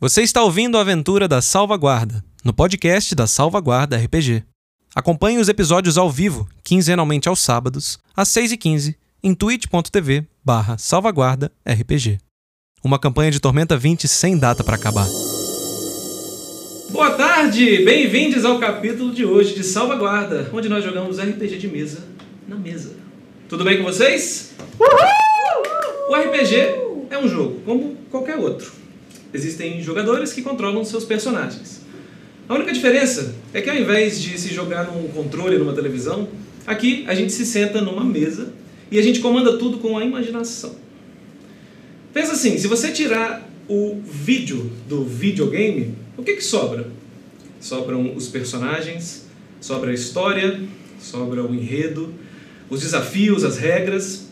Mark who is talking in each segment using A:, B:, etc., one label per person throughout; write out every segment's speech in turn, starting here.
A: Você está ouvindo a aventura da Salvaguarda, no podcast da Salvaguarda RPG. Acompanhe os episódios ao vivo, quinzenalmente aos sábados, às 6h15, em twitch.tv barra salvaguarda RPG. Uma campanha de Tormenta 20 sem data para acabar. Boa tarde! Bem-vindos ao capítulo de hoje de Salvaguarda, onde nós jogamos RPG de mesa na mesa. Tudo bem com vocês? O RPG é um jogo, como qualquer outro. Existem jogadores que controlam seus personagens. A única diferença é que ao invés de se jogar num controle numa televisão, aqui a gente se senta numa mesa e a gente comanda tudo com a imaginação. Pensa assim, se você tirar o vídeo do videogame, o que, que sobra? Sobram os personagens, sobra a história, sobra o enredo, os desafios, as regras.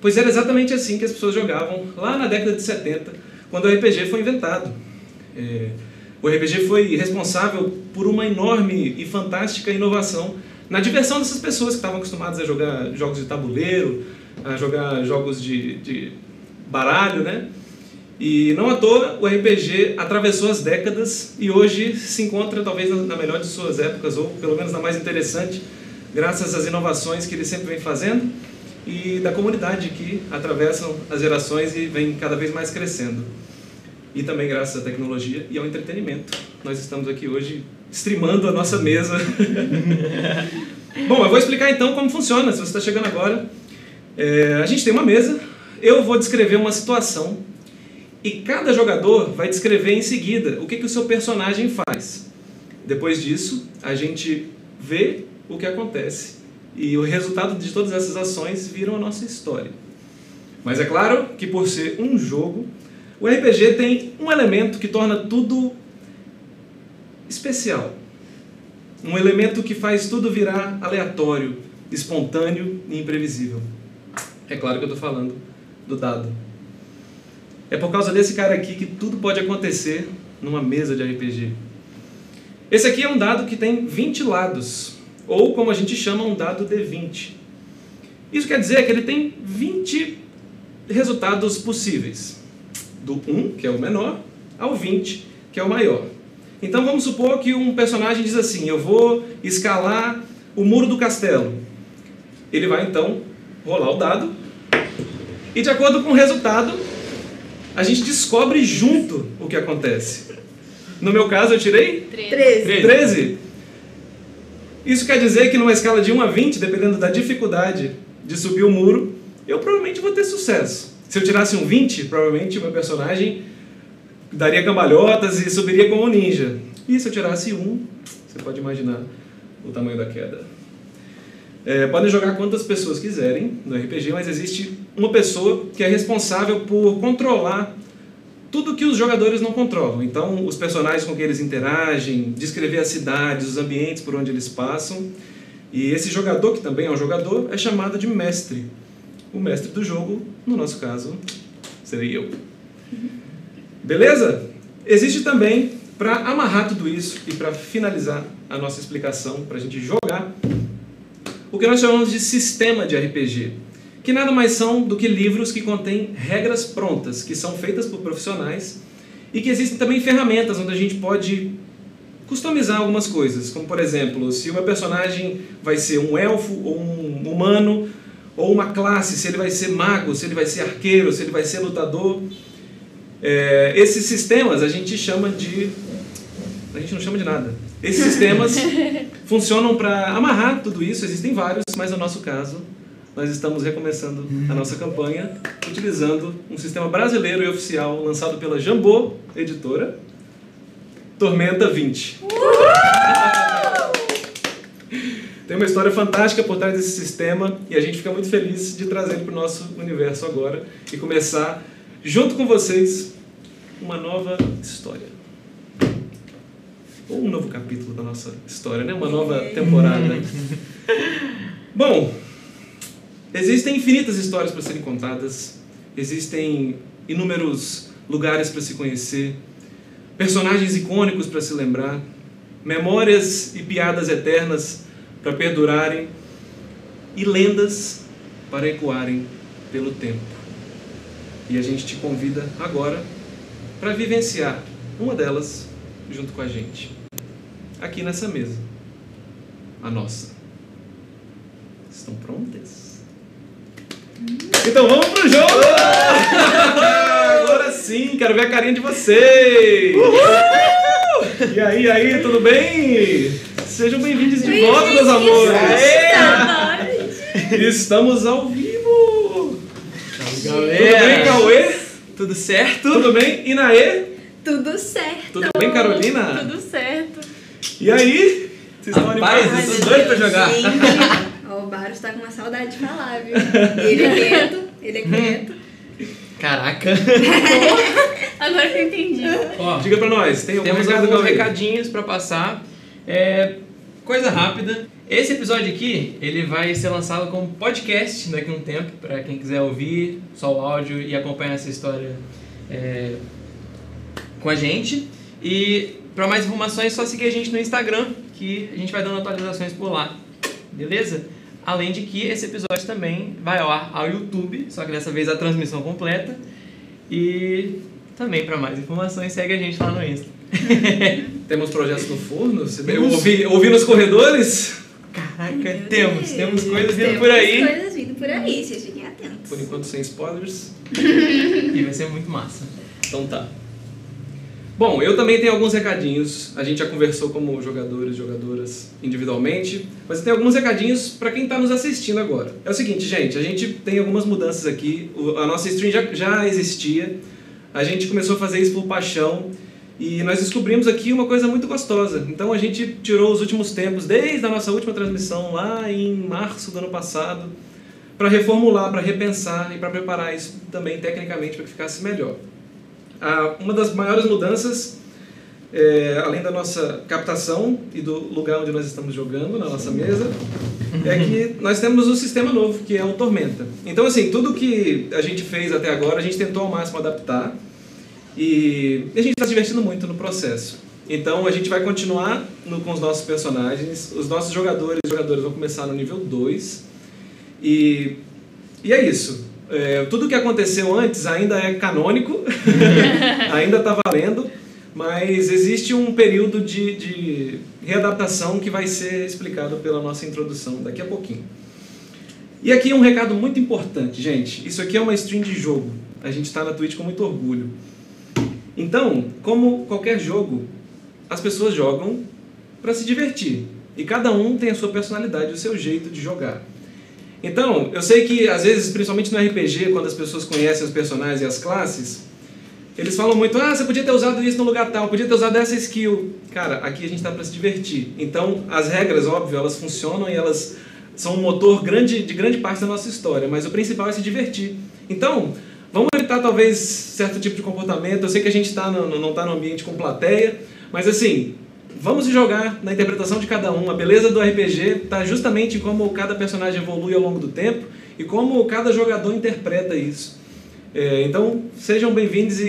A: Pois era exatamente assim que as pessoas jogavam lá na década de 70, quando o RPG foi inventado. É, o RPG foi responsável por uma enorme e fantástica inovação na diversão dessas pessoas que estavam acostumadas a jogar jogos de tabuleiro, a jogar jogos de, de baralho, né? E não à toa o RPG atravessou as décadas e hoje se encontra talvez na- na melhor de suas épocas, ou pelo menos na mais interessante, graças às inovações que ele sempre vem fazendo e da comunidade que atravessam as gerações e vem cada vez mais crescendo. E também graças à tecnologia e ao entretenimento. Nós estamos aqui hoje streamando a nossa mesa. Bom, eu vou explicar então como funciona, se você está chegando agora. É, a gente tem uma mesa, eu vou descrever uma situação e cada jogador vai descrever em seguida o que, que o seu personagem faz. Depois disso, a gente vê o que acontece. E o resultado de todas essas ações viram a nossa história. Mas é claro que, por ser um jogo, o RPG tem um elemento que torna tudo especial. Um elemento que faz tudo virar aleatório, espontâneo e imprevisível. É claro que eu estou falando do dado. É por causa desse cara aqui que tudo pode acontecer numa mesa de RPG. Esse aqui é um dado que tem 20 lados, ou como a gente chama, um dado D20. Isso quer dizer que ele tem 20 resultados possíveis, do 1, que é o menor, ao 20, que é o maior. Então vamos supor que um personagem diz assim: Eu vou escalar o muro do castelo. Ele vai então rolar o dado, e de acordo com o resultado, a gente descobre junto o que acontece. No meu caso, eu tirei
B: 13.
A: 13. Isso quer dizer que numa escala de 1 a 20, dependendo da dificuldade de subir o muro, eu provavelmente vou ter sucesso. Se eu tirasse um 20, provavelmente meu personagem daria cambalhotas e subiria como um ninja. E se eu tirasse um, você pode imaginar o tamanho da queda. É, podem jogar quantas pessoas quiserem no RPG, mas existe uma pessoa que é responsável por controlar tudo que os jogadores não controlam. Então, os personagens com quem eles interagem, descrever as cidades, os ambientes por onde eles passam. E esse jogador, que também é um jogador, é chamado de mestre. O mestre do jogo, no nosso caso, seria eu. Beleza? Existe também, para amarrar tudo isso e para finalizar a nossa explicação, para a gente jogar, o que nós chamamos de sistema de RPG, que nada mais são do que livros que contêm regras prontas, que são feitas por profissionais e que existem também ferramentas onde a gente pode customizar algumas coisas, como por exemplo, se o meu personagem vai ser um elfo ou um humano ou uma classe, se ele vai ser mago, se ele vai ser arqueiro, se ele vai ser lutador. É, esses sistemas a gente chama de. A gente não chama de nada. Esses sistemas funcionam para amarrar tudo isso, existem vários, mas no nosso caso, nós estamos recomeçando a nossa campanha utilizando um sistema brasileiro e oficial lançado pela Jambô Editora, Tormenta 20. Tem uma história fantástica por trás desse sistema e a gente fica muito feliz de trazer ele para o nosso universo agora e começar, junto com vocês, uma nova história. Ou um novo capítulo da nossa história, né? Uma nova temporada. Bom, existem infinitas histórias para serem contadas, existem inúmeros lugares para se conhecer, personagens icônicos para se lembrar, memórias e piadas eternas para perdurarem e lendas para ecoarem pelo tempo. E a gente te convida agora para vivenciar uma delas junto com a gente, aqui nessa mesa, a nossa. Estão prontas? Então vamos pro jogo! Agora sim, quero ver a carinha de vocês! E aí, aí, tudo bem? Sejam bem-vindos de volta, meus amores! Estamos ao vivo! Tudo bem, Cauê?
C: Tudo certo?
A: Tudo bem, Inaê?
B: Tudo certo.
A: Tudo bem, Carolina?
B: Tudo certo.
A: E aí? Vocês estão
C: Rapaz,
A: animados?
C: Ai,
A: Vocês estão doidos pra
C: meu
A: jogar?
B: Gente, ó, o Baros tá com uma saudade de falar, viu? Ele é quieto, ele é quieto.
C: Caraca.
B: Agora que eu entendi.
D: Ó,
A: Diga pra nós, tem algum
D: temos
A: recado,
D: alguns
A: Cauê?
D: recadinhos pra passar. É, coisa rápida. Esse episódio aqui, ele vai ser lançado como podcast daqui a um tempo, pra quem quiser ouvir só o áudio e acompanhar essa história é, com a gente. E pra mais informações, é só seguir a gente no Instagram, que a gente vai dando atualizações por lá. Beleza? Além de que esse episódio também vai ao ar ao YouTube, só que dessa vez a transmissão completa. E também pra mais informações, segue a gente lá no Insta.
A: Temos projetos no forno? Você
D: Temos.
A: ouvi, ouvi nos corredores?
D: Caraca,
B: Meu
D: temos,
B: Deus.
D: temos coisas vindo
B: Temos
D: por aí.
B: coisas vindo por aí, vocês fiquem atentos.
A: Por enquanto, sem spoilers.
D: E vai ser muito massa.
A: Então tá. Bom, eu também tenho alguns recadinhos. A gente já conversou como jogadores, jogadoras individualmente, mas eu tenho alguns recadinhos pra quem tá nos assistindo agora. É o seguinte, gente, a gente tem algumas mudanças aqui. O- A nossa stream já, já existia. A gente começou a fazer isso por paixão e nós descobrimos aqui uma coisa muito gostosa. Então a gente tirou os últimos tempos, desde a nossa última transmissão lá em março do ano passado, pra reformular, pra repensar e pra preparar isso também tecnicamente para que ficasse melhor. Ah, uma das maiores mudanças, é, além da nossa captação e do lugar onde nós estamos jogando, na nossa mesa, é que nós temos um sistema novo, que é o Tormenta. Então, assim, tudo que a gente fez até agora, a gente tentou ao máximo adaptar e a gente está se divertindo muito no processo. Então, a gente vai continuar no- com os nossos personagens, os nossos jogadores e jogadoras vão começar no nível 2 e, e é isso. É, tudo que aconteceu antes ainda é canônico, ainda está valendo, mas existe um período de, de readaptação que vai ser explicado pela nossa introdução daqui a pouquinho. E aqui um recado muito importante, gente. Isso aqui é uma stream de jogo. A gente está na Twitch com muito orgulho. Então, como qualquer jogo, as pessoas jogam para se divertir. E cada um tem a sua personalidade, o seu jeito de jogar. Então, eu sei que às vezes, principalmente no RPG, quando as pessoas conhecem os personagens e as classes, eles falam muito, ah, você podia ter usado isso no lugar tal, podia ter usado essa skill. Cara, aqui a gente tá pra se divertir. Então, as regras, óbvio, elas funcionam e elas são um motor grande, de grande parte da nossa história, mas o principal é se divertir. Então, vamos evitar talvez certo tipo de comportamento. Eu sei que a gente tá no- no- não tá no ambiente com plateia, mas assim, vamos jogar na interpretação de cada um. A beleza do RPG tá justamente em como cada personagem evolui ao longo do tempo e como cada jogador interpreta isso. É, então, sejam bem-vindos e, e-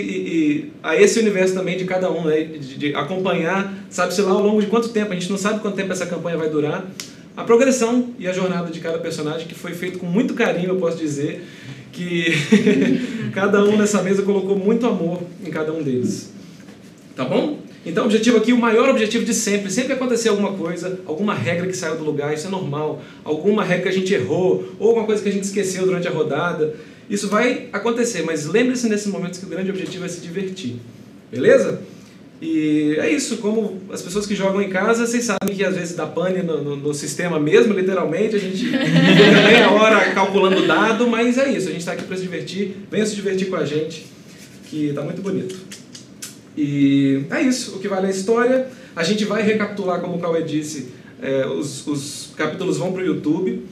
A: e a esse universo também de cada um, né? de, de acompanhar, sabe-se lá ao longo de quanto tempo, a gente não sabe quanto tempo essa campanha vai durar, a progressão e a jornada de cada personagem, que foi feito com muito carinho, eu posso dizer, que cada um nessa mesa colocou muito amor em cada um deles. Tá bom? Então, o objetivo aqui, o maior objetivo de sempre, sempre acontecer alguma coisa, alguma regra que saiu do lugar, isso é normal, alguma regra que a gente errou, ou alguma coisa que a gente esqueceu durante a rodada, isso vai acontecer, mas lembre-se nesses momentos que o grande objetivo é se divertir, beleza? E é isso, como as pessoas que jogam em casa, vocês sabem que às vezes dá pane no, no- no sistema mesmo, literalmente, a gente fica meia hora calculando o dado, mas é isso, a gente está aqui para se divertir, venha se divertir com a gente, que tá muito bonito. E é isso, o que vale é a história. A gente vai recapitular, como o Cauê disse, é, os, os capítulos vão para o YouTube.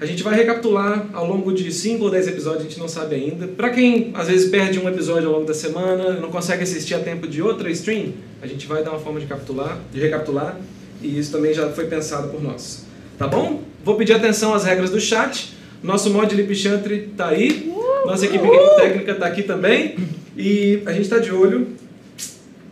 A: A gente vai recapitular ao longo de 5 ou 10 episódios, a gente não sabe ainda. Para quem às vezes perde um episódio ao longo da semana, não consegue assistir a tempo de outra stream, a gente vai dar uma forma de capitular, de recapitular, e isso também já foi pensado por nós. Tá bom? Vou pedir atenção às regras do chat. Nosso mod Lip Chantry tá aí. Nossa equipe técnica tá aqui também. E a gente tá de olho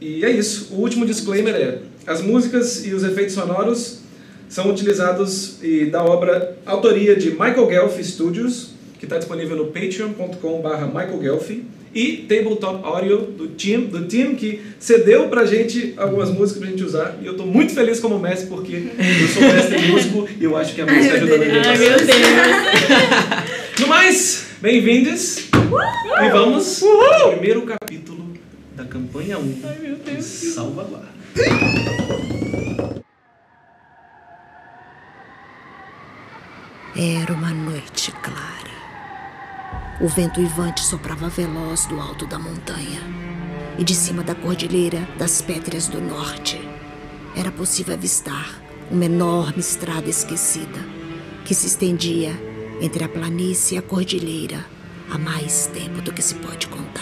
A: e é isso. O último disclaimer é: as músicas e os efeitos sonoros são utilizados e da obra tá autoria de Michael Gelf Studios, que está disponível no patreon.com/michaelgelf e Tabletop Audio do Tim, do Tim que cedeu pra gente algumas músicas pra gente usar. E eu tô muito feliz como mestre, porque eu sou mestre músico e eu acho que a música ajuda na
B: Ai,
A: minha
B: meu
A: passagem.
B: Deus.
A: No mais, bem-vindos e vamos ao primeiro capítulo da campanha 1. Ai, meu Deus. Salva lá.
E: Era uma noite clara. O vento ivante soprava veloz do alto da montanha e de cima da cordilheira das Pedras do Norte. Era possível avistar uma enorme estrada esquecida que se estendia entre a planície e a cordilheira há mais tempo do que se pode contar.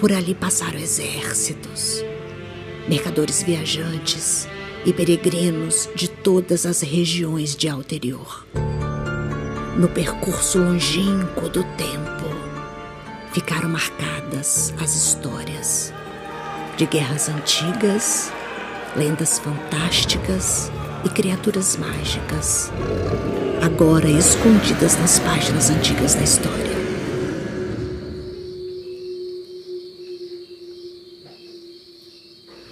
E: Por ali passaram exércitos, mercadores viajantes e peregrinos de todas as regiões de Alterior. No percurso longínquo do tempo, ficaram marcadas as histórias de guerras antigas, lendas fantásticas e criaturas mágicas, agora escondidas nas páginas antigas da história.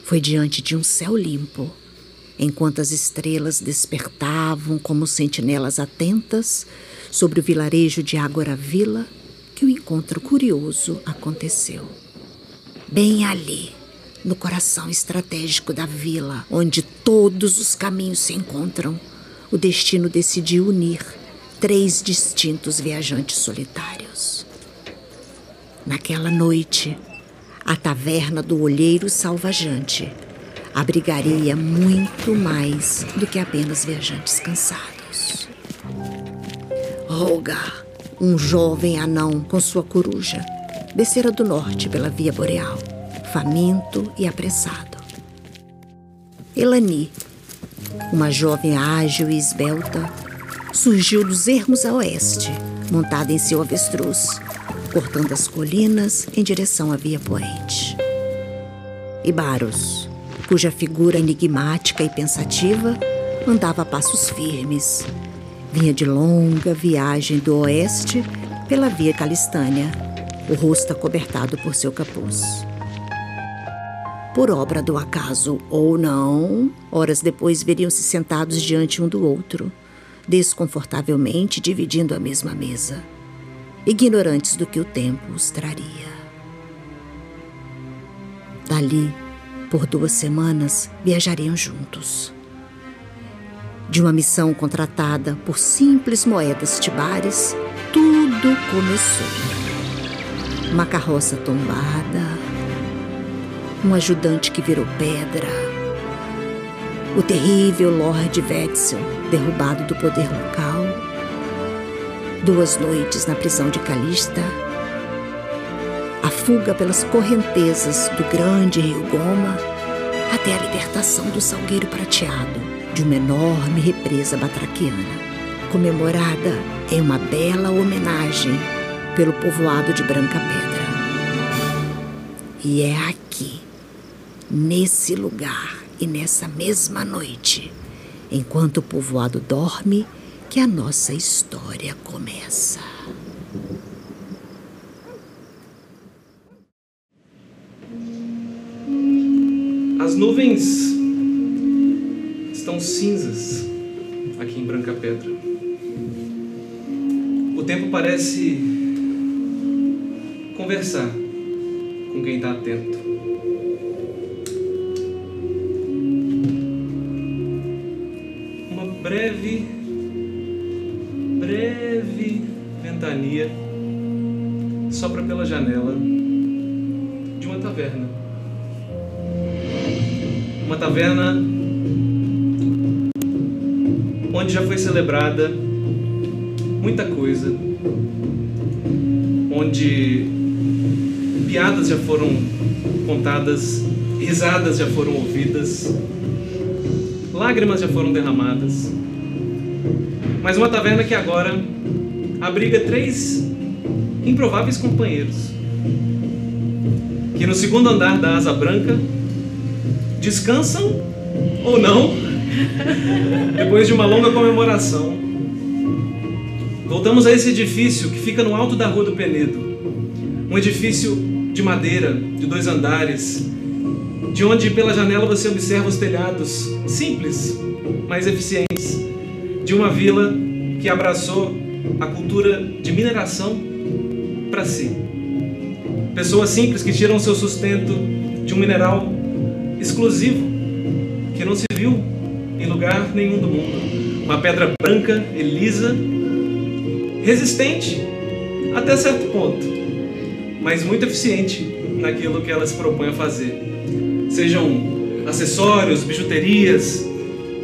E: foi diante de um céu limpo, enquanto as estrelas despertavam como sentinelas atentas sobre o vilarejo de Ágora Vila, que o encontro curioso aconteceu. Bem ali, no coração estratégico da vila, onde todos os caminhos se encontram, o destino decidiu unir três distintos viajantes solitários. Naquela noite, a taverna do Olheiro Salvajante abrigaria muito mais do que apenas viajantes cansados. Rogar, um jovem anão com sua coruja, descera do norte pela Via Boreal, faminto e apressado. Elani, uma jovem ágil e esbelta, surgiu dos ermos a oeste, montada em seu avestruz, cortando as colinas em direção à Via Poente. Ibaros, cuja figura enigmática e pensativa andava a passos firmes, vinha de longa viagem do oeste pela Via Calistânia, o rosto acobertado por seu capuz. Por obra do acaso ou não, horas depois veriam-se sentados diante um do outro, desconfortavelmente dividindo a mesma mesa, ignorantes do que o tempo os traria. Dali, por duas semanas, viajariam juntos. De uma missão contratada por simples moedas tibares, tudo começou. Uma carroça tombada, um ajudante que virou pedra. O terrível Lord Wetzel, derrubado do poder local. Duas noites na prisão de Calista. A fuga pelas correntezas do grande rio Goma até a libertação do Salgueiro Prateado de uma enorme represa batraquiana, comemorada em uma bela homenagem pelo povoado de Branca Pedra. E é aqui, nesse lugar e nessa mesma noite, enquanto o povoado dorme, que a nossa história começa.
A: As nuvens estão cinzas aqui em Branca Pedra. O tempo parece conversar com quem está atento. Uma breve, breve ventania sopra pela janela de uma taverna uma taverna onde já foi celebrada muita coisa, onde piadas já foram contadas, risadas já foram ouvidas, lágrimas já foram derramadas. Mas uma taverna que agora abriga três improváveis companheiros. Que no segundo andar da Asa Branca descansam ou não depois de uma longa comemoração. Voltamos a esse edifício que fica no alto da Rua do Penedo, Um edifício de madeira, de dois andares, de onde pela janela você observa os telhados simples, mas eficientes, de uma vila que abraçou a cultura de mineração para si. Pessoas simples que tiram seu sustento de um mineral exclusivo que não se viu em lugar nenhum do mundo. Uma pedra branca e lisa, resistente até certo ponto, mas muito eficiente naquilo que ela se propõe a fazer. Sejam acessórios, bijuterias,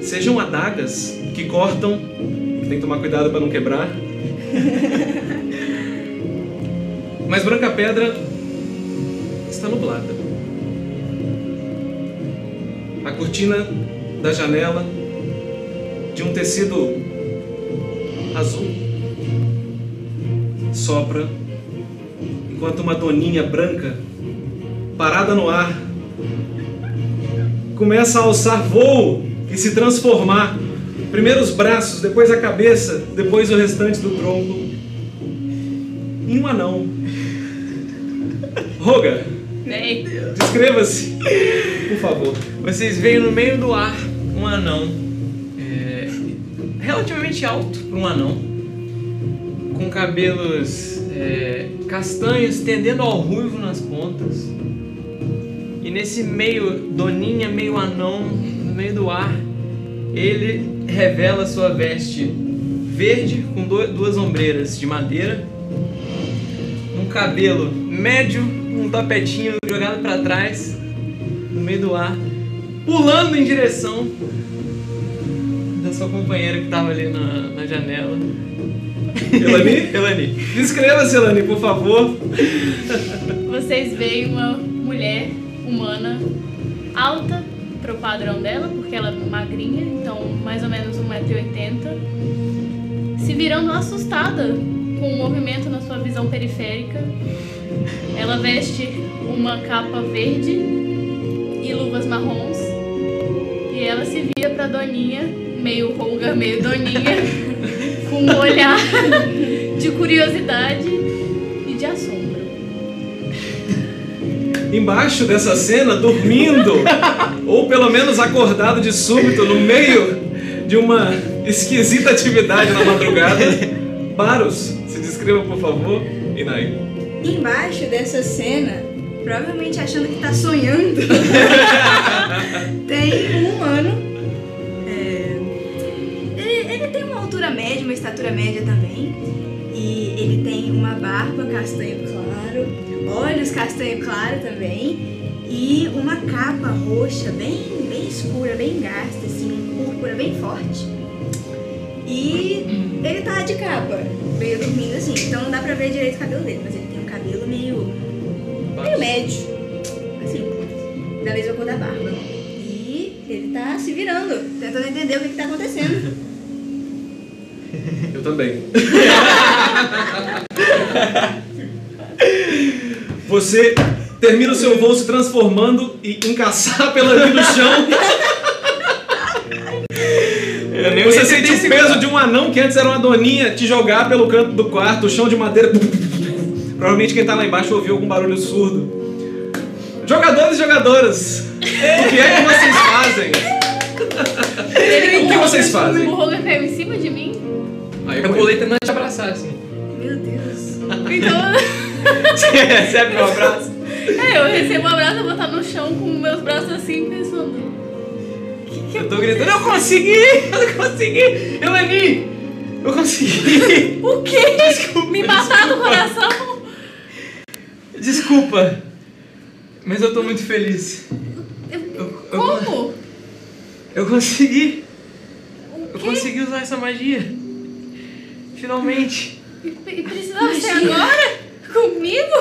A: sejam adagas que cortam, que tem que tomar cuidado para não quebrar. mas Branca Pedra está nublada. A cortina da janela de um tecido azul sopra enquanto uma doninha branca parada no ar começa a alçar voo e se transformar primeiro os braços, depois a cabeça, depois o restante do tronco em um anão. Roga,
F: Vem.
A: descreva-se, por favor.
D: Vocês veem no meio do ar um anão é, relativamente alto para um anão, com cabelos é, castanhos tendendo ao ruivo nas pontas. E nesse meio doninha, meio anão, no meio do ar, ele revela sua veste verde com do- duas ombreiras de madeira, um cabelo médio, um tapetinho jogado para trás no meio do ar, pulando em direção da sua companheira que tava ali na, na janela.
A: Elani,
D: Elani.
A: descreva-se, Elani, por favor.
F: Vocês veem uma mulher humana alta pro padrão dela, porque ela é magrinha, então mais ou menos 1,80m, se virando assustada com o movimento na sua visão periférica. Ela veste uma capa verde e luvas marrons. E ela se vira pra Doninha, meio rouga, meio Doninha, com um olhar de curiosidade e de assombro.
A: Embaixo dessa cena, dormindo, ou pelo menos acordado de súbito, no meio de uma esquisita atividade na madrugada, Baros, se descreva, por favor, e Nai.
B: Embaixo dessa cena, provavelmente achando que tá sonhando, tem um humano. é, ele, ele tem uma altura média, uma estatura média também. E ele tem uma barba castanho claro, olhos castanho claro também. E uma capa roxa bem, bem escura, bem gasta, assim, púrpura bem forte. E ele tá de capa, meio dormindo assim, então não dá pra ver direito o cabelo dele, mas ele tem um cabelo meio. meio médio. Assim, da mesma cor da barba. E ele tá se virando, tentando entender o que, que tá acontecendo.
A: Eu também. Você termina o seu voo se transformando e encaçar pela ali no chão. Você sente o peso de um anão que antes era uma doninha te jogar pelo canto do quarto, o chão de madeira. Provavelmente quem tá lá embaixo ouviu algum barulho surdo. Jogadores e jogadoras, o que é que vocês fazem?
F: Ele
A: O que vocês
F: empurrou-
A: fazem?
F: O Roger caiu em cima de mim.
D: Aí eu pulei tentando te abraçar, assim.
B: Meu Deus.
F: Então,
D: Você recebe meu abraço?
F: é, eu recebo um abraço, eu vou estar no chão com meus braços assim, pensando.
D: Eu tô gritando, eu consegui! Eu consegui! Elani! Eu consegui!
F: O quê? Me matar no coração?
D: Desculpa! Mas eu tô muito feliz.
F: Eu-
D: Eu, eu-
F: Como?
D: eu consegui!
F: O
D: Eu
F: quê?
D: consegui usar essa magia! Finalmente!
F: E e precisava ser agora? Comigo?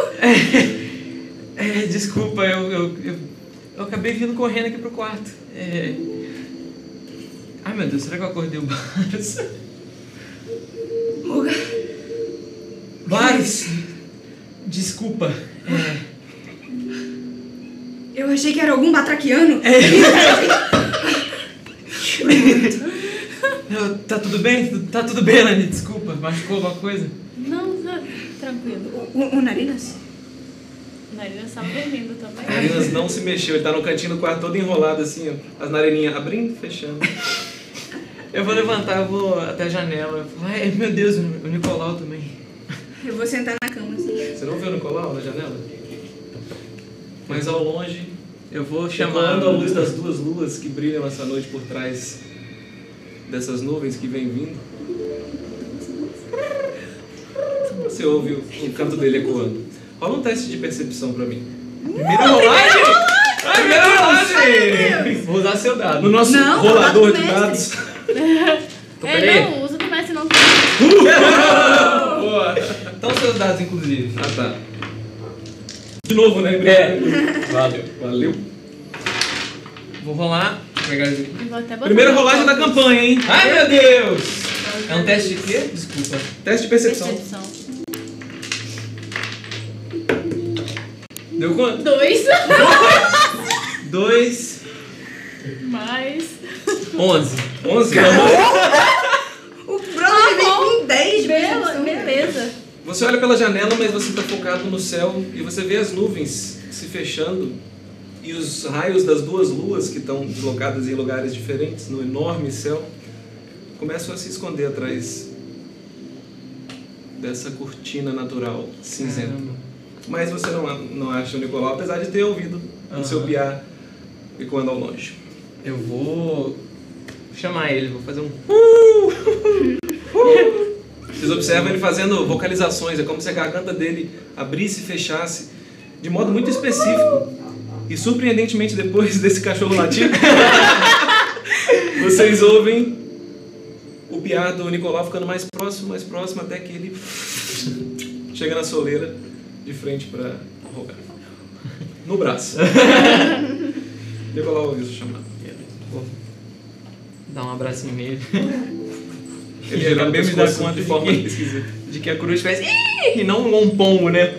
D: É, desculpa, eu, eu, eu, eu acabei vindo correndo aqui pro quarto. É... Ai meu Deus, será que eu acordei o Baros? Baros! Desculpa. É...
B: Eu achei que era algum batraquiano.
D: não, tá tudo bem? Tu- Tá tudo bem, Lani, desculpa. Machucou alguma coisa?
F: Não, não, tá tranquilo.
B: O, o, o Narinas?
F: Marina estava dormindo também.
A: Marinas não se mexeu, ele tá no cantinho do quarto todo enrolado assim, ó. As narininhas abrindo e fechando.
D: Eu vou levantar, eu vou até a janela. Eu falo, ai meu Deus, o Nicolau também.
B: Eu vou sentar na cama assim.
A: Você não viu o Nicolau na janela? Mas ao longe,
D: Eu vou chamar.
A: chamando a luz das duas luas que brilham essa noite por trás dessas nuvens que vem vindo. Você ouve o, o canto dele ecoando. Rola um teste de percepção pra mim.
D: Primeira rolagem! Ai, Primeira rolagem! Vou usar seu
A: No
D: dado.
A: nosso
B: Não, tá
A: rolador de
B: mestre.
A: dados.
D: Então,
F: É,
D: peraí.
F: não, usa também, senão.
A: Boa.
D: Então, seus dados, inclusive.
A: Ah, tá. De novo, né?
D: É.
A: Valeu. Valeu.
D: Vou rolar. Vou pegar os aqui.
F: Vou até botar
A: Primeira
F: uma
A: rolagem da
F: foto.
A: campanha, hein?
D: Ai, meu Deus! É um teste de quê? Desculpa.
A: Teste de percepção.
F: Percepção.
A: Deu quanto?
F: Dois.
A: Dois.
F: Mais.
D: 11.
A: Onze.
B: O Bruno vem com 10 de
F: Bela,
B: percepção.
F: beleza.
A: Você olha pela janela, mas você está focado no céu e você vê as nuvens se fechando e os raios das duas luas que estão deslocadas em lugares diferentes no enorme céu começam a se esconder atrás dessa cortina natural cinzenta. Mas você não, a- não acha o Nicolau, apesar de ter ouvido o seu
D: Aham.
A: piar ecoando ao longe.
D: Eu vou chamar ele, vou fazer um.
A: Vocês observam ele fazendo vocalizações, é como se a garganta dele abrisse e fechasse de modo muito específico. E surpreendentemente, depois desse cachorro latido, vocês ouvem o piar do Nicolau ficando mais próximo, mais próximo, até que ele chega na soleira de frente para rogar. No braço. Nicolau ouviu sua chamada.
D: Vou dar um abracinho nele.
A: Ele é
D: E
A: gira o
D: acabei me
A: pescoço
D: dar conta
A: de
D: de
A: forma
D: que-
A: esquisita.
D: De que a cruz faz. "Ih", E não um pombo, né?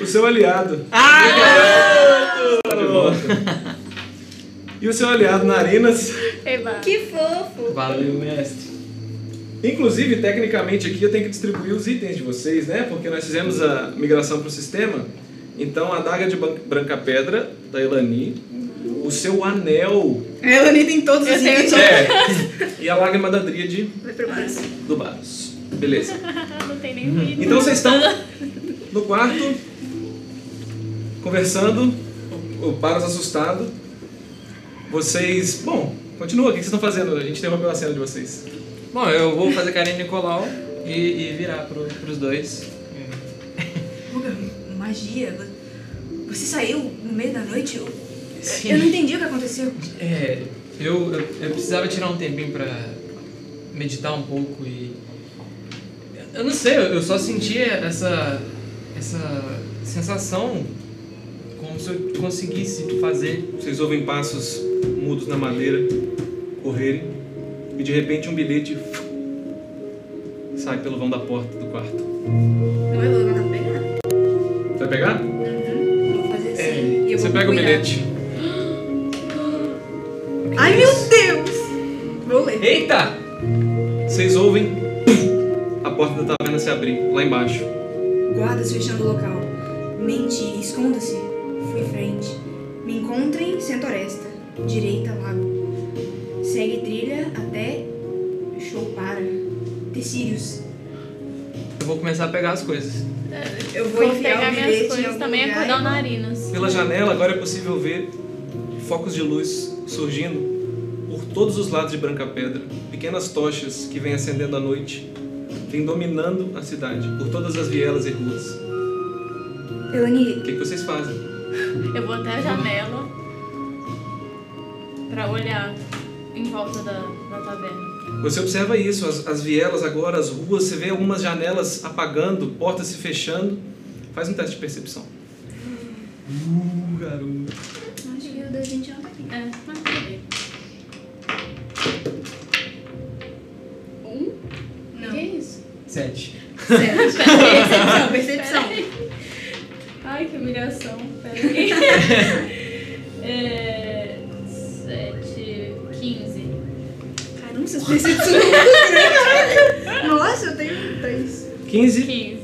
A: O seu aliado Tá de volta. E o seu aliado Narinas,
F: Eba.
B: Que fofo.
D: Valeu, mestre.
A: inclusive tecnicamente aqui eu tenho que distribuir os itens de vocês, né? Porque nós fizemos a migração para o sistema. Então a daga de ban- branca pedra da Elani, o seu anel
B: Ela nem tem todos
F: Eu
B: os
F: tenho
B: itens.
A: e a lágrima da Dríade
B: Vai pro braço.
A: do Baros. Beleza.
F: Não tem nem ruído.
A: Então vocês estão no quarto conversando, o o Baros assustado. Vocês, bom, continua, o que vocês estão fazendo? A gente interrompeu a cena de vocês.
D: Bom, eu vou fazer carinho no Nicolau e, e virar pro, pros dois.
B: Guga, magia. vo- Você saiu no meio da noite? Eu,
D: Sim.
B: eu não entendi o que aconteceu.
D: É, eu, eu, eu precisava tirar um tempinho pra meditar um pouco e. Eu não sei, eu eu só sentia essa. essa sensação como se eu conseguisse fazer.
A: Vocês ouvem passos mudos na madeira correrem e de repente um bilhete sai pelo vão da porta do quarto.
B: Não é logo pra pegar?
A: Você vai pegar?
B: Vou fazer assim. e eu
A: É, Você
B: vou
A: pega o
B: cuidar.
A: bilhete.
B: Ai, meu Deus! Vou ler.
D: Eita!
A: Vocês ouvem a porta da taverna se abrir lá embaixo.
B: Guardas fechando o local. Mente, esconda-se. Fui frente. Me encontrem, Centoresta. Direita, lago. Segue trilha até Choupara. Tecírios.
D: Eu vou começar a pegar as coisas.
B: Eu vou,
F: Vou
B: enfiar
F: pegar
B: o bilhete
F: minhas
B: em
F: coisas
B: algum
F: também e
B: lugar.
F: acordar o narinas.
A: Pela janela agora é possível ver focos de luz surgindo por todos os lados de Branca Pedra, pequenas tochas que vêm acendendo à noite, vêm dominando a cidade por todas as vielas e ruas. O
B: Elani,
A: que que vocês fazem?
F: Eu vou até a janela pra olhar em volta da, da taverna.
A: Você observa isso, as, as vielas agora, as ruas, você vê algumas janelas apagando, portas se fechando. Faz um teste de percepção. Uh, garoto.
B: acho que o da gente não tá aqui.
F: É, mas tudo bem. Um? Que
B: Não.
F: isso?
D: Sete.
B: Percepção, percepção.
F: Peraí. Ai, que humilhação. Peraí. é, sete, quinze.
B: Caramba, essas percepções são muito grandes. Nossa, eu tenho três.
A: 15.
F: Quinze.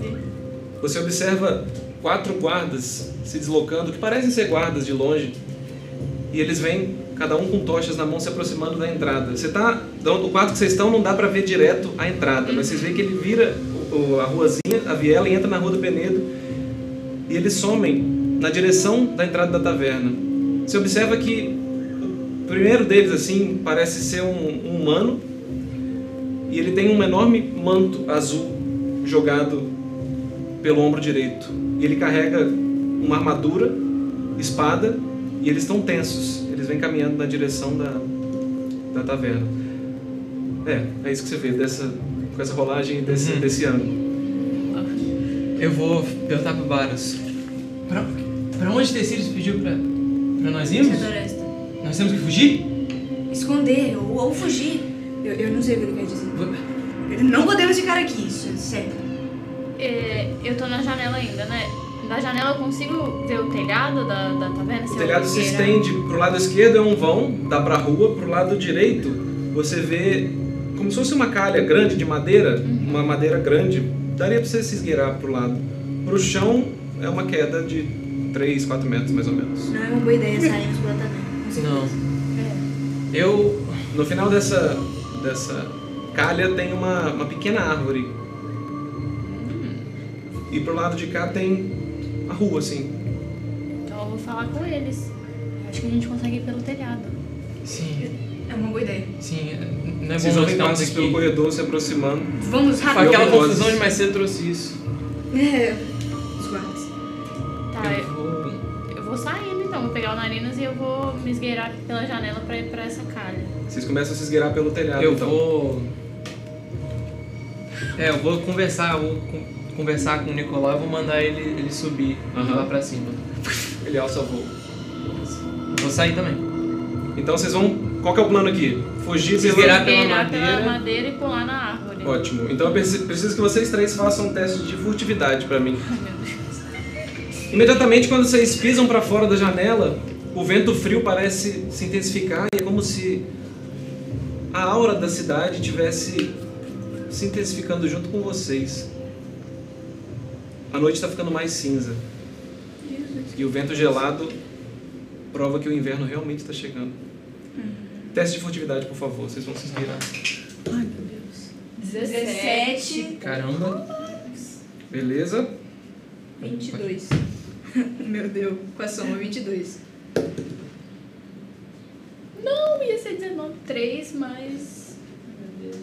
A: Você observa quatro guardas se deslocando, que parecem ser guardas de longe. E eles vêm, cada um com tochas na mão, se aproximando da entrada. Você tá. então, O quarto que vocês estão não dá pra ver direto a entrada, mas vocês veem que ele vira o- o- a ruazinha, a viela, e entra na rua do Penedo. E eles somem na direção da entrada da taverna. Você observa que o primeiro deles, assim, parece ser um- um humano, e ele tem um enorme manto azul jogado pelo ombro direito. E ele carrega uma armadura, espada, e eles estão tensos. Eles vêm caminhando na direção da, da taverna. É, é isso que você vê dessa, com essa rolagem desse,
D: Uhum.
A: desse ano.
D: Eu vou perguntar pro Baros. Pra, pra onde Tecidos pediu pra, pra nós
B: Tia
D: irmos?
B: Doresta.
D: Nós temos que fugir?
B: Esconder ou, ou fugir. Eu, eu não sei o que ele quer dizer.
D: Vo-
B: Não podemos ficar aqui, isso é certo.
F: É, eu tô na janela ainda, né? Da janela eu consigo ver o telhado da, da taverna?
A: O telhado se estende pro lado esquerdo é um vão, dá pra rua, pro lado direito você vê como se fosse uma calha grande de madeira, uma madeira grande, daria pra você se esgueirar pro lado. Pro chão é uma queda de 3, 4 metros mais ou menos.
B: Não é uma boa ideia sairmos pela taverna. com certeza.
D: Não.
F: É.
D: Eu.
A: No final dessa, dessa calha tem uma, uma pequena árvore. E pro lado de cá tem a rua, assim.
F: Então eu vou falar com eles. Acho que a gente consegue ir pelo telhado.
D: Sim,
B: É uma boa ideia.
D: sim. é- Não é bom
A: Vocês
D: nós
A: ouvem
D: ficarmos
A: passos
D: aqui.
A: pelo corredor se aproximando.
B: Vamos
D: Foi
B: rápido.
D: Aquela
A: Eu-
D: confusão de mais cedo trouxe isso.
B: É. Os guardas.
F: Tá,
D: Eu
F: eu,
D: vou.
F: eu vou saindo então, vou pegar o Narinas e eu vou me esgueirar pela janela pra ir pra essa calha.
A: Vocês começam a se esgueirar pelo telhado,
D: Eu
A: então.
D: vou. É, eu vou conversar, eu vou con- conversar com o Nicolau e vou mandar ele, ele subir
A: Aham.
D: lá pra cima.
A: Ele alça voo.
D: Vou sair também.
A: Então vocês vão... Qual que é o plano aqui? Fugir
D: Se
A: pela...
D: esgueirar pela
F: Esgueirar pela
D: madeira.
F: madeira e pular na árvore.
A: Ótimo. Então eu preci- preciso que vocês três façam um teste de furtividade pra mim.
F: Ai, meu Deus.
A: Imediatamente quando vocês pisam pra fora da janela, o vento frio parece se intensificar e é como se a aura da cidade tivesse se intensificando junto com vocês. A noite está ficando mais cinza. E o vento gelado prova que o inverno realmente está chegando.
F: Uhum.
A: Teste de furtividade, por favor, vocês vão se inspirar.
B: 17,
D: Caramba.
A: Beleza?
B: 22. Meu Deus, com a soma 22.
F: Não, ia ser 19, 3, mas. Ai, Meu Deus.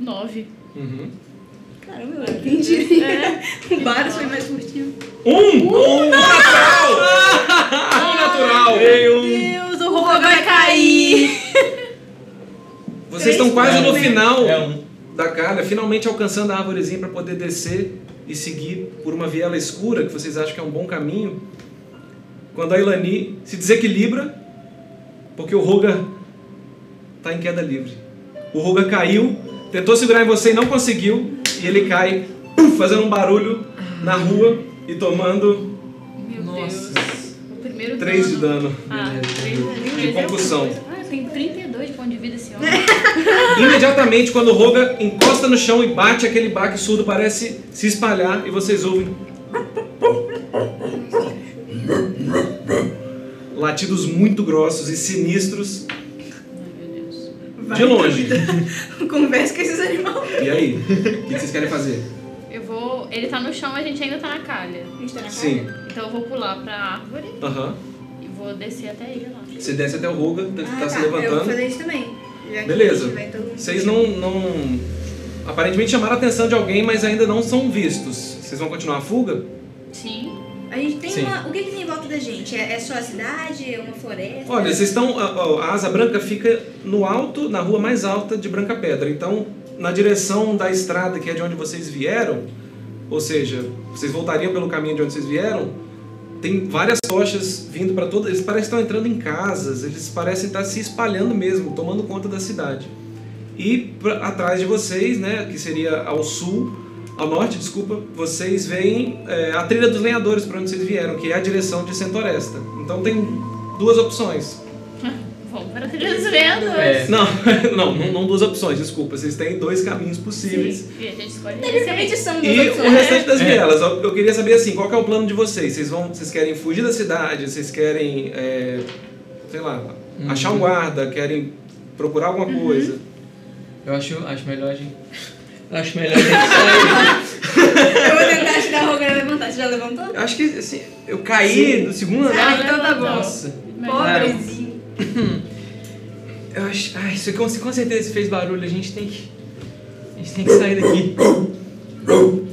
F: 9.
A: Uhum.
B: Caramba, é. eu entendi. o Baros foi mais furtivo.
A: Um! Um natural! um natural!
F: Deus, o robô vai cair!
A: Vocês estão quase no final.
D: É um.
A: da calha, finalmente alcançando a árvorezinha para poder descer e seguir por uma viela escura, que vocês acham que é um bom caminho, quando a Ilani se desequilibra, porque o Roga tá em queda livre. O Roga caiu, tentou segurar em você e não conseguiu, e ele cai, pum, fazendo um barulho na rua e tomando
F: Meu
D: Nossa.
F: Deus. O primeiro
A: 3 de dano.
F: Ah,
A: De
F: 3
A: concussão.
F: Ah, tem 32 de ponto de vida esse homem.
A: Imediatamente, quando o Roga encosta no chão e bate aquele baque surdo, parece se espalhar e vocês ouvem. Latidos muito grossos e sinistros
F: Ai, meu Deus.
A: de longe.
B: Conversa com esses animais.
A: E aí? O que vocês querem fazer?
F: Eu vou. Ele tá no chão, a gente ainda tá na calha.
B: A gente tá na
A: Sim.
B: cara?
F: Então eu vou pular pra árvore
A: Aham.
F: e vou descer até ele lá.
A: Você desce até o Roga, tá,
B: Ah,
A: tá se
B: Eu vou
A: levantando.
B: fazer isso também. Já que a
A: Beleza.
B: gente vai todo mundo-
A: Vocês não, não. Aparentemente chamaram a atenção de alguém, mas ainda não são vistos. Vocês vão continuar a fuga?
F: Sim.
B: A gente tem
A: Sim.
B: uma. O que, que tem em volta da gente? É, é só a cidade? É uma floresta?
A: Olha, vocês estão. A, a- a Asa Branca fica no alto, na rua mais alta de Branca Pedra. Então, na direção da estrada, que é de onde vocês vieram, ou seja, vocês voltariam pelo caminho de onde vocês vieram, tem várias tochas vindo para todas. Eles parecem estar entrando em casas, eles parecem estar se espalhando mesmo, tomando conta da cidade. E pra- atrás de vocês, né, que seria ao sul, ao norte, desculpa, vocês veem é, a trilha dos lenhadores para onde vocês vieram, que é a direção de Centoresta. Então tem duas opções.
F: Vamos para trilhos vendas.
D: É.
A: Não, não, não, não duas opções, desculpa. Vocês têm dois caminhos possíveis.
F: Sim, e a gente escolhe.
B: Tecnicamente são duas
A: E o
B: opções.
A: restante das
D: É.
A: vielas, eu eu queria saber assim, qual que é o plano de vocês? Vocês vão, vocês querem fugir da cidade? Vocês querem, é, sei lá,
D: Uhum.
A: achar um guarda? Querem procurar alguma
B: Uhum.
A: coisa?
D: Eu acho, acho melhor a gente. Eu acho melhor a gente sair.
B: Eu vou tentar te dar a roga levantar. Você já levantou?
D: Eu acho que assim, eu caí do segundo
B: Ah,
D: andar.
B: então tá bom.
D: Nossa.
B: Pobrezinho.
D: Eu acho. Ai, isso aqui com, com certeza fez barulho. A gente tem que. A gente tem que sair daqui.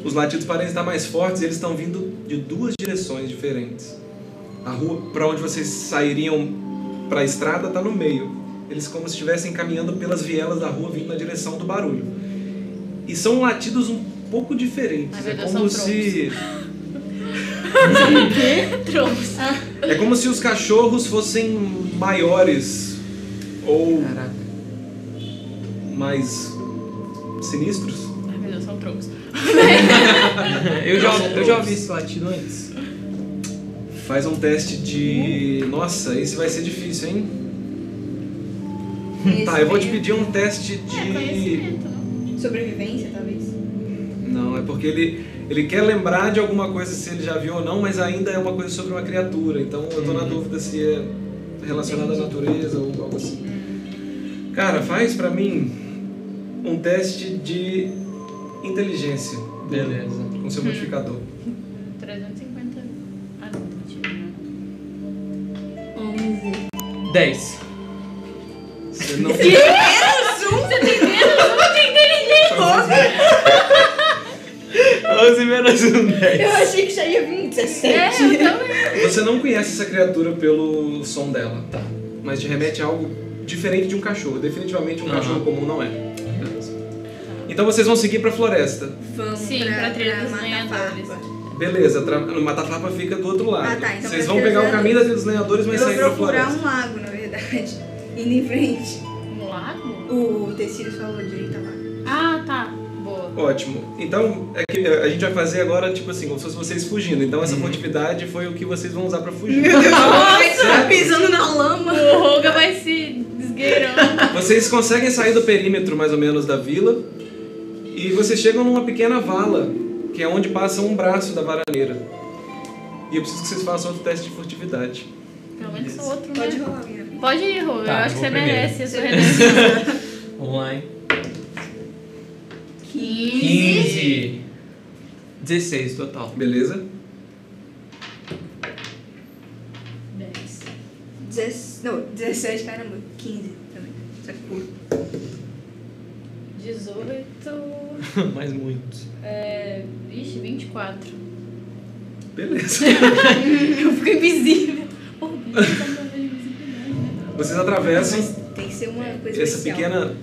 A: Os latidos parecem estar mais fortes e eles estão vindo de duas direções diferentes. A rua para onde vocês sairiam para a estrada está no meio. Eles como se estivessem caminhando pelas vielas da rua vindo na direção do barulho. E são latidos um pouco diferentes.
F: Ai, meu
A: é
F: Deus,
A: como
F: são
A: se
F: Trouxe.
A: é como se os cachorros fossem maiores ou
D: Caraca.
A: mais sinistros.
F: Ai, meu Deus, são troncos.
D: Eu já,
A: Nossa,
D: eu já ouvi esse latido antes.
A: Faz um teste de. Nossa, esse vai ser difícil, hein? Tá, eu vou te pedir um teste
F: É,
A: de.
F: conhecimento, né? não?
B: Sobrevivência, talvez.
A: Não, é porque ele, ele quer lembrar de alguma coisa se ele já viu ou não, mas ainda é uma coisa sobre uma criatura. Então eu tô na dúvida se é relacionado à natureza ou algo assim.
F: Uhum.
A: Cara, faz pra mim um teste de inteligência
D: Beleza.
A: com
F: Hum.
A: seu modificador.
F: 350. Ah, não, tá tirando, né?
D: 10.
A: Você não.
F: Você tem medo? Eu não tenho inteligência.
D: 11 menos 1, 10.
B: Eu achei que já ia vir um 17.
F: É, eu também.
A: Você não conhece essa criatura pelo som dela, tá? Mas te remete a algo diferente de um cachorro. Definitivamente um
D: Aham.
A: cachorro comum não é. Então vocês vão seguir pra floresta.
B: Vamos
F: Sim, pra trilha dos lenhadores.
A: é Beleza, tra... no Matafarpa fica do outro lado.
B: Ah, tá, então
A: vocês
B: pra
A: vão pegar o
B: cruzar-
A: caminho das dos lenhadores, mas
B: Eu vou
A: sair pra
B: procurar
A: floresta.
B: um lago, na verdade. Indo em frente.
F: Um lago?
B: O tecido falou direito a lago.
F: Ah, tá. Boa.
B: um-
A: Ótimo. Então, é que a gente vai fazer agora, tipo assim, como se fosse vocês fugindo. Então essa furtividade foi o que vocês vão usar pra fugir.
B: Tá pisando na lama.
F: O Roga vai se desgueirando.
A: Vocês conseguem sair do perímetro mais ou menos da vila e vocês chegam numa pequena vala, que é onde passa um braço da varaneira. E eu preciso que vocês façam outro teste de furtividade.
F: Pelo menos o outro,
B: Pode
F: né?
B: rolar, minha vida.
F: Pode ir, Roga.
D: Tá,
F: eu acho que
D: vou
F: você
D: primeiro.
F: merece a sua redenção.
D: Vamos lá, hein?
B: 15.
D: 15. 16 total.
A: Beleza?
F: 10.
B: Dezesse- Não, 17, caramba. 15 também. Só que curto.
F: 18.
D: Mais muitos.
F: É. Vixe, 24.
A: Beleza.
F: Eu fico invisível. Oh, meu Deus, tá me dando invisibilidade, né?
A: Vocês atravessam
B: Mas tem que ser uma coisa
A: É essa
B: especial.
A: pequena.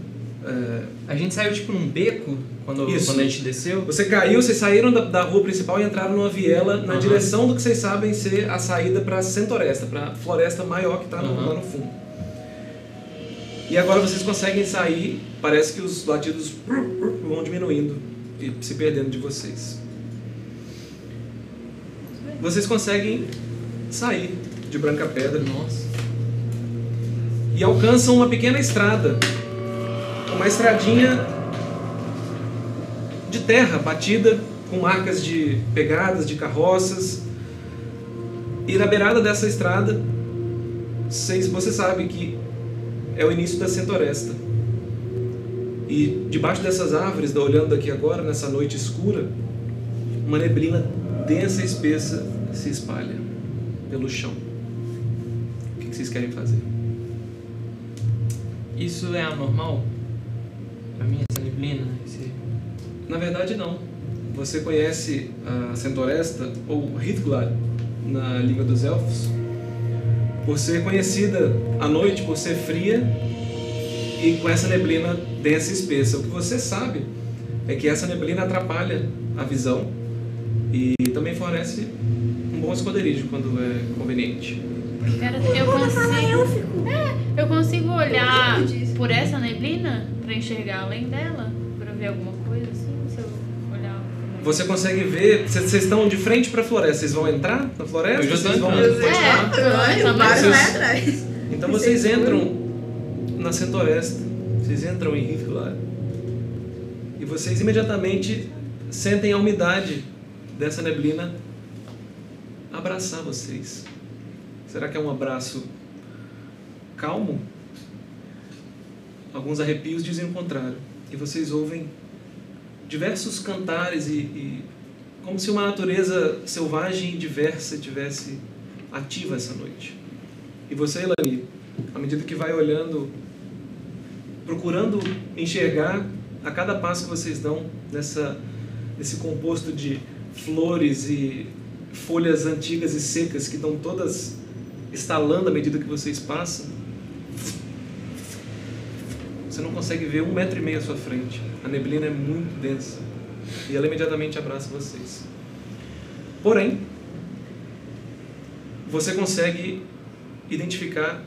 A: é,
D: A gente saiu tipo num beco quando,
A: Isso.
D: quando a gente desceu.
A: Você caiu, vocês saíram da, da rua principal e entraram numa viela na
D: Aham.
A: direção do que vocês sabem ser a saída pra Centoresta, pra floresta maior que tá no-
D: Aham.
A: lá no fundo. E agora vocês conseguem sair, parece que os latidos vão diminuindo e se perdendo de vocês. Vocês conseguem sair de Branca Pedra
D: Nossa.
A: e alcançam uma pequena estrada. Uma estradinha de terra batida, com marcas de pegadas, de carroças. E na beirada dessa estrada, vocês, você sabe que é o início da Centoresta. E debaixo dessas árvores, da- olhando daqui agora, nessa noite escura, uma neblina densa e espessa se espalha pelo chão. O que que vocês querem fazer?
D: Isso é anormal? Pra mim, essa neblina, esse.
A: Na verdade, não. Você conhece a Centoresta, ou Hithglad, na Língua dos Elfos, por ser conhecida à noite por ser fria e com essa neblina densa e espessa. O que você sabe é que essa neblina atrapalha a visão e também fornece um bom esconderijo quando é conveniente.
F: Cara, assim? eu consigo. É, eu consigo olhar
B: Eu lembro disso.
F: por essa neblina pra enxergar além dela, pra ver alguma coisa assim, se eu olhar.
A: Você consegue ver, vocês vocês estão de frente para a floresta, vocês vão entrar na floresta?
D: Eu já tô
A: Vocês vão
D: entrando.
A: continuar?
F: É,
B: Olha, o
F: também.
B: Mário vai atrás.
A: Então vocês entram na Centoresta. Vocês entram em Rivilar e vocês imediatamente sentem a umidade dessa neblina abraçar vocês. Será que é um abraço calmo? Alguns arrepios dizem o contrário. E vocês ouvem diversos cantares e, e como se uma natureza selvagem e diversa tivesse ativa essa noite. E você, Elani, à medida que vai olhando, procurando enxergar a cada passo que vocês dão nessa, nesse composto de flores e folhas antigas e secas que estão todas estalando à medida que vocês passam, você não consegue ver um metro e meio à sua frente. A neblina é muito densa e ela imediatamente abraça vocês. Porém, você consegue identificar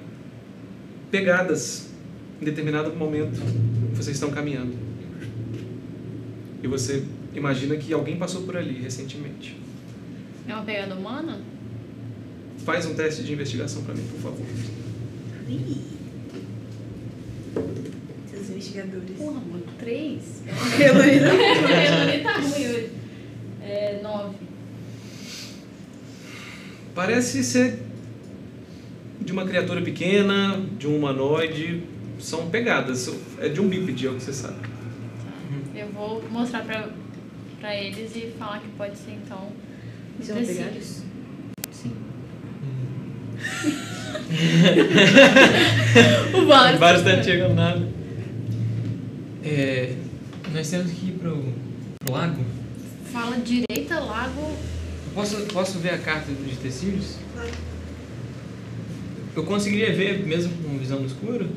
A: pegadas em determinado momento que vocês estão caminhando. E você imagina que alguém passou por ali recentemente.
F: É uma pegada humana?
A: Faz um teste de investigação para mim, por favor.
B: Ih. Seus investigadores.
F: Porra, mano, três?
B: Heloísa.
F: Ele tá ruim hoje. É, nove.
A: Parece ser de uma criatura pequena, de um humanoide. São pegadas. É de um bípede, é o que você sabe.
F: Eu vou mostrar pra, pra eles e falar que pode ser, então, os
B: São pegadas?
F: tecidos. Sim. o Varus.
D: Vários tá chegando nada. É, nós temos que ir pro, pro lago.
F: Fala direita, lago.
D: Eu Posso, posso ver a carta de tecidos? Eu conseguiria ver mesmo com visão no escuro?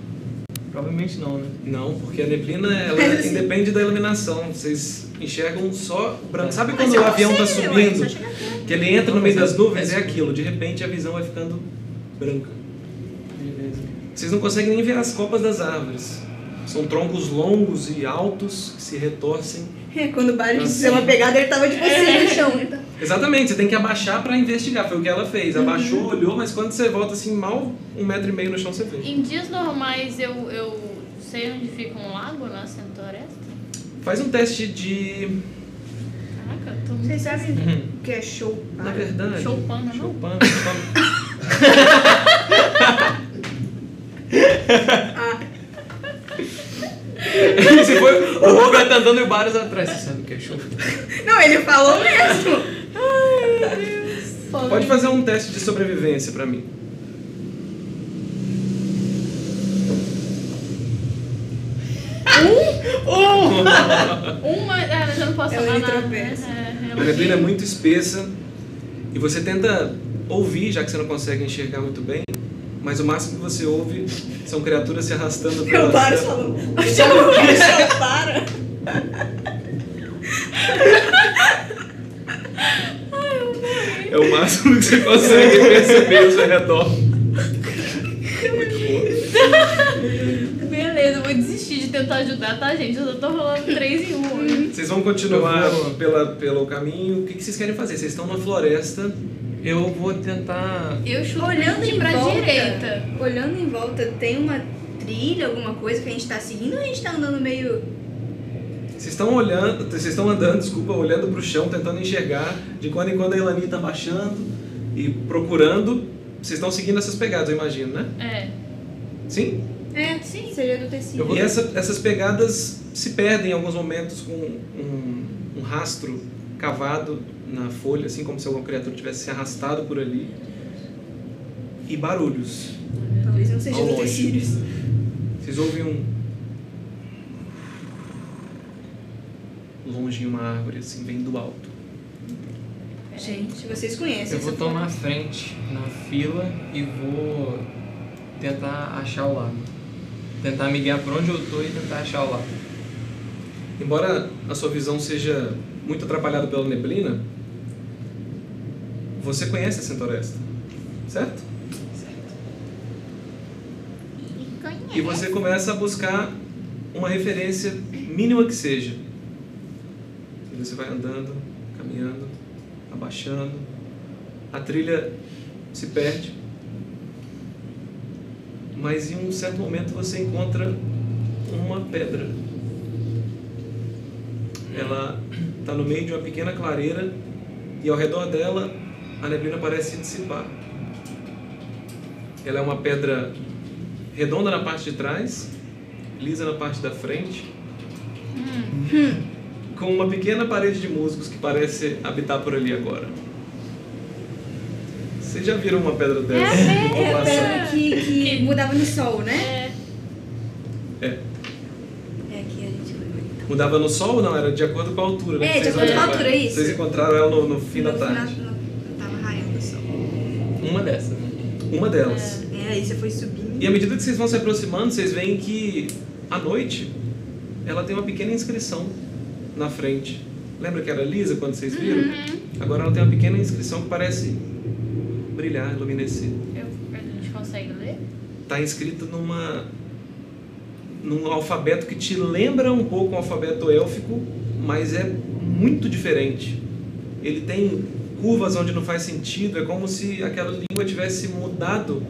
D: Provavelmente não, né?
A: Não, porque a neblina ela independe da iluminação. Vocês enxergam só o branco. Sabe
B: Mas
A: quando
B: eu é
A: o avião está
B: sei, ué,
A: subindo?
B: só chega perto.
A: Que ele entra
D: Não,
A: no meio
D: mas
A: das
D: é-
A: nuvens,
D: é
A: é
D: escuro.
A: aquilo. De repente a visão vai ficando branca.
D: Beleza.
A: Vocês não conseguem nem ver as copas das árvores. São troncos longos e altos que se retorcem
B: É, quando o Barry deu uma pegada, ele tava tipo assim no chão.
A: Exatamente, você tem que abaixar pra investigar. Foi o que ela fez. Abaixou, olhou, mas quando você volta assim, mal um metro e meio no chão você vê.
F: Em dias normais eu, eu sei onde fica um lago na Centoresta.
A: Faz um teste de.
F: Caraca, eu tô muito
B: Vocês sabem
A: Uhum.
B: o que é show?
A: Na verdade.
F: choupando, não?
A: Chopana, chopana.
D: Se foi, o Rogan tá andando e o Baros atrás. Você sabe o que é show?
B: Não, ele falou mesmo.
A: Pode fazer um teste de sobrevivência pra mim.
F: Uma. Ah, mas eu não posso
B: Ela
F: falar
B: me
F: nada.
B: tropeça.
F: né? É,
A: A neblina é muito espessa e você tenta ouvir, já que você não consegue enxergar muito bem, mas o máximo que você ouve são criaturas se arrastando
B: Meu
A: pela
B: Barry
A: serra.
B: falou. Chama o show, para.
A: É o máximo que você consegue perceber ao seu redor.
F: Beleza, eu vou desistir de tentar ajudar, tá, gente? Eu só tô rolando três em um. hoje.
A: Vocês vão continuar
D: Eu vou-
A: pela, pelo caminho. O que, que vocês querem fazer? Vocês estão numa floresta.
D: Eu vou tentar.
F: Eu chuto
B: Olhando
F: de
B: em
F: pra
B: volta,
F: direita.
B: Olhando em volta, tem uma trilha, alguma coisa que a gente tá seguindo ou a gente tá andando meio.
A: Vocês estão olhando, vocês estão andando, desculpa, olhando pro chão, tentando enxergar. De quando em quando a Elani tá baixando e procurando. Vocês estão seguindo essas pegadas, eu imagino, né?
F: É.
A: Sim?
B: É, sim. Seria do tecido.
D: Eu vou-
A: E essa- essas pegadas se perdem em alguns momentos com um, um rastro cavado na folha, assim como se alguma criatura tivesse se arrastado por ali. E barulhos.
B: Talvez não seja
A: Ao
B: do
A: longe.
B: tecido.
A: Vocês ouvem um. Longe em uma árvore, assim, bem do alto.
B: Gente, vocês conhecem.
D: Eu vou
B: essa
D: tomar a frente na fila e vou tentar achar o lago. Tentar me guiar por onde eu tô e tentar achar o lago.
A: Embora a sua visão seja muito atrapalhada pela neblina, você conhece a Centoresta, certo? E você começa a buscar uma referência mínima que seja. E você vai andando, caminhando, abaixando. A trilha se perde. mas em um certo momento você encontra uma pedra. Ela está no meio de uma pequena clareira e ao redor dela a neblina parece se dissipar. Ela é uma pedra redonda na parte de trás, lisa na parte da frente, com uma pequena parede de músicos que parece habitar por ali agora. Vocês já viram uma pedra dessa?
B: É a
A: Passando?
B: pedra que, que mudava no sol, né?
F: É,
B: É aqui a gente vai.
A: Mudava no sol ou não? Era de acordo com a altura, né?
B: É,
A: que
B: de
A: vocês
B: acordo com a
A: olhavam.
B: altura, isso.
A: Vocês encontraram ela no, no fim da
B: No
A: tarde.
B: final, no- eu tava raiando o sol.
D: Uma dessas, né?
A: Uma delas.
B: É, aí você foi subindo.
A: E à medida que vocês vão se aproximando, vocês veem que à noite ela tem uma pequena inscrição na frente. Lembra que era lisa quando vocês viram?
B: Uhum.
A: Agora ela tem uma pequena inscrição que parece brilhar, iluminescer.
F: eu- a gente consegue ler?
A: Tá escrito numa num alfabeto que te lembra um pouco o alfabeto élfico, mas é muito diferente. Ele tem curvas onde não faz sentido, é como se aquela língua tivesse mudado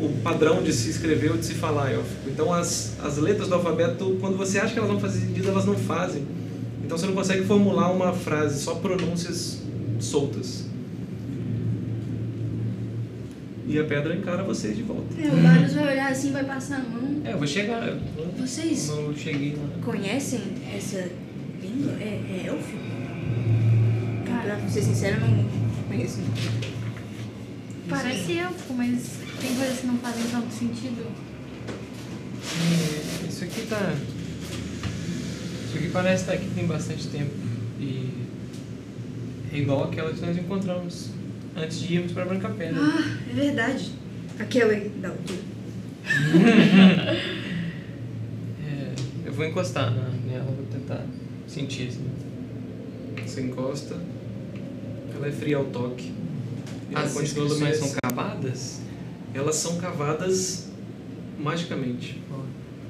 A: o padrão de se escrever ou de se falar élfico. Então as, as letras do alfabeto, quando você acha que elas vão fazer sentido, elas não fazem. Então você não consegue formular uma frase, só pronúncias soltas. E a pedra encara vocês de volta.
B: É, o Barros vai olhar assim, vai passar a mão.
D: É, eu vou chegar. eu vou-
B: Vocês
D: Não cheguei lá.
B: conhecem essa língua? É, é elfo? Pra ser sincera, eu não conheço.
F: Parece elfo, mas tem coisas que não fazem tanto sentido.
D: É, Isso aqui tá. Isso aqui parece estar aqui tem bastante tempo. E. É igual aquela que nós encontramos antes de irmos pra Branca Pedra.
B: Ah, é verdade. Aquela da altura.
D: É, eu vou encostar na- nela, vou tentar sentir assim.
A: Você encosta, ela é fria ao toque. E ela
D: Ah, As
A: continua
D: inscrições são
A: iluminescente.
D: cavadas?
A: Elas são cavadas magicamente.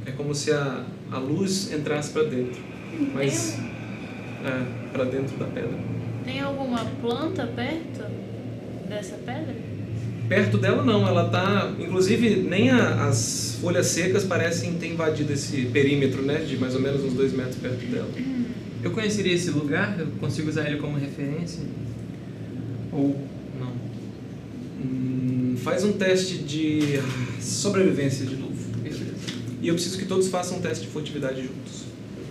A: É como se a, a luz entrasse para dentro. Mas. É, para dentro da pedra.
F: Tem alguma planta perto dessa pedra?
A: Perto dela não, ela tá. Inclusive, nem a- as folhas secas parecem ter invadido esse perímetro, né? De mais ou menos uns dois metros perto dela.
D: Eu conheceria esse lugar? Eu consigo usar ele como referência? Ou não?
A: Hum, faz um teste de ah, sobrevivência de novo.
D: Beleza.
A: E eu preciso que todos façam um teste de furtividade juntos.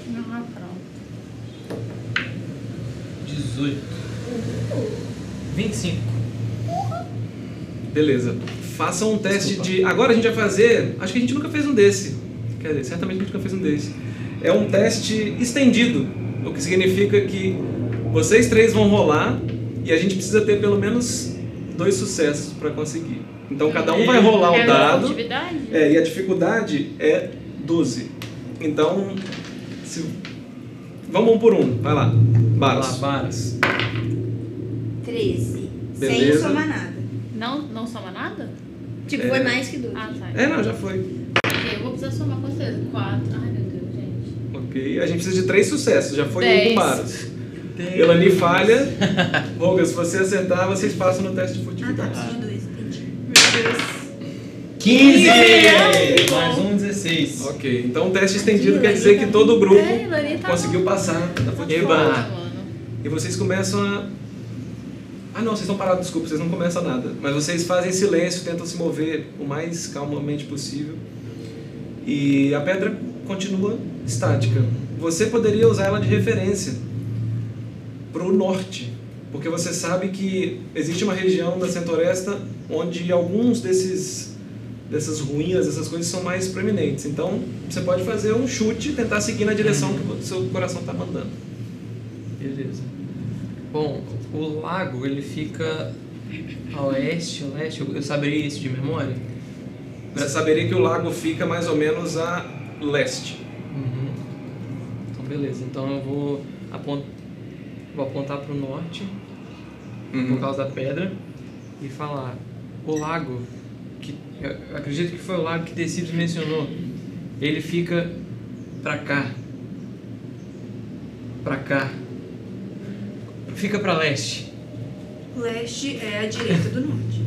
F: Não, é pronto.
D: 18. 25.
A: Beleza. Façam um teste de. Agora a gente vai fazer. Acho que a gente nunca fez um desse. Quer dizer, certamente a gente nunca fez um desse. É um teste estendido. O que significa que vocês três vão rolar e a gente precisa ter pelo menos dois sucessos para conseguir. Então cada um vai rolar
F: é
A: um dado.
F: Atividade?
A: É, e a dificuldade é 12. Então. se- Vamos um por um. Vai lá. Balas.
D: Lavaras.
B: 13.
A: Beleza.
B: Sem somar nada.
F: Não, não soma nada?
B: Tipo, foi mais que duas.
F: Ah, tá.
A: É, não, já foi.
F: Eu vou precisar somar com certeza. Quatro. Ai, meu Deus, gente.
A: Ok, a gente precisa de três sucessos, já foi um
F: Dez.
A: com Baros. Elani falha. Olga, se você acertar, vocês passam no teste de
B: Ah, tá,
A: furtividade.
B: preciso de dois. Entendi.
F: Meu Deus.
D: 15!
F: Ai,
D: Mais
F: bom.
D: um, 16.
A: Ok, então o teste estendido quer dizer que todo o grupo
F: É, Lani tá
A: conseguiu passar tá na
D: Eba.
A: furtividade.
F: foda, mano.
A: E vocês começam a. Ah não, vocês estão parados, desculpa, vocês não começam nada. Mas vocês fazem silêncio, tentam se mover o mais calmamente possível. E a pedra continua estática. Você poderia usar ela de referência para o norte, porque você sabe que existe uma região da Centoresta onde alguns desses dessas ruínas, essas coisas são mais proeminentes. Então, você pode fazer um chute, e tentar seguir na direção que o seu coração está mandando.
D: Beleza. Bom, o lago ele fica a oeste, a leste. Eu eu saberia isso de memória?
A: Você saberia que o lago fica mais ou menos a leste.
D: Uhum. Então, beleza. Então eu vou, apont... vou apontar pro norte,
A: Uhum.
D: por causa da pedra, e falar: O lago, que eu acredito que foi o lago que Tecidos mencionou, ele fica pra cá. Pra cá. Fica pra leste.
B: Leste é a direita do norte.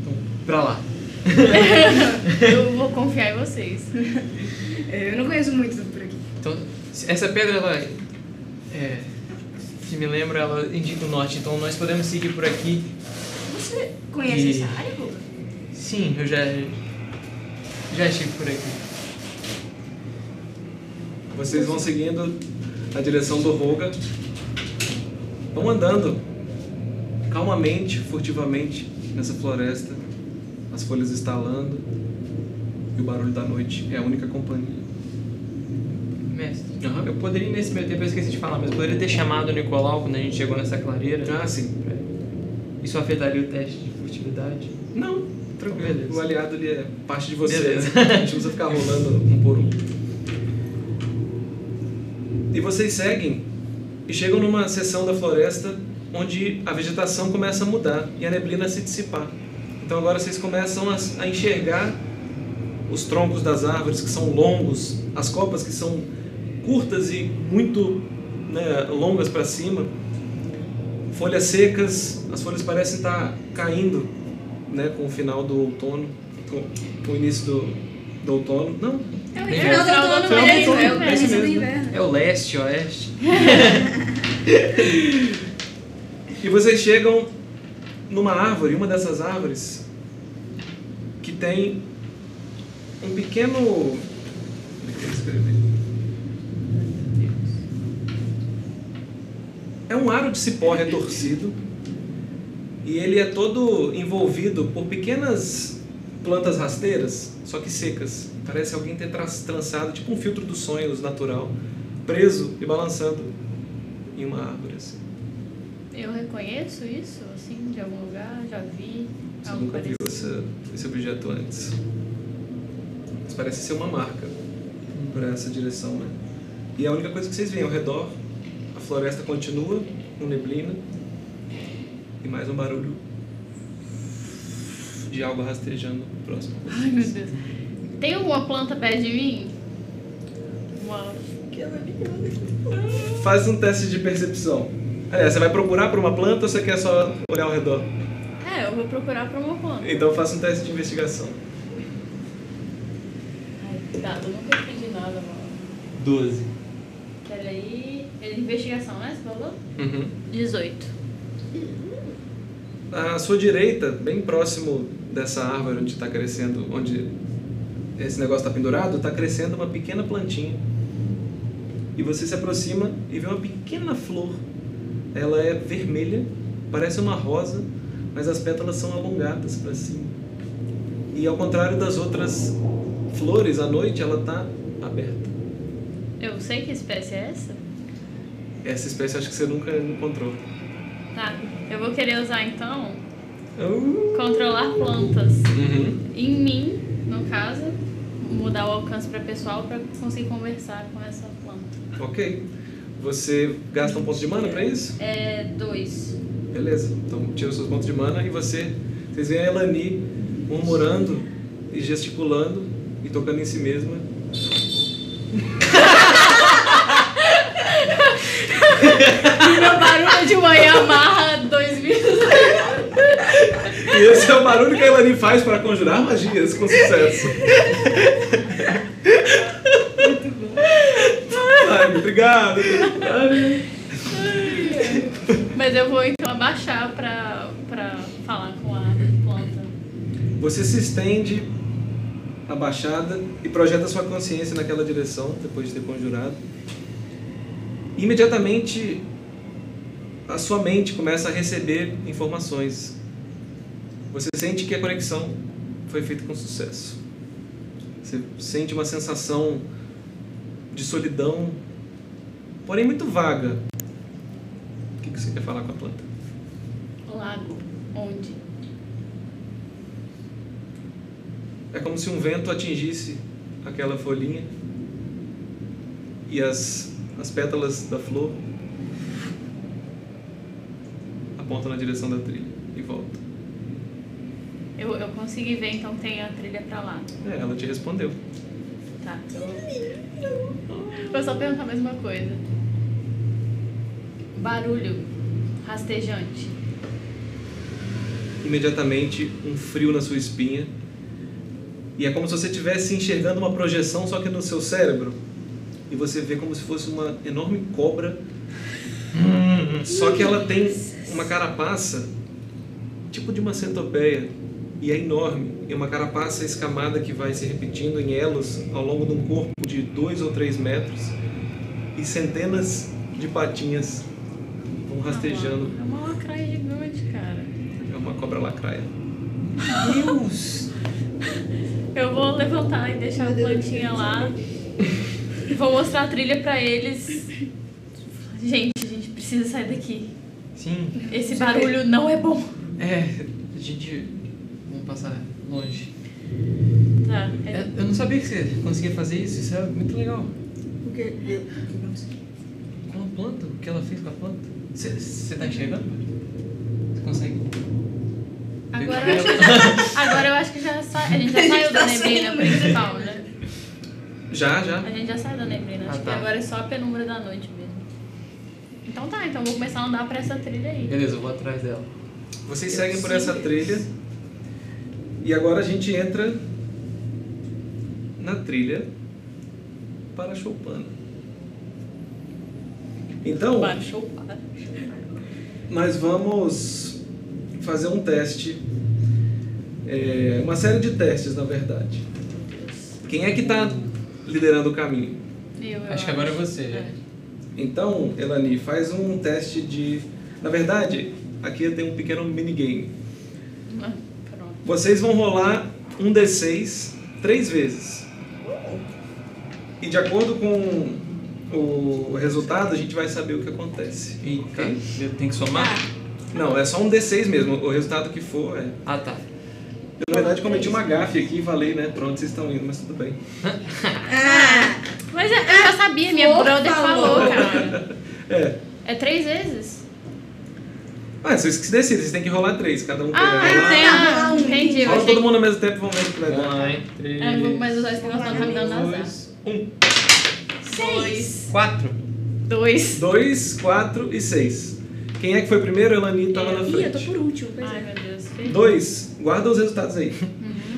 D: Então, pra lá.
F: Eu vou confiar em vocês.
B: É, Eu não conheço muito por aqui.
D: Então, se- essa pedra, ela. É. Se me lembra, ela indica o norte. Então nós podemos seguir por aqui.
B: Você conhece
D: E-
B: essa área,
A: É.
B: Ruba?
D: Sim, eu já. Já estive por aqui.
A: Vocês vão seguindo a direção do Roga. Vão andando calmamente, furtivamente nessa floresta, as folhas estalando e o barulho da noite é a única companhia.
D: Mestre, eu poderia nesse meio tempo, eu esqueci de falar, mas eu poderia ter chamado o Nicolau quando a gente chegou nessa clareira.
A: Ah, sim.
D: Isso afetaria o teste de furtividade?
A: Não, tranquilo.
D: Beleza.
A: O aliado ele é parte de você.
D: Beleza.
A: né? A gente não precisa ficar rolando um por um. E vocês seguem e chegam numa seção da floresta onde a vegetação começa a mudar e a neblina a se dissipar. Então agora vocês começam a, a enxergar os troncos das árvores que são longos, as copas que são curtas e muito né, longas para cima, folhas secas, as folhas parecem estar caindo né, com o final do outono, com, com o início do, do outono. Não,
B: É o
D: Bem,
B: inverno
F: é o
B: do
F: outono,
B: outono,
F: é o
B: mesmo, é
A: outono,
B: o
A: é isso
B: começo do
A: mesmo.
B: inverno.
D: É o leste, oeste?
A: E vocês chegam numa árvore, uma dessas árvores, que tem um pequeno. Como é que eu escrevi? É um aro de cipó retorcido e ele é todo envolvido por pequenas plantas rasteiras, só que secas. Parece alguém ter tra- trançado, tipo um filtro dos sonhos natural, preso e balançando em uma árvore. Assim.
F: Eu reconheço isso, assim, de algum lugar, já vi.
A: Você
F: Algo
A: nunca viu
F: parecido.
A: essa- esse objeto antes. Mas parece ser uma marca para essa direção, né? E a única coisa que vocês veem ao redor, a floresta continua com neblina e mais um barulho de algo rastejando próximo.
F: Ai, meu Deus. Tem alguma planta perto de mim? Uma.
A: Faz um teste de percepção. Aliás, você vai procurar por uma planta ou você quer só olhar ao redor?
F: É, eu vou procurar pra uma planta.
A: Então faça um teste de investigação.
F: Ai, cuidado, Tá, eu nunca entendi nada, mano.
D: 12.
F: Peraí. É de investigação, né? Você falou?
A: Uhum.
F: 18.
A: À sua direita, bem próximo dessa árvore onde está crescendo, onde esse negócio está pendurado, está crescendo uma pequena plantinha. E você se aproxima e vê uma pequena flor. Ela é vermelha, parece uma rosa, mas as pétalas são alongadas para cima. E ao contrário das outras flores, à noite ela está aberta.
F: Eu sei que espécie é essa?
A: Essa espécie acho que você nunca encontrou.
F: Tá. Eu vou querer usar então
A: Uhum.
F: controlar plantas. Em mim, no caso, mudar o alcance pra pessoal pra conseguir conversar com essa planta.
A: Ok. Você gasta um ponto de mana para isso?
F: É dois.
A: Beleza, então tira os seus pontos de mana e você. Vocês veem a Elani murmurando e gesticulando e tocando em si mesma.
F: Meu barulho de manhã amarra dois mil.
A: E esse é o barulho que a Elani faz para conjurar magias com sucesso. Ai, obrigado.
F: Mas eu vou então abaixar pra, pra falar com a planta.
A: Você se estende abaixada e projeta sua consciência naquela direção depois de ter conjurado. Imediatamente a sua mente começa a receber informações. Você sente que a conexão foi feita com sucesso. Você sente uma sensação de solidão, porém muito vaga. O que que você quer falar com a planta?
F: Lago. Onde?
A: É como se um vento atingisse aquela folhinha e as, as pétalas da flor apontam na direção da trilha e voltam.
F: Eu, eu consegui ver, então tem a trilha pra lá.
A: É, ela te respondeu.
F: Tá. eu- Vou só perguntar a mesma coisa. Barulho rastejante.
A: Imediatamente, um frio na sua espinha E é como se você estivesse enxergando uma projeção, só que no seu cérebro. E você vê como se fosse uma enorme cobra. só que ela tem uma carapaça, tipo de uma centopeia. E é enorme. É uma carapaça escamada que vai se repetindo em elos ao longo de um corpo de dois ou três metros. E centenas de patinhas vão rastejando.
F: É uma lacraia gigante, cara.
A: É uma cobra lacraia.
F: Eu vou levantar e deixar a plantinha lá. E vou mostrar a trilha pra eles. Gente, a gente precisa sair daqui.
D: Sim.
F: Esse barulho não é bom.
D: É, a gente. Vamos passar longe.
F: Tá.
D: É,
F: é-
D: Eu não sabia que você conseguia fazer isso, isso é muito legal.
B: O que? eu-
D: Com a planta, o que ela fez com a planta. Você- Você tá enxergando? Você consegue?
F: Agora, eu acho que já- agora eu acho que já sa... a gente já saiu
D: tá
F: da neblina principal, né?
A: Já, já.
F: A gente já saiu da neblina. Acho
D: Ah,
F: que
D: tá.
F: agora é só a penumbra da noite mesmo. Então tá, então eu vou começar a andar pra essa trilha aí.
D: Beleza, eu vou atrás dela.
A: Vocês seguem por essa trilha. E agora a gente entra na trilha para Choupana. Então,
F: Baixou o par.
A: nós vamos fazer um teste. é, uma série de testes, na verdade. Quem é que está liderando o caminho?
F: Eu, eu
D: Acho que agora é você, já.
A: Então, Elani, faz um teste de. Na verdade, aqui tem um pequeno minigame.
F: Ah, Pronto.
A: Vocês vão rolar um D6 três vezes. E de acordo com o resultado, a gente vai saber o que acontece.
D: Eita, eu tenho que somar?
A: Não, é só um D6 mesmo. O resultado que for é.
D: Ah, tá.
A: Eu, na verdade, cometi uma gafe aqui e valei, né? Pronto, vocês estão indo, mas tudo bem.
B: Ah!
F: Mas eu eu já sabia, minha
B: Por
F: brother
B: favor.
F: falou, cara.
A: É.
F: É três vezes?
A: Ah, vocês que se decidem, vocês têm que rolar três, cada um tem que
F: Ah,
A: rolar.
F: tem.
B: tá
F: Ah,
B: bom.
F: entendi. Eu
A: Rola
F: achei
A: todo
F: que.
A: mundo ao mesmo tempo, vamos ver o que vai dar.
D: Vai, três.
F: É, mas os dois que nós estamos dando azar.
D: dois,
F: Seis.
D: Quatro.
F: Dois.
A: Dois, quatro e seis. Quem é que foi primeiro? Elani estava na
B: É, Ih, eu tô
A: frente.
B: por último, pois
F: Ai,
B: é.
F: meu Deus.
A: Dois, guarda os resultados aí.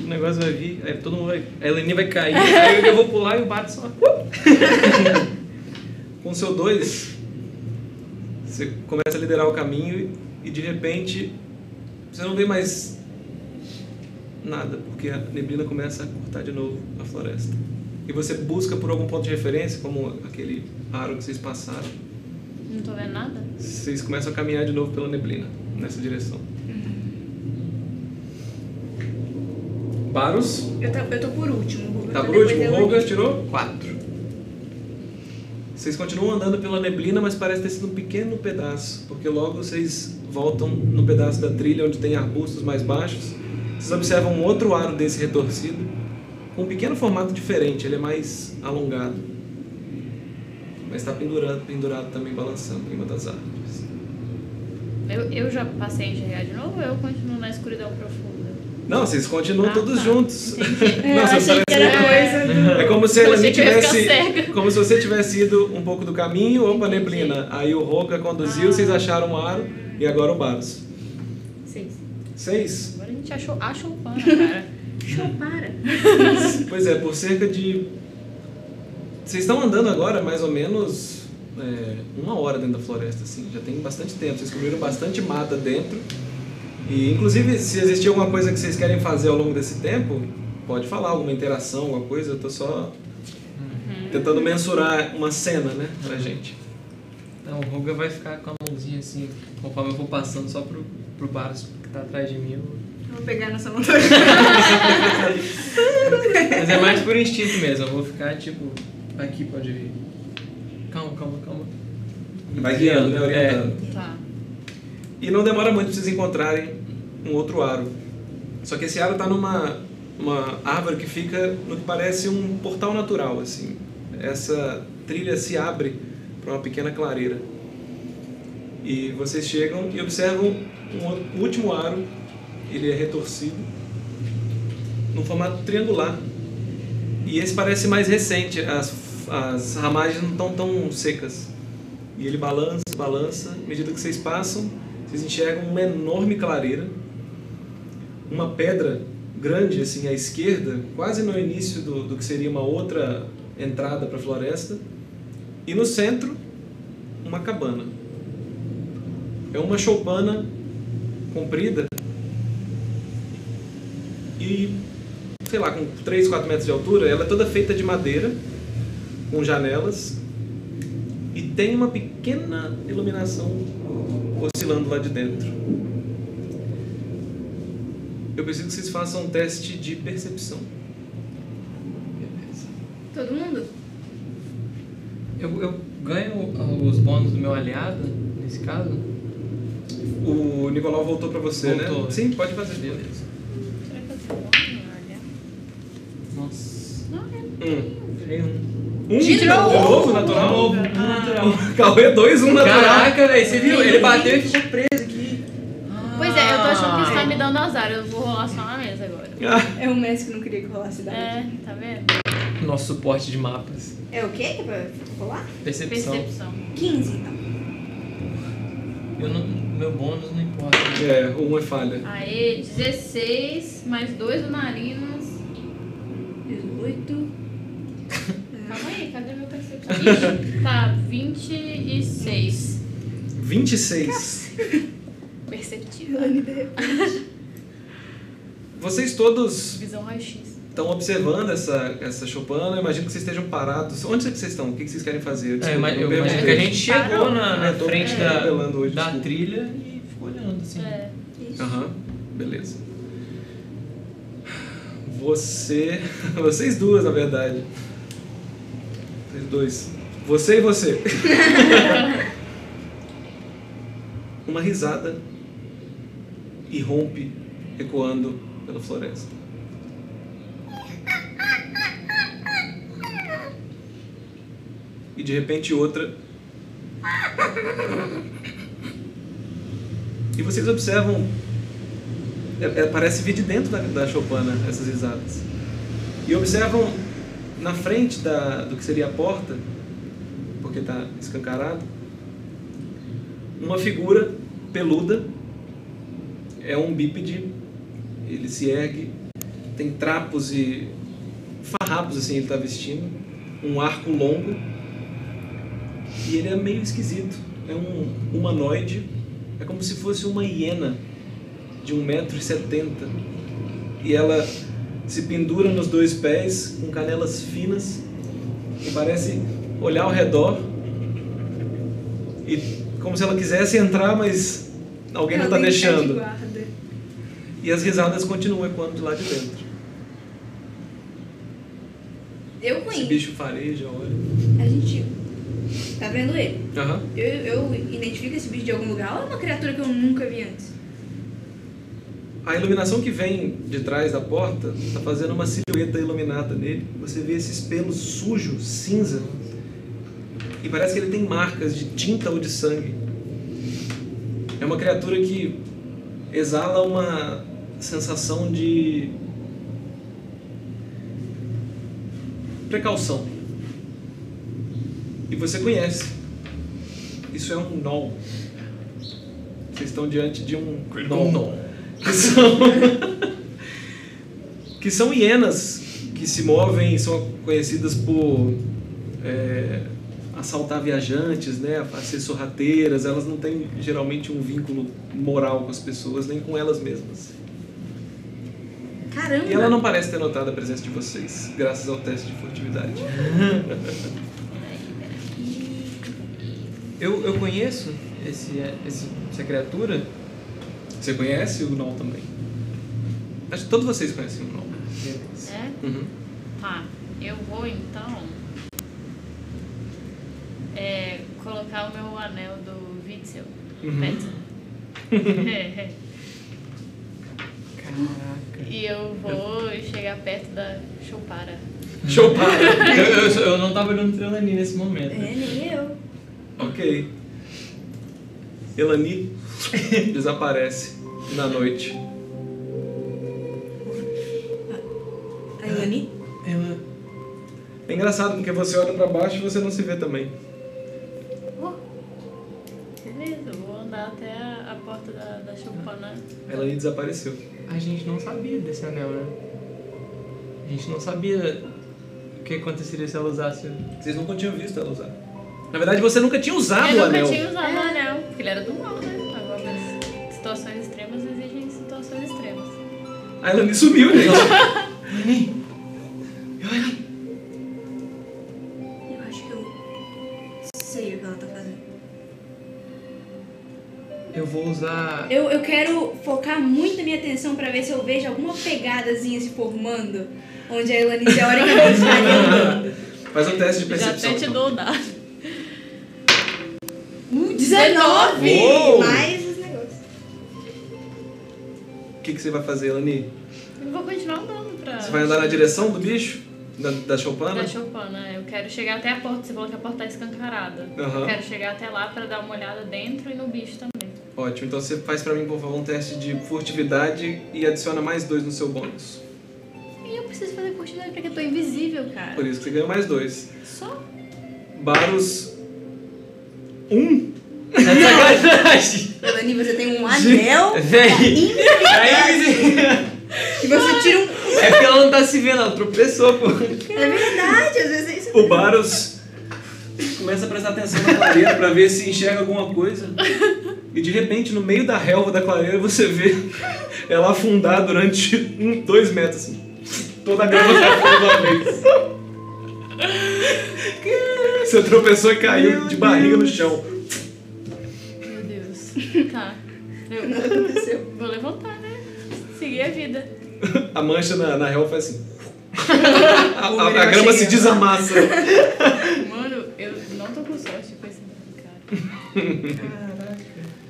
D: O negócio vai vir, aí todo mundo vai. A Eleni vai cair, aí eu- eu vou pular e o Bato só.
A: com o seu 2, você começa a liderar o caminho e de repente você não vê mais nada, porque a neblina começa a cortar de novo a floresta. E você busca por algum ponto de referência, como aquele aro que vocês passaram,
F: Não tô vendo nada?
A: vocês começam a caminhar de novo pela neblina, nessa direção. Baros,
B: Eu tô, eu tô por último.
A: tá
B: Eu tô
A: por
B: depois
A: último,
B: da
A: Roga tirou?
D: Quatro.
A: Vocês continuam andando pela neblina, mas parece ter sido um pequeno pedaço, porque logo vocês voltam no pedaço da trilha onde tem arbustos mais baixos. Vocês observam um outro aro desse retorcido, com um pequeno formato diferente, ele é mais alongado. Mas está pendurado, pendurado também, balançando em uma das árvores.
F: Eu, eu já passei a enxergar de novo ou eu continuo na escuridão profunda?
A: Não, vocês continuam
F: Ah,
A: todos
F: tá.
A: juntos.
F: Entendi.
B: É, Eu
A: Nossa,
B: achei que era coisa do...
A: É como se ela
F: Achei que eu ia ficar
A: tivesse.
F: cega.
A: Como se você tivesse ido um pouco do caminho ou pra neblina. Aí o Roga conduziu, vocês
F: Ah.
A: acharam o aro e agora o Baros.
B: Seis.
A: Seis?
F: Agora a gente achou, achou o pano, né, cara.
B: Show, para.
A: Pois é, por cerca de. Vocês estão andando agora mais ou menos é, uma hora dentro da floresta, assim. Já tem bastante tempo. Vocês cobriram bastante mata dentro. E inclusive, se existir alguma coisa que vocês querem fazer ao longo desse tempo, pode falar, alguma interação, alguma coisa. Eu tô só tentando mensurar uma cena, né, pra gente.
D: Então o Ruga vai ficar com a mãozinha assim, conforme eu vou passando só pro, pro Baros que tá atrás de mim. eu-
B: Eu vou pegar nessa montanha.
D: Mas é mais por instinto mesmo, eu vou ficar tipo. Aqui pode vir. Calma, calma, calma.
A: Vai guiando, né?
D: É.
A: Orientando.
F: Tá.
A: E não demora muito pra vocês encontrarem um outro aro. Só que esse aro tá numa uma árvore que fica no que parece um portal natural, assim. Essa trilha se abre para uma pequena clareira. E vocês chegam e observam um outro- o último aro, ele é retorcido, num formato triangular. E esse parece mais recente, as, as ramagens não estão tão secas. E ele balança, balança. À medida que vocês passam, vocês enxergam uma enorme clareira. Uma pedra grande assim à esquerda, quase no início do, do que seria uma outra entrada para a floresta, e no centro uma cabana. É uma choupana comprida e sei lá, com 3, 4 metros de altura, ela é toda feita de madeira, com janelas, e tem uma pequena iluminação oscilando lá de dentro. Eu preciso que vocês façam um teste de percepção.
D: Beleza.
B: Todo mundo?
D: Eu, eu ganho os bônus do meu aliado, nesse caso?
A: O Nicolau voltou pra você,
D: Voltou.
A: né? Sim, pode fazer.
D: Beleza.
F: Será que eu tenho um olha?
D: Nossa.
F: Não, é.
A: Um.
D: Tirei um.
A: Um
B: De novo? Ah.
A: natural?
D: De novo, um natural.
A: Cauê, dois, um natural.
D: Caraca, velho, você viu? Ele bateu e ficou preso aqui.
F: Pois é, eu tô achando que isso tá me dando azar. Eu vou rolar só na mesa agora.
A: Ah,
B: É o mestre que não queria que rolasse
F: É,
B: dado.
F: tá vendo?
D: Nosso suporte de mapas.
B: É. o quê que é pra rolar?
D: Percepção.
F: Percepção.
B: 15, então.
D: Eu não, meu bônus não importa.
A: é, um é falha.
F: Aê, 16, mais 2 do Narinas.
B: 18.
F: Calma aí, cadê meu percepção? Ih, tá, 26.
A: 26.
F: Perceptiva.
B: Ela me derreteu.
A: Vocês todos
F: Visão raio-x.
A: estão observando essa, essa Chopin, eu imagino que vocês estejam parados. Onde é que vocês estão? O que que vocês querem fazer?
D: É,
A: Desculpa,
D: mas eu
A: perguntei.
D: imagino que né? a gente chegou na, na
A: É, tô
D: frente
A: me
D: da,
A: atropelando hoje,
D: da
A: desculpa.
D: trilha e ficou olhando assim.
F: É.
A: Aham, beleza. Você. Vocês duas, na verdade. Vocês dois. Você e você. Uma risada irrompe ecoando pela floresta. E de repente outra E vocês observam. é- é- parece vir de dentro da, da Chopana essas risadas. E observam na frente da, do que seria a porta, porque está escancarado, uma figura peluda. É um bípede. Ele se ergue, tem trapos e farrapos assim ele está vestindo, um arco longo. E ele é meio esquisito. É um humanoide. É como se fosse uma hiena de 1,70m. E ela se pendura nos dois pés, com canelas finas, e parece olhar ao redor. E como se ela quisesse entrar, mas alguém não está
B: Ela tem É que ficar de
A: deixando.
B: guarda.
A: E as risadas continuam ecoando de lá de dentro.
B: Eu com
A: Esse
B: ele.
A: bicho fareja, olha.
B: A gente tá vendo ele.
A: Aham.
B: Eu, eu identifico esse bicho de algum lugar ou é uma criatura que eu nunca vi antes?
A: A iluminação que vem de trás da porta está fazendo uma silhueta iluminada nele. Você vê esses pelos sujos, cinza. E parece que ele tem marcas de tinta ou de sangue. É uma criatura que exala uma sensação de. precaução. E você conhece. Isso é um Nol. Vocês estão diante de um Gnom. Que são, que são hienas que se movem e são conhecidas por é, assaltar viajantes, né? a ser sorrateiras. Elas não têm geralmente um vínculo moral com as pessoas, nem com elas mesmas.
B: Caramba!
A: E ela não parece ter notado a presença de vocês, graças ao teste de furtividade.
D: Eu, eu conheço esse, esse, essa criatura.
A: Você conhece o Gnom também? Acho que todos vocês conhecem o Gnom.
F: É?
A: Uhum.
F: Tá. Eu vou então. É, colocar o meu anel do Witzel.
A: Uhum.
F: Wetzel. É.
D: Caraca.
F: E eu vou chegar perto da Chupara.
A: Show para!
D: eu, eu, eu não tava olhando pra Elani nesse momento.
B: É, nem eu.
A: Ok. Elani desaparece na noite.
B: A Elani?
D: Ela.
A: É engraçado porque você olha pra baixo e você não se vê também.
F: Beleza, eu vou andar até a, a porta da, da Chupana
A: Ela ali desapareceu.
D: A gente não sabia desse anel, né? A gente não sabia o que aconteceria se ela usasse.
A: Vocês nunca tinham visto ela usar. Na verdade, você nunca tinha usado
F: eu
A: o
F: nunca
A: anel.
F: tinha usado o anel, porque ele era do mal, né? Agora, as situações extremas exigem situações extremas.
A: A Elani sumiu, gente.
B: Eu acho que eu sei o que ela tá fazendo.
D: Eu vou usar.
B: Eu, eu quero focar muito a minha atenção pra ver se eu vejo alguma pegadazinha se formando. Onde a Elani teoricamente estaria.
A: Faz um teste de
F: Já até te
A: percepção.
F: dou o dado.
B: Hum, 19!
A: Uou!
B: Mais os negócios.
A: O que, que você vai fazer, Elani?
F: Eu vou continuar andando pra.
A: Você vai andar na direção do bicho? Da, da Chopana?
F: Da Chopana, eu quero chegar até a porta. Você falou que a porta tá escancarada.
A: Aham.
F: Eu quero chegar até lá pra dar uma olhada dentro e no bicho também.
A: Ótimo, então você faz pra mim, por favor, um teste de furtividade e adiciona mais dois no seu bônus.
F: E eu preciso fazer curtidade porque eu tô invisível, cara.
A: Por isso que você ganha mais dois.
F: Só?
A: Baros. Um?
D: Sacanagem!
B: Elani, você tem um anel
D: Véi!
B: e você tira um.
D: É porque ela não tá se vendo, ela tropeçou, pô.
B: É verdade, às vezes é isso.
A: O Baros começa a prestar atenção na clareira tá pra ver se enxerga alguma coisa. E de repente, no meio da relva da clareira, você vê ela afundar durante um, dois metros. Assim. Toda a grama tá sai fora de uma vez. Você tropeçou e caiu de barriga no chão.
F: Meu Deus. Tá. Eu
B: aconteceu.
F: vou levantar, né? Seguir a vida.
A: A mancha na, na relva faz assim. A, a-
B: melhor
A: a grama se
B: chega.
A: desamassa.
F: Mano, eu não tô com sorte com esse dado, cara.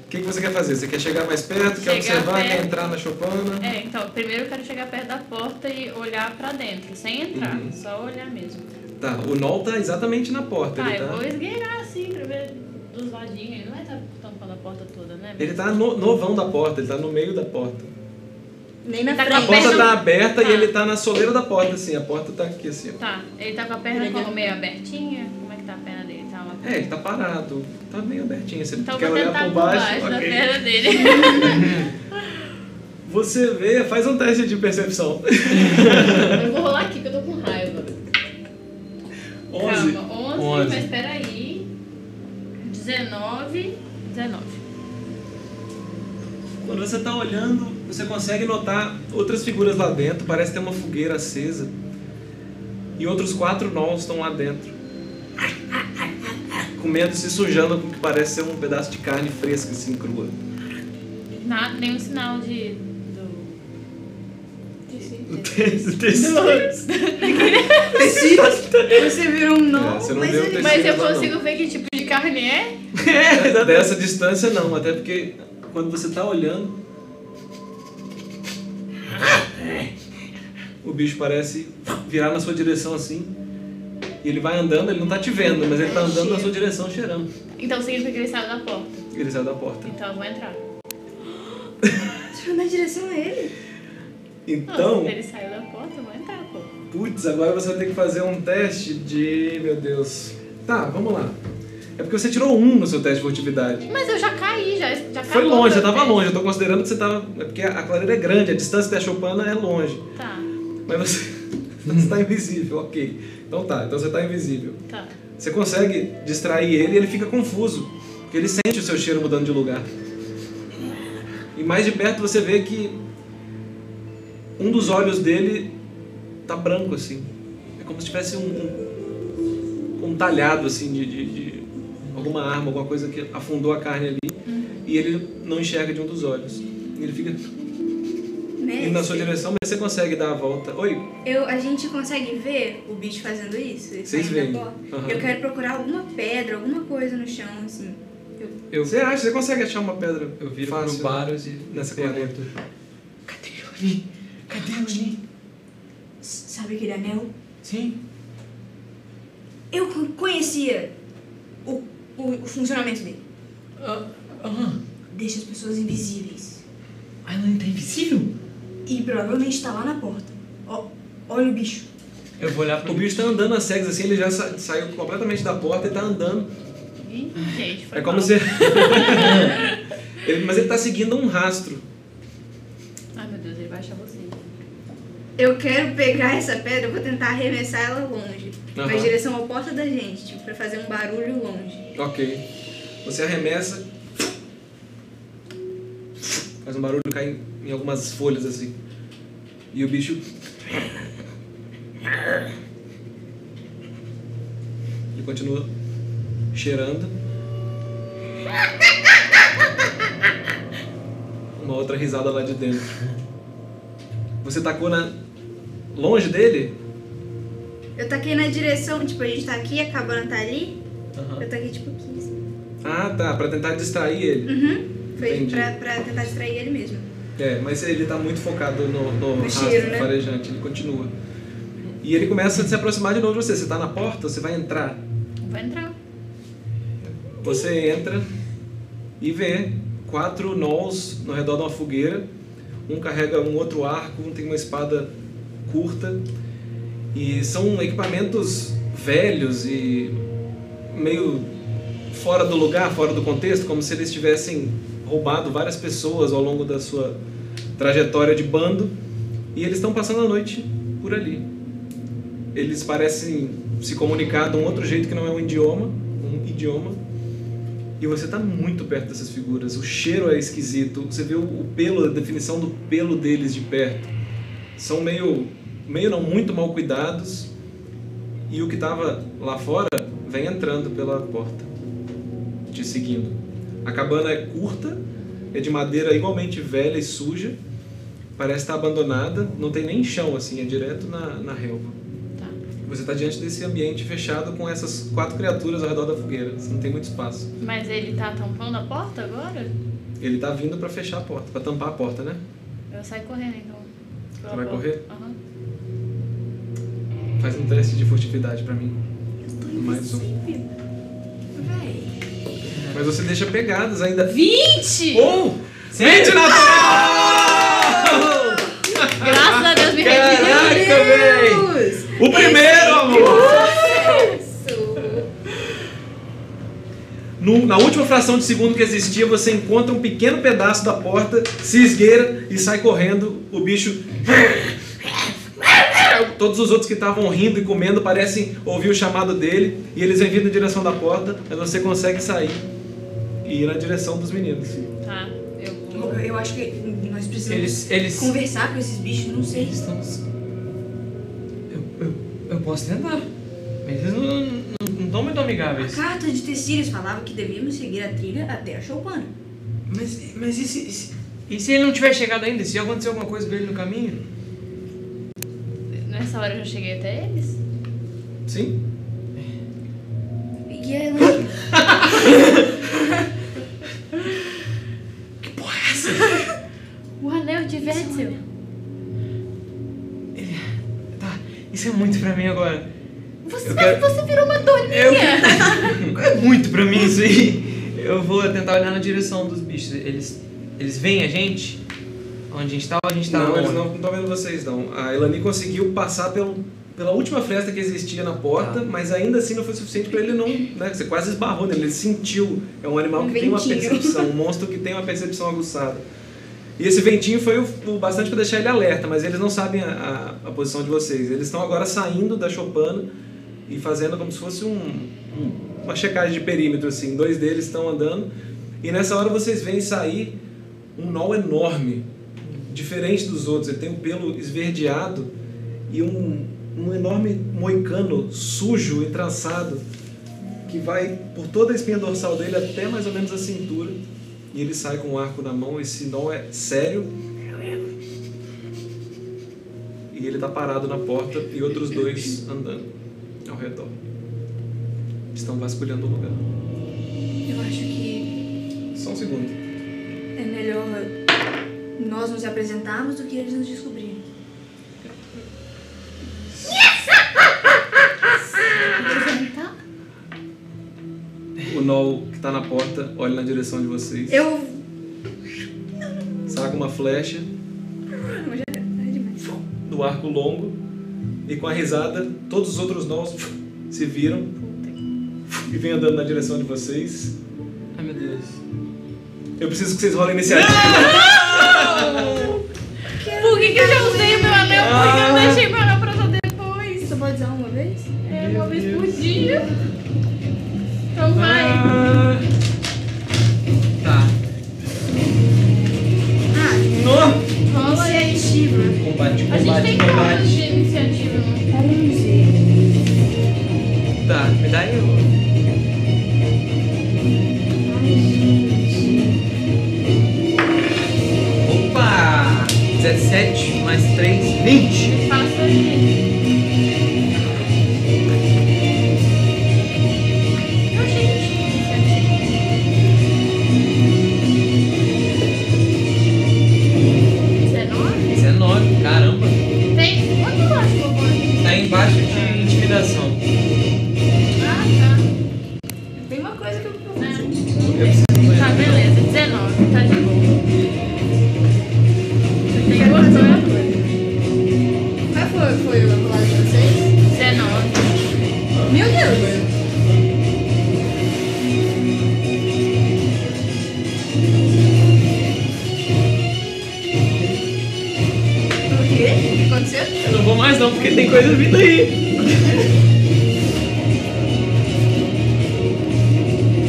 A: O que, que você quer fazer? Você quer chegar mais perto? Quer
F: Chegar
A: observar? Quer
F: perto.
A: entrar na chopana?
F: É, então, primeiro eu quero chegar perto da porta e olhar pra dentro, sem entrar,
A: Uhum.
F: só olhar mesmo.
A: Tá, o Nol tá exatamente na porta.
F: Tá,
A: ele tá...
F: eu vou esgueirar assim pra ver dos ladinhos. Ele não vai estar tampando a porta toda, né?
A: Ele tá no, no vão da porta, ele tá no meio da porta.
B: Nem na
F: Tá com a
A: A
B: frente.
A: porta
F: Perto-
A: tá aberta
F: Tá.
A: e ele tá na soleira da porta, assim. A porta tá aqui, assim, ó.
F: Tá, ele tá com a perna como meio abertinha. Como é que tá a perna dele? Tá uma
A: É, ele tá parado. Tá meio abertinho. Você
F: Então eu
A: quer
F: vou
A: olhar
F: tentar
A: por
F: por
A: baixo?
F: baixo da
A: ok.
F: perna dele.
A: Você vê, faz um teste de percepção.
F: eu vou rolar aqui que eu tô com raiva.
A: 11.
F: Calma, 11,
A: Onze.
F: mas peraí. 19. 19.
A: Quando você tá olhando, você consegue notar outras figuras lá dentro. Parece ter uma fogueira acesa. E outros quatro nós estão lá dentro. Comendo, se sujando com o que parece ser um pedaço de carne fresca, assim, crua.
F: Nada, nenhum sinal de. do.
B: Você virou um não,
A: É, você não
B: mas
A: deu
B: ele-
A: tecido.
F: Mas eu
A: Não, não.
F: consigo ver que tipo de carne é?
A: Dessa distância não, até porque quando você tá olhando. O bicho parece virar na sua direção assim. E ele vai andando, ele não tá te vendo, mas ele tá andando na sua direção cheirando.
F: Então significa que ele saiu da porta.
A: Ele saiu da porta.
F: Então eu vou entrar.
B: Você foi na direção a ele.
F: Não,
A: Então,
F: se ele saiu da porta, eu vou entrar, pô.
A: putz, agora você vai ter que fazer um teste de. Meu Deus. Tá, vamos lá. É porque você tirou um no seu teste de furtividade.
F: Mas eu já caí, já, já acabou.
A: Foi longe,
F: meu
A: eu tava
F: Tá teste.
A: longe, eu tô considerando que você tava. É porque a clareira é grande, a distância da Chopana é longe.
F: Tá,
A: Mas você, você tá invisível, ok. Então tá, então você tá invisível.
F: tá.
A: Você consegue distrair ele e ele fica confuso. Porque ele sente o seu cheiro mudando de lugar. E mais de perto você vê que um dos olhos dele tá branco assim. É como se tivesse um, um, um talhado assim de, de- de alguma arma, alguma coisa que afundou a carne ali. E ele não enxerga de um dos olhos. Ele fica
B: É
A: indo na sua
B: Mestre,
A: direção, mas você consegue dar a volta. Oi,
B: eu, a gente consegue ver o bicho fazendo isso? Ele tá
A: Vocês
B: saindo
A: veem.
B: da porta?
A: Aham.
B: Eu quero procurar alguma pedra, alguma coisa no chão, assim.
D: Eu,
A: Você acha? Você consegue achar uma pedra?
D: eu viro
A: fácil
D: pro Baros e
A: nessa
D: pergunto.
A: planeta.
D: Cadê o Ani? Cadê o Ani?
B: S- Sabe aquele anel?
D: Sim.
B: Eu co- conhecia o, o, o funcionamento dele.
D: Ah, ah,
B: Deixa as pessoas invisíveis.
D: a Elane tá invisível?
B: E provavelmente tá lá na porta. Ó, olha o bicho.
D: Eu vou olhar pro
A: O bicho tá andando às cegas assim, ele já sa- saiu completamente da porta e tá andando.
F: Ih, gente, foi
A: É como
F: mal.
A: se. Ele- mas ele tá seguindo um tá rastro.
F: a você.
B: Eu quero pegar essa pedra, eu vou tentar arremessar ela longe.
A: Aham.
B: Mas em direção à porta da gente, tipo, pra fazer um barulho longe.
A: Ok. Você arremessa. Faz um barulho, cai em- em algumas folhas assim. E o bicho. Ele continua cheirando. Uma outra risada lá de dentro. Você tacou na. longe dele?
B: Eu taquei na direção, tipo, a gente tá aqui, a cabana tá ali. Eu taquei tipo aqui. assim.
A: Ah, tá. Pra tentar distrair ele.
B: Uhum. Foi
A: Entendi.
B: pra, pra tentar distrair ele mesmo.
A: É, mas ele tá muito focado no, no,
B: No
A: rastro
B: cheiro, né?
A: farejante, ele continua. E ele começa a se aproximar de novo de você. Você tá na porta, você vai entrar.
F: Vai entrar.
A: Você entra e vê quatro nós no redor de uma fogueira. Um carrega um outro arco, um tem uma espada curta. E são equipamentos velhos e meio fora do lugar, fora do contexto, como se eles tivessem roubado várias pessoas ao longo da sua trajetória de bando. E eles estão passando a noite por ali. Eles parecem se comunicar de um outro jeito que não é um idioma, um idioma. E você tá muito perto dessas figuras. O cheiro é esquisito. Você vê o- o pelo, a definição do pelo deles de perto. São meio, meio não muito mal cuidados. E o que tava lá fora vem entrando pela porta, te seguindo. A cabana é curta, é de madeira igualmente velha e suja. Parece estar abandonada, não tem nem chão assim, é direto na, na relva.
F: Tá.
A: Você está diante desse ambiente fechado com essas quatro criaturas ao redor da fogueira. Você não tem muito espaço.
F: Mas ele tá tampando a porta agora?
A: Ele tá vindo para fechar a porta, para tampar a porta, né?
F: Eu saio correndo então. Pela
A: vai
F: porta.
A: correr?
F: Aham.
A: Faz um teste de furtividade para mim.
B: Eu tô
A: Mais um.
B: invisível. Véi.
A: Mas você deixa pegadas ainda.
F: 20!
A: Ou! Mente natural!
F: Graças a Deus me
A: Caraca,
F: redimiu.
A: véi!
B: Deus!
A: O primeiro, amor!
B: Isso.
A: No- na última fração de segundo que existia, você encontra um pequeno pedaço da porta, se esgueira e sai correndo. O bicho. Todos os outros que estavam rindo e comendo parecem ouvir o chamado dele e eles vêm vindo na direção da porta, mas você consegue sair e ir na direção dos meninos.
F: Tá, eu vou.
B: Eu, eu acho que nós precisamos
D: Eles. Eles.
B: conversar com esses bichos, não sei.
D: eles estão. assim. Eu, eu, eu posso tentar. Mas eles não estão não, tão muito amigáveis.
B: Carta de Tessírios falava que devíamos seguir a trilha até a Choupana.
D: Mas, mas e, se, e se- e se ele não tiver chegado ainda? Se acontecer alguma coisa com ele no caminho?
F: Nessa hora eu já cheguei até eles.
A: Sim?
B: E ela.
F: O anel de Vetzel.
D: Tá, isso é muito pra mim agora.
F: Você,
D: Eu quero-
F: você virou uma doninha.
D: Eu- É muito pra mim isso aí. Eu vou tentar olhar na direção dos bichos. Eles, eles veem a gente? Onde a gente tá ou a gente tá
A: não,
D: longe?
A: eles não estão vendo vocês não. A Elani conseguiu passar pelo, pela última fresta que existia na porta,
D: Tá.
A: mas ainda assim não foi suficiente para ele não. né? Você quase esbarrou nele, ele sentiu. É um animal
B: Um
A: que tem uma
B: ventinho.
A: percepção, um monstro que tem uma percepção aguçada. E esse ventinho foi o, o bastante para deixar ele alerta, mas eles não sabem a, a- a posição de vocês. Eles estão agora saindo da Chopana e fazendo como se fosse um, um- uma checagem de perímetro, assim. Dois deles estão andando. E nessa hora vocês veem sair um nó enorme, diferente dos outros. Ele tem o pelo esverdeado e um, um enorme moicano sujo e trançado que vai por toda a espinha dorsal dele até mais ou menos a cintura. E ele sai com o arco na mão, esse nó é sério. E ele tá parado na porta e outros dois andando ao redor. Estão vasculhando o lugar.
B: Eu acho que
A: Só um segundo.
B: é melhor nós nos apresentarmos do que eles nos descobrirem.
F: Apresentar?
A: O Nol que tá na porta olha na direção de vocês.
B: Eu.
A: Saca uma flecha
B: É demais.
A: do arco longo e com a risada todos os outros Nols se viram e vêm andando na direção de vocês.
D: Ai meu Deus. Ah!
A: Eu preciso que vocês rolem iniciativa.
F: Por que que, que eu já usei meu anel? Por que eu
A: Ah.
F: deixei meu anel pra usar depois?
B: Você pode usar uma vez?
F: É uma vez por dia. Então vai.
A: Ah,
D: Tá.
B: Ah,
A: no-
F: Rola aí.
B: iniciativa.
D: Combate,
F: A gente
D: combate,
F: tem quantas de
D: combate.
F: iniciativa? né? não?
B: Era um G.
D: Tá, me dá aí o. Opa! 17 mais 3, 20.
F: Faça aí. Eu achei que tinha iniciativa. Dezenove?
D: 19, caramba.
F: Tem? Onde eu acho que eu vou?
D: Tá embaixo de intimidação.
F: Ah, tá.
B: Tem uma coisa que eu vou
F: Né?
B: fazer.
F: Tá, beleza. 19, tá de boa. Tem
B: Quero fazer uma
F: gordura.
B: coisa. Qual é foi, foi o lado de vocês?
F: 19.
B: Meu Deus! O quê? O que aconteceu?
D: Eu não vou mais não, porque tem coisa vindo aí.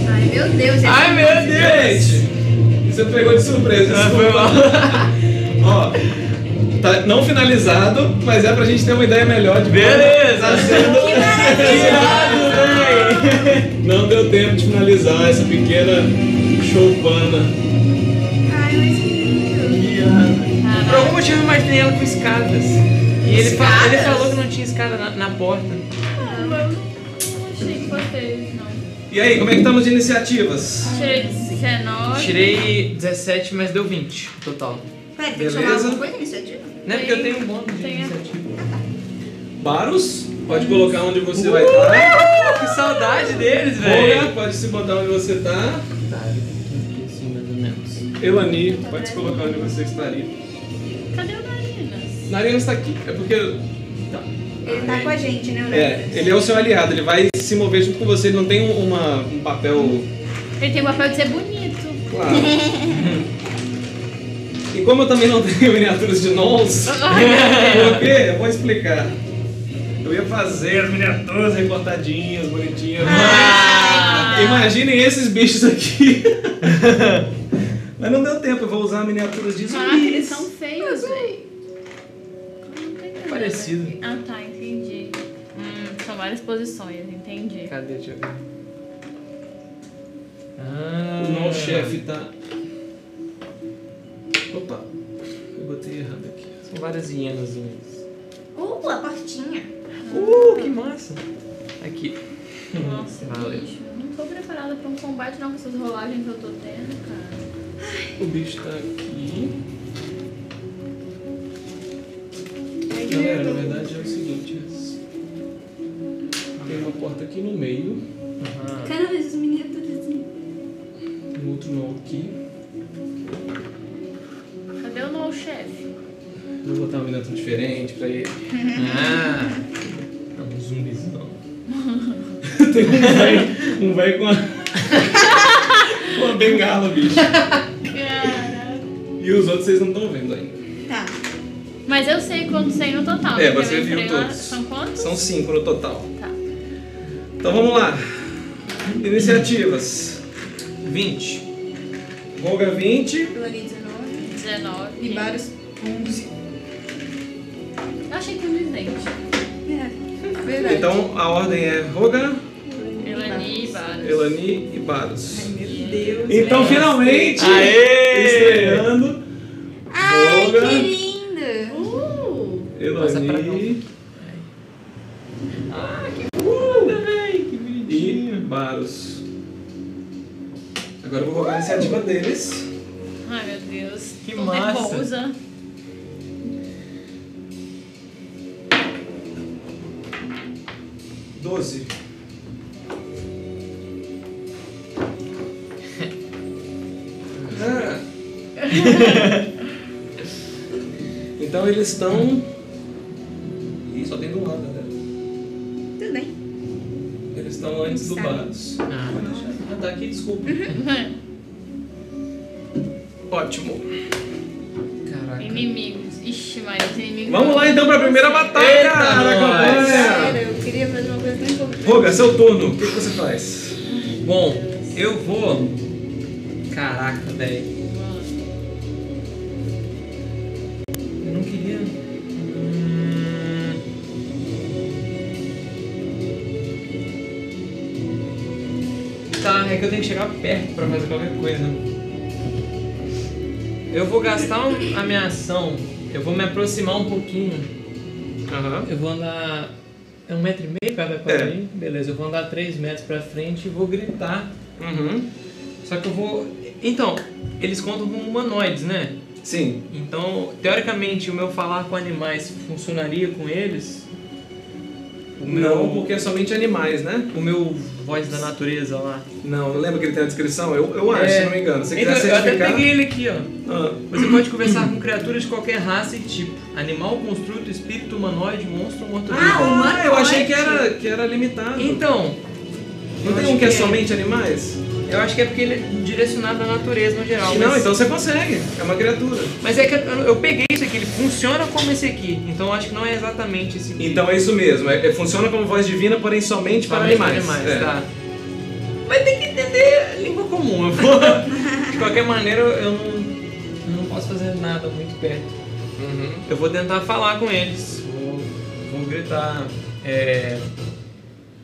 B: Ai, meu Deus! é
D: Ai meu Deus!
A: Gente, você pegou de surpresa.
D: Ah,
A: desculpa.
D: foi mal.
A: Ó, tá não finalizado, mas é pra gente ter uma ideia melhor de tá
D: Beleza!
B: Que maravilha!
A: Não deu tempo de finalizar essa pequena choupana.
B: Ai, mas que lindo!
D: Por algum motivo eu imaginei ela com escadas. E ele, fa-
B: Escadas?
D: ele falou que não tinha escada na, na porta.
F: Caramba, eu não achei que vocês não.
A: E aí, como é que estamos de iniciativas?
F: Tirei 19.
D: Tirei 17, mas deu 20 total.
B: Pera, tem que chamar
A: Beleza.
B: alguma coisa é iniciativa?
D: Né? Porque eu
F: Tem-
D: tenho um bônus de
F: tem a-
D: iniciativa.
A: Baros, pode colocar onde você vai estar.
D: Ah, que saudade deles,
A: Olga,
D: velho.
A: pode se botar onde você tá.
D: Tá, eu tenho aqui assim, mais ou menos.
A: Elani, pode se colocar onde você estaria.
F: Cadê o Narinas?
A: Narinas está aqui, é porque.
B: Ele tá com a gente, né,
A: É, ele é o seu aliado, ele vai se mover junto com você, ele não tem um- uma, um papel
F: Ele tem o papel de ser bonito.
A: claro. e como eu também não tenho miniaturas de nons, por quê? Eu vou explicar. Eu ia fazer as miniaturas recortadinhas, bonitinhas.
F: Ah!
A: Imaginem esses bichos aqui. Mas não deu tempo, eu vou usar miniaturas de
F: Caraca,
A: zumbis.
F: eles são feios, velho. Não tô entendendo.
D: Parecido.
F: Ah, tá, entendi. Hum, são várias posições, entendi.
D: Cadê? Deixa eu ver.
A: O
D: Ah,
A: não chefe tá. Opa, eu botei errado aqui.
D: São várias hienas.
B: Uh, a portinha.
D: Uh, que massa. Aqui.
A: Hum,
F: Nossa,
D: Valeu.
F: bicho. Não tô preparada pra um combate, não, com essas rolagens que eu tô tendo, cara.
A: O bicho tá aqui.
B: Ai, que
A: Galera, na
B: vergonha.
A: verdade é o seguinte. é- Tem uma porta aqui no meio,
D: Aham.
B: Cada vez os meninos tudo assim.
A: tem um outro nó aqui.
F: Cadê o novo chefe?
A: Vou botar uma miniatura diferente pra ele.
D: Ah. É um zumbizão.
A: Tem um velho um véio com a. com a bengala, bicho.
F: Caraca.
A: E os outros vocês não estão vendo ainda.
B: Tá.
F: Mas eu sei quantos tem no total.
A: É,
F: Ah, porque
A: você
F: eu
A: viu
F: entrei lá-
A: todos.
F: São quantos?
A: São cinco no total.
F: Tá.
A: Então vamos lá. Iniciativas.
D: 20.
A: Volga 20.
B: Plane 19.
F: 19.
B: E vários 11.
F: Eu achei que um eu me dente.
B: É, verdade.
A: Então a ordem é Roga,
F: Elani e vários.
A: Elani e Baros.
B: Meu Deus.
A: Então finalmente
D: Aê!
A: estreando
B: Ai,
A: Olga.
B: que lindo.
F: Uh!
D: Passa pra não.
A: Elani Ah,
D: Que bonitinho.
A: Uh. e Baros. Agora eu vou rogar a iniciativa deles.
F: Ai, meu Deus.
D: Que
F: Tô
D: massa.
F: nervosa.
A: Doze. Ah. então eles estão. Ih, só tem do lado, galera.
B: Tudo bem.
A: Eles estão antes do Baros.
D: Ah, Uhum.
A: Pode deixar. Ah, tá aqui, desculpa. Ótimo.
D: Caraca.
F: Inimigos, Ixi, Maria, tem inimigo.
A: Vamos lá então pra primeira batalha
D: Eita,
A: da
D: nós.
A: campanha.
F: Cara, eu queria fazer uma coisa bem complicada.
A: Roga, seu turno. O que que você faz?
D: Bom, eu vou. Caraca, velho. Eu não queria. Hum. Tá, é que eu tenho que chegar perto pra fazer qualquer coisa. Eu vou gastar um- a minha ação. Eu vou me aproximar um pouquinho.
A: Aham.
D: Eu vou andar. É um metro e meio cada quadrinho? Beleza, eu vou andar três metros pra frente e vou gritar.
A: Uhum.
D: Só que eu vou. Então, eles contam como humanoides, né?
A: Sim.
D: Então, teoricamente, o meu falar com animais funcionaria com eles? O
A: Não,
D: meu.
A: porque é somente animais, né?
D: O meu voz da natureza lá.
A: Não, lembra que ele tem a descrição? Eu, eu acho,
D: É.
A: se não me engano. Se
D: Então,
A: quiser
D: eu até
A: certificar.
D: peguei ele aqui, ó.
A: Ah,
D: Você pode conversar com criaturas de qualquer raça e tipo: animal, construto, espírito, humanoide, monstro, morto
B: Ah,
A: ah, eu achei que era, que era limitado.
D: Então,
A: não
D: eu
A: tem
D: acho
A: um que é
D: que é.
A: somente animais?
D: eu acho que é porque ele é direcionado à natureza no geral.
A: Não,
D: mas-
A: então você consegue. É uma criatura.
D: Mas é que eu, eu peguei isso aqui, ele funciona como esse aqui. Então eu acho que não é exatamente esse aqui.
A: Então é isso mesmo. É- é- funciona como voz divina, porém somente para
D: Somente
A: animais. É.
D: tá. Mas tem que entender a língua comum. Eu vou... De qualquer maneira, eu não, eu não posso fazer nada muito perto.
A: Uhum.
D: Eu vou tentar falar com eles. Vou, vou gritar. É...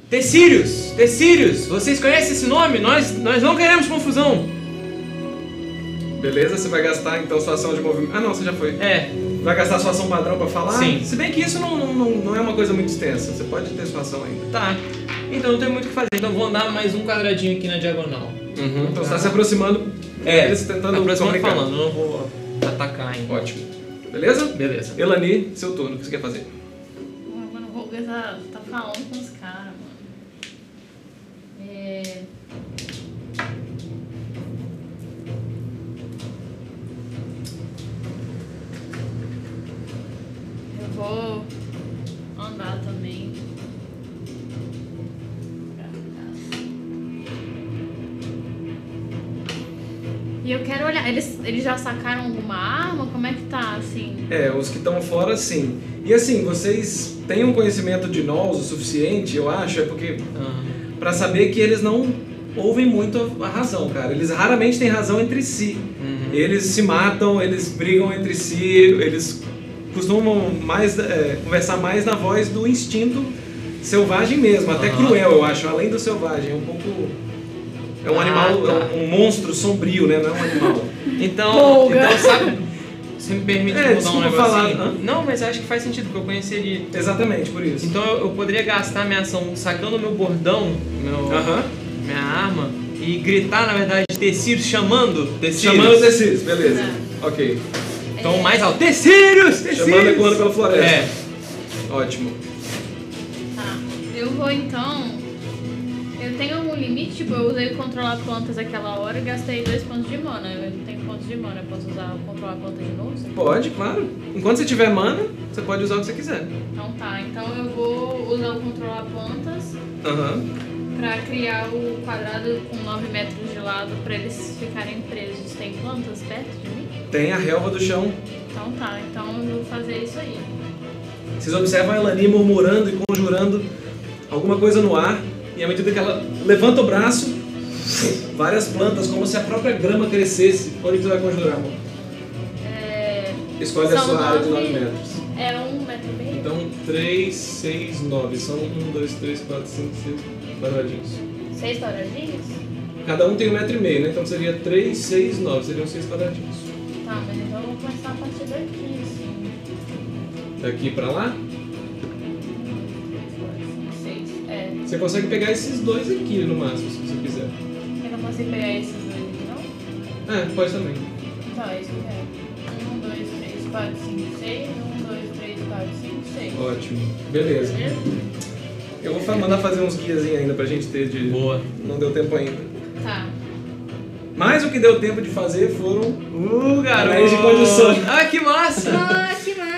D: Tecírios! Tecírios! Vocês conhecem esse nome? Nós, nós não queremos confusão!
A: Beleza? Você vai gastar então sua ação de movimento. Ah, não, você já foi.
D: É,
A: Vai gastar sua ação padrão pra falar?
D: Sim.
A: Se bem que isso não, não, não, não é uma coisa muito extensa. Você pode ter sua ação ainda.
D: tá. Então não tem muito o que fazer. Então eu vou andar mais um quadradinho aqui na diagonal.
A: Então você tá se aproximando.
D: Uhum. É,
A: eles tentando
D: aproximando
A: comunicar.
D: falando, eu não vou atacar ainda.
A: Ótimo. Beleza?
D: Beleza.
A: Elani, seu turno. O que você quer fazer?
F: Mano, mano, o Rogas tá, tá falando com os caras, mano. É. Eu vou andar também. pra casa. E eu quero olhar, eles, eles já sacaram alguma arma? Como é que tá, assim?
A: É, os que estão fora, sim. E assim, vocês têm um conhecimento de nós o suficiente, eu acho, é porque
D: Ah,
A: Pra saber que eles não ouvem muito a a razão, cara. Eles raramente têm razão entre si.
D: uhum.
A: Eles se matam, eles brigam entre si, eles costumam mais é, conversar mais na voz do instinto selvagem mesmo, até
D: Aham.
A: cruel, eu acho, além do selvagem, é um pouco é um
D: Ah,
A: animal,
D: tá.
A: é um, um monstro sombrio, né? Não é um animal.
D: Então,
F: Folga.
D: então, sabe? Você me permite
A: É,
D: mudar um
A: desculpa
D: negocinho?
A: falar, hã?
D: Não, mas acho que faz sentido, porque eu conheceria.
A: Exatamente, por isso.
D: Então eu, eu poderia gastar minha ação sacando meu bordão, meu,
A: Aham.
D: minha arma, e gritar, na verdade, Tecírios chamando. Tecírios.
A: Chamando desses, beleza.
F: É.
A: OK.
D: Então mais alto. Tecírios! Tecírios!
A: Chamando e voando pela
D: É.
A: floresta. Ótimo.
F: Tá. Eu vou então. Eu tenho algum limite? Tipo, eu usei o controlar plantas aquela hora e gastei dois pontos de mana. Eu não tenho pontos de mana. Eu posso usar o controlar plantas de novo?
A: Pode, claro. Enquanto você tiver mana, você pode usar o que você quiser.
F: Então tá. Então eu vou usar o controlar plantas
A: Aham.
F: pra criar o quadrado com 9 metros de lado pra eles ficarem presos. Tem plantas perto de mim?
A: Tem a relva do chão.
F: Então tá. Então eu vou fazer isso aí.
A: Vocês observam a Elani murmurando e conjurando alguma coisa no ar. E à medida que ela levanta o braço, várias plantas, como se a própria grama crescesse. Onde que você vai conjurar, amor?
F: É.
A: Escolhe a
F: São
A: sua área de 9
F: nove.
A: metros.
F: É um metro e meio?
A: Então, 3, 6, 9. São 1, 2, 3, 4, 5, 6 quadradinhos.
F: Seis quadradinhos?
A: Cada um tem um metro e meio, né? Então seria 3, 6, 9. Seriam 6 quadradinhos.
F: Tá, mas então eu vou começar a partir daqui, assim.
A: Daqui pra lá,
F: Seis, é.
A: você consegue pegar esses dois aqui no máximo, se você quiser.
F: Eu não consigo pegar esses dois aqui, não?
A: É, pode também.
F: Tá, isso eu quero. Um, dois, três, quatro, cinco, seis. Um, dois, três, quatro, cinco, seis.
A: Ótimo. Beleza.
F: Beleza?
A: Eu vou fa- mandar fazer uns guiazinhos ainda pra gente ter de.
D: Boa.
A: Não deu tempo ainda.
F: Tá.
A: Mas o que deu tempo de fazer foram.
D: Uh, garoto.
A: Anéis de condições.
D: Ah, que massa!
B: Ah, que massa!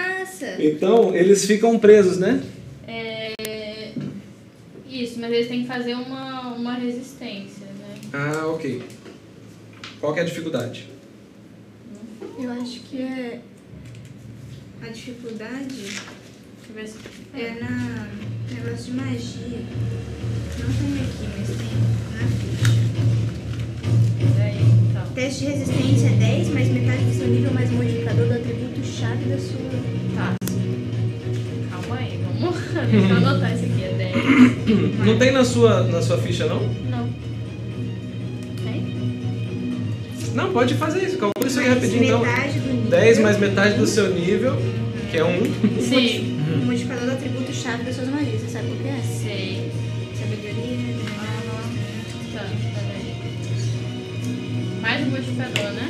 A: Então, eles ficam presos, né?
F: É... Isso, mas eles têm que fazer uma, uma resistência, né?
A: Ah, ok. Qual que é a dificuldade?
B: Eu acho que é. A dificuldade
F: Deixa eu ver se.
B: é na negócio de magia. Não tem aqui, mas tem na ficha.
F: Peraí, então.
B: Teste de resistência é 10, mais metade do seu nível mais um modificador do atributo chave da sua.
F: Tá. Calma aí, vamos deixa eu anotar isso aqui, é 10.
A: Não tem na sua, na sua ficha, não?
F: Não. Tem?
A: Não, pode fazer isso. Calcula isso aí
B: Mais
A: rapidinho, então.
B: metade do nível.
A: 10 mais metade do seu nível, que é 1.
F: Sim.
B: O Um modificador do atributo chave das suas magias. Você sabe o que é?
F: Sei.
B: Sabedoria, né?
F: Tá, peraí. Mais um modificador, né?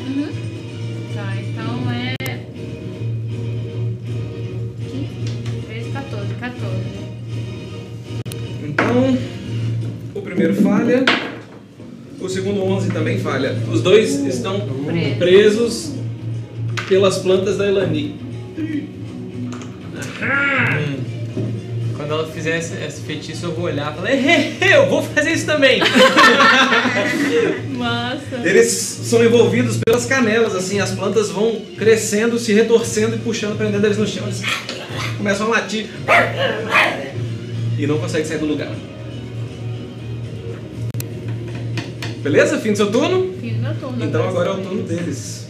F: Tá, então é. 13, 14, 14.
A: Uhum. Então, o primeiro falha. O segundo 11 também falha. Os dois estão
F: Preso.
A: presos pelas plantas da Elani.
D: Quando ela fizer esse, esse feitiço, eu vou olhar e falar, "Eh, eu vou fazer isso também.
F: Massa.
A: Eles são envolvidos pelas canelas, assim, as plantas vão crescendo, se retorcendo e puxando, prendendo eles no chão. Eles começam a latir. E não conseguem sair do lugar. Beleza? Fim do seu turno?
F: Fim do meu turno.
A: Então agora é o turno deles.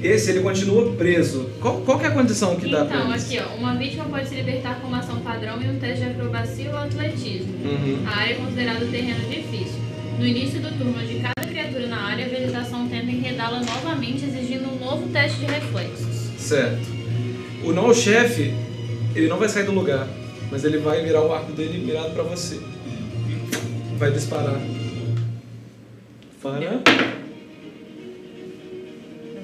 A: Esse ele continua preso. Qual, qual que é a condição que dá pra
F: Então,
A: eles?
F: aqui, ó. Uma vítima pode se libertar com uma ação padrão e um teste de acrobacia ou atletismo.
A: Uhum.
F: A área é considerada terreno difícil. No início do turno de cada criatura na área, a vegetação tenta enredá-la novamente, exigindo um novo teste de reflexos.
A: Certo. O não chefe, ele não vai sair do lugar, mas ele vai virar o arco dele mirado pra você. Vai disparar. Para.
F: Eu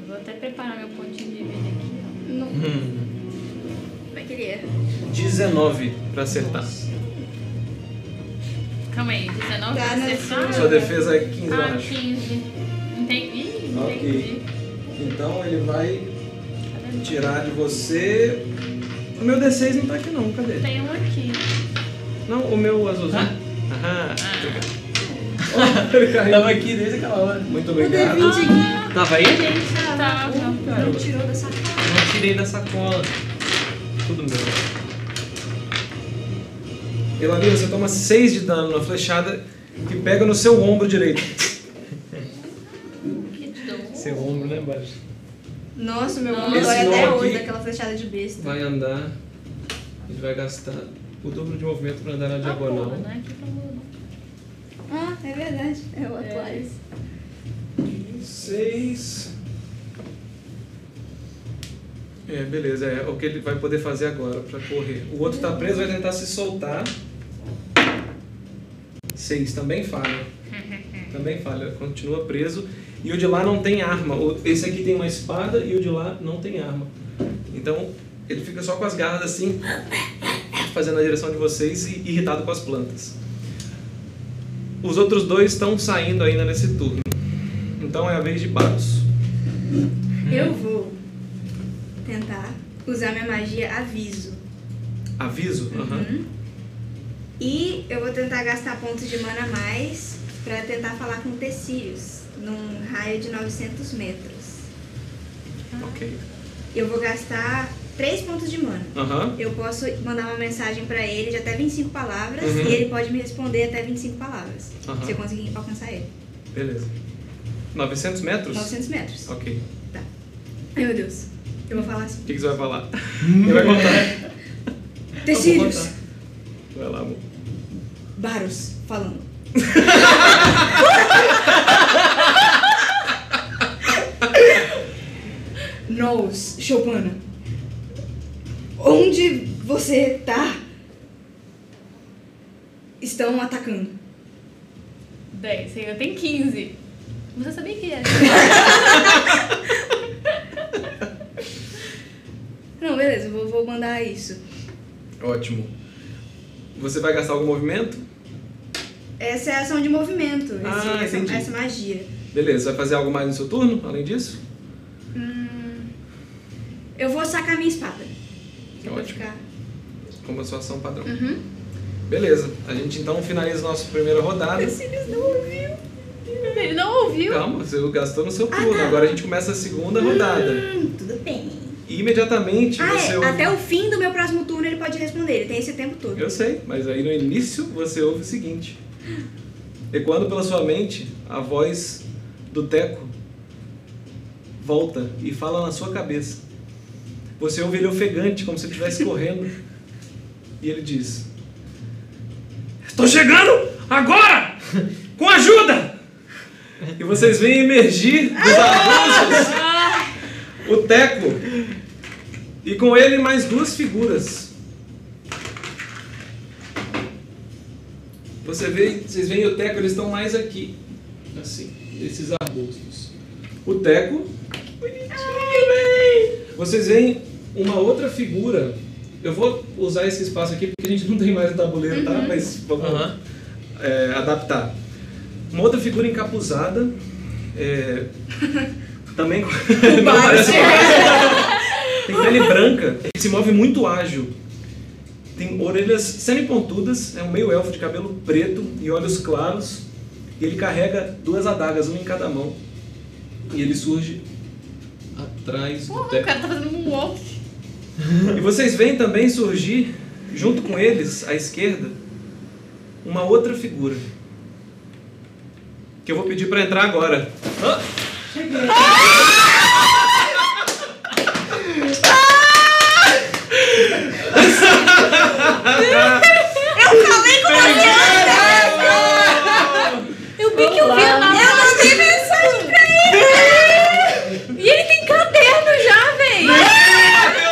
F: vou até preparar meu pontinho de vida aqui,
A: Hum.
B: Como é que ele é?
A: 19 pra acertar.
F: ó. Calma aí, 19
B: Tá
F: pra
B: na
F: acertar?
A: Sua defesa é 15, eu
F: Ah,
A: acho.
F: 15. Entendi.
A: Ok.
F: Entendi.
A: Então ele vai
F: Cadê?
A: tirar de você. O meu D6 não tá aqui não, cadê?
F: Tem um aqui.
A: Não, o meu azulzinho.
D: Aham.
A: Ele caiu.
D: Tava aqui desde aquela hora.
A: Muito
B: O
A: obrigado.
B: D20
D: Tava aí?
F: Gente, tá.
B: aqui não tirou da sacola.
D: Não tirei da sacola. Tudo meu.
A: Elani, você toma 6 de dano na flechada que pega no seu ombro direito.
F: Que dor.
D: Seu ombro, né, baixo?
B: Nossa, meu
F: Nossa.
B: ombro dói
A: Esse
B: até
A: nó
B: hoje
A: aqui-
B: daquela flechada de besta.
A: Vai andar. Ele vai gastar o dobro de movimento pra andar na
F: Ah,
A: diagonal.
F: porra, né? Que dor.
B: Ah, é verdade. É o Aquarius.
A: 6. É, beleza, é o que ele vai poder fazer agora pra correr. O outro tá preso, vai tentar se soltar. 6, também falha. Também falha, continua preso. E o de lá não tem arma. O- Esse aqui tem uma espada e o de lá não tem arma. Então ele fica só com as garras assim, fazendo a direção de vocês e irritado com as plantas. Os outros dois estão saindo ainda nesse turno. Então é a vez de Baros. Hum.
B: Eu vou tentar usar minha magia aviso.
A: Aviso?
B: Uhum.
A: Aham.
B: E eu vou tentar gastar pontos de mana a mais pra tentar falar com Tecílios num raio de 900 metros.
A: Uhum. Ok.
B: Eu vou gastar 3 pontos de mana.
A: Aham.
B: Eu posso mandar uma mensagem pra ele de até 25 palavras
A: Uhum.
B: e ele pode me responder até 25 palavras.
A: Aham.
B: Se eu conseguir alcançar ele.
A: Beleza. 900 metros?
B: 900 metros.
A: Ok.
B: Ai meu Deus. Eu vou falar assim.
A: O que, que você vai falar? Ele vai contar.
B: Tecílios!
A: contar. Vai lá, amor.
B: Baros falando. Nós, Chopana. Onde você tá? Estão atacando.
F: 10, você ainda tem 15. Você sabia que é? era?
B: Não, beleza, vou, vou mandar isso.
A: Ótimo. Você vai gastar algum movimento?
B: Essa é a ação de movimento, esse-
A: Ah,
B: essa,
A: entendi.
B: essa magia.
A: Beleza. Vai fazer algo mais no seu turno, além disso?
B: Eu vou sacar minha espada. Que é pra
A: Ótimo.
B: ficar-
A: Como a sua ação padrão.
B: Uhum.
A: Beleza. A gente então finaliza a nossa primeira rodada.
B: Esse eles não ouviu.
F: Ele não ouviu.
A: Calma, você gastou no
B: Ah,
A: seu turno. Agora a gente começa a segunda rodada.
B: tá. Hum, tudo bem.
A: E imediatamente
B: Ah,
A: você
B: é.
A: ouve.
B: Até o fim do meu próximo turno ele pode responder. Ele tem esse tempo todo.
A: Eu sei, mas aí no início você ouve o seguinte. Ecoando pela sua mente, a voz do Teco volta e fala na sua cabeça. Você ouve ele ofegante, como se ele estivesse correndo. E ele diz: Estou chegando agora! Com ajuda! E vocês veem emergir dos arbustos o Teco e com ele mais duas figuras. Você vê, vocês veem o Teco, eles estão mais aqui, assim, esses arbustos. O Teco, bonitinho, né? Vocês veem uma outra figura. Eu vou usar esse espaço aqui porque a gente não tem mais o tabuleiro, tá? Mas vamos
D: Aham.
A: é, adaptar. Uma outra figura encapuzada, é, também com- não parece tem pele branca e se move muito ágil. Tem orelhas semi-pontudas, é um meio elfo de cabelo preto e olhos claros. E ele carrega duas adagas, uma em cada mão. E ele surge atrás do
F: Porra, o
A: teto.
F: cara tá fazendo um walk.
A: E vocês veem também surgir, junto com eles, à esquerda, uma outra figura. Que eu vou pedir pra entrar agora. Ah!
F: Eu vi que eu vi a
B: Eu mandei mensagem pra
F: E ele tem caderno já, véi!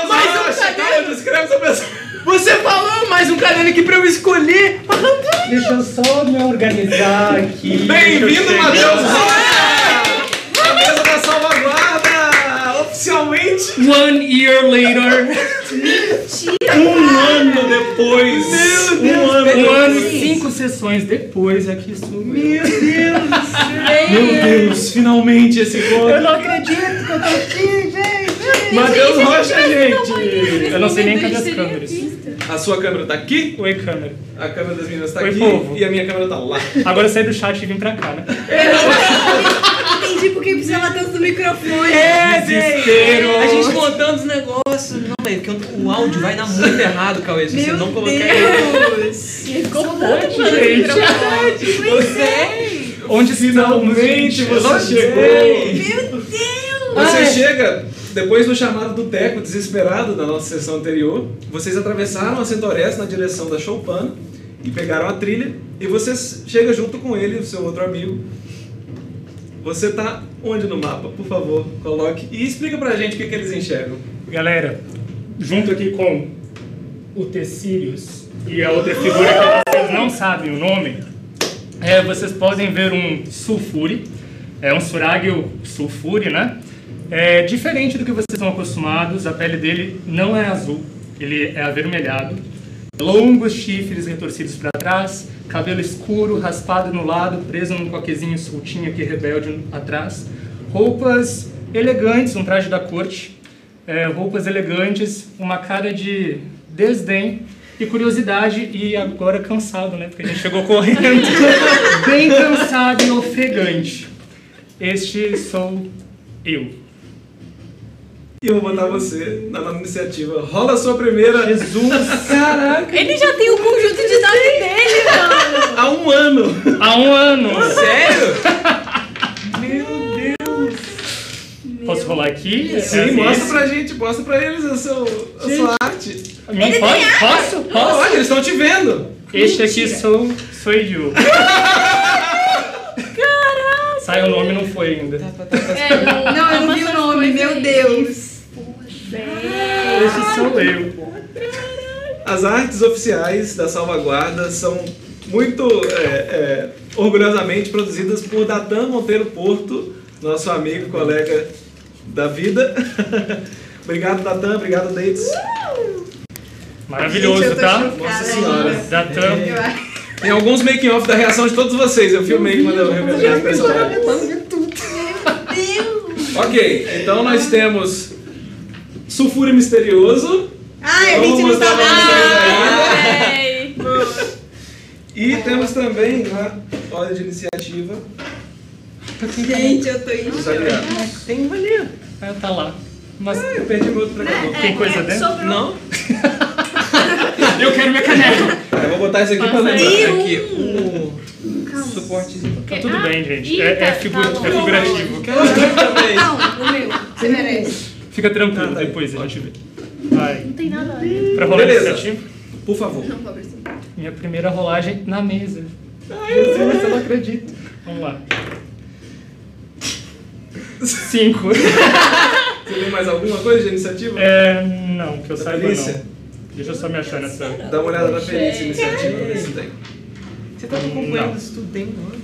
A: Mais um chegou, descreve essa pessoa.
D: Você falou mais um caderno aqui pra eu escolher!
G: Deixa eu só me organizar aqui.
A: Bem-vindo, Matheus! A mesa da salvaguarda! Oficialmente!
G: One year later.
A: Um ano depois! Meu Deus! Um
G: Um
A: ano
G: ano e cinco sessões depois é aqui estou. Meu Deus!
A: Meu Deus, finalmente esse
G: Eu
A: gol!
G: não acredito que eu tô aqui, gente!
A: Matheus Rocha, gente!
G: Eu não sei nem cadê as
F: Seria
G: câmeras.
F: vista.
A: A sua câmera tá aqui,
G: Oi, câmera.
A: a câmera das meninas tá
G: Oi,
A: aqui
G: povo.
A: e a minha câmera tá lá.
G: Agora eu saí do chat e vim pra cá, né?
B: mim. Entendi porque precisava tanto do microfone.
A: É,
G: Desespero!
D: A gente montando os negócios. Não, é porque o áudio vai dar muito errado, Cauê, se você
B: Meu
D: não colocar
B: Deus.
F: Ficou muito
G: gente. é Onde estamos,
A: Finalmente
G: gente?
A: você
G: Ei.
A: chegou!
B: Meu Deus.
F: É.
A: Você chega depois do chamado do Teco desesperado da nossa sessão anterior. Vocês atravessaram a Centorés na direção da Chopin e pegaram a trilha. E você chega junto com ele, o seu outro amigo. Você tá onde no mapa? Por favor, coloque e explica pra gente o que, que eles enxergam.
G: Galera, junto aqui com o Tecílios e a outra figura que vocês não sabem o nome, é, vocês podem ver um sulfure, é um suráguio sulfure, né? É, diferente do que vocês estão acostumados, a pele dele não é azul, ele é avermelhado. Longos chifres retorcidos para trás, cabelo escuro, raspado no lado, preso num coquezinho soltinho aqui, rebelde atrás. Roupas elegantes, um traje da corte, é, roupas elegantes, uma cara de desdém e curiosidade e agora cansado, né? Porque a gente chegou correndo, bem cansado e ofegante. Este sou eu.
A: E eu vou mandar você na nova iniciativa. Rola a sua primeira. Jesus! Caraca!
F: Ele já tem o conjunto de nome dele, mano.
A: Há um ano!
G: Há um ano.
D: Sério?
G: Posso rolar aqui?
A: Sim, mostra pra gente, mostra pra eles a, seu, a sua arte.
G: pra mim. Posso? Posso? Posso?
A: Olha, eles estão te vendo!
G: Este aqui sou, sou eu. Caraca! Sai o nome não foi ainda.
F: É, não,
B: Não, eu não vi o
F: amassou
B: nome,
F: as
B: meu
F: coisas aí.
B: Deus.
G: Este sou eu.
A: As artes oficiais da Salvaguarda são muito é, é, orgulhosamente produzidas por Datan Monteiro Porto, nosso amigo, colega da vida. obrigado, Datan, obrigado, Dates.
G: Maravilhoso,
B: Gente, eu tô
G: tá?
B: chocada
A: Nossa Senhora.
B: ainda.
G: Da Tam.
B: Eu acho-
A: Então, Tem alguns making-off da reação de todos vocês, eu filmei quando eu revelei os personagens.
B: Meu Deus.
A: Ok, então nós temos Sulfure Misterioso
B: Ai, a gente
A: Vamos
B: não tá
A: mostrar pra vocês
B: nada.
F: Véi.
A: e temos também na hora de iniciativa
B: Gente, eu tô indo.
D: Tem uma ali.
G: Ela tá lá. Mas
A: Ah, eu perdi meu outro pregador.
B: É,
G: tem coisa
B: é,
G: dentro?
B: sobrou.
D: Não?
G: eu quero minha caneca.
A: Ah, Eu vou botar isso aqui pra
F: Passa aí.
A: lembrar.
D: Aqui, um
B: Calma.
D: suportezinho.
G: Tá
F: Porque-
G: tudo
F: ah,
G: bem, gente.
F: ih,
G: É, é
F: tá-
G: figu-
F: tá longe.
G: é figurativo.
D: Quero ver também.
B: Não, o meu. Você merece.
G: Fica tranquilo,
A: Ah, tá aí.
G: depois a gente vê. Vai.
F: Não tem nada ali.
G: Pra rolar
A: Beleza.
G: iniciativa,
A: Por favor.
B: Não, pobre assim.
G: minha primeira rolagem na mesa. Jesus, eu não acredito. Vamos lá. Cinco.
A: Você tem mais alguma coisa de iniciativa?
G: É, não, que eu saiba
A: perícia?
G: não. Deixa eu só me achar nessa...
A: Dá uma olhada na perícia iniciativa, ver se tem.
D: Você tá
G: Não.
D: acompanhando isso tudo tem um ano?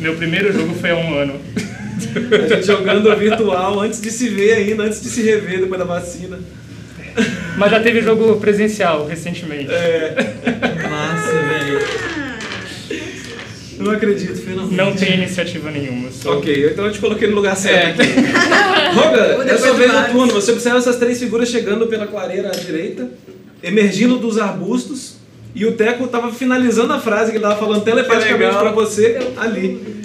G: Meu primeiro jogo foi há um ano.
A: A gente jogando virtual antes de se ver ainda, antes de se rever depois da vacina.
G: Mas já teve jogo presencial recentemente.
D: É. Massa, velho.
A: Não acredito, finalmente.
G: Não tem iniciativa nenhuma. Só...
A: Ok, então eu te coloquei no lugar certo.
D: É.
A: aqui. Roga,
B: Ou
A: é
B: depois
A: sua
B: do
A: vez no
B: Max.
A: turno. Você observa essas três figuras chegando pela clareira à direita, emergindo dos arbustos, e o Teco tava finalizando a frase que ele tava falando telepaticamente
D: legal.
A: pra você ali.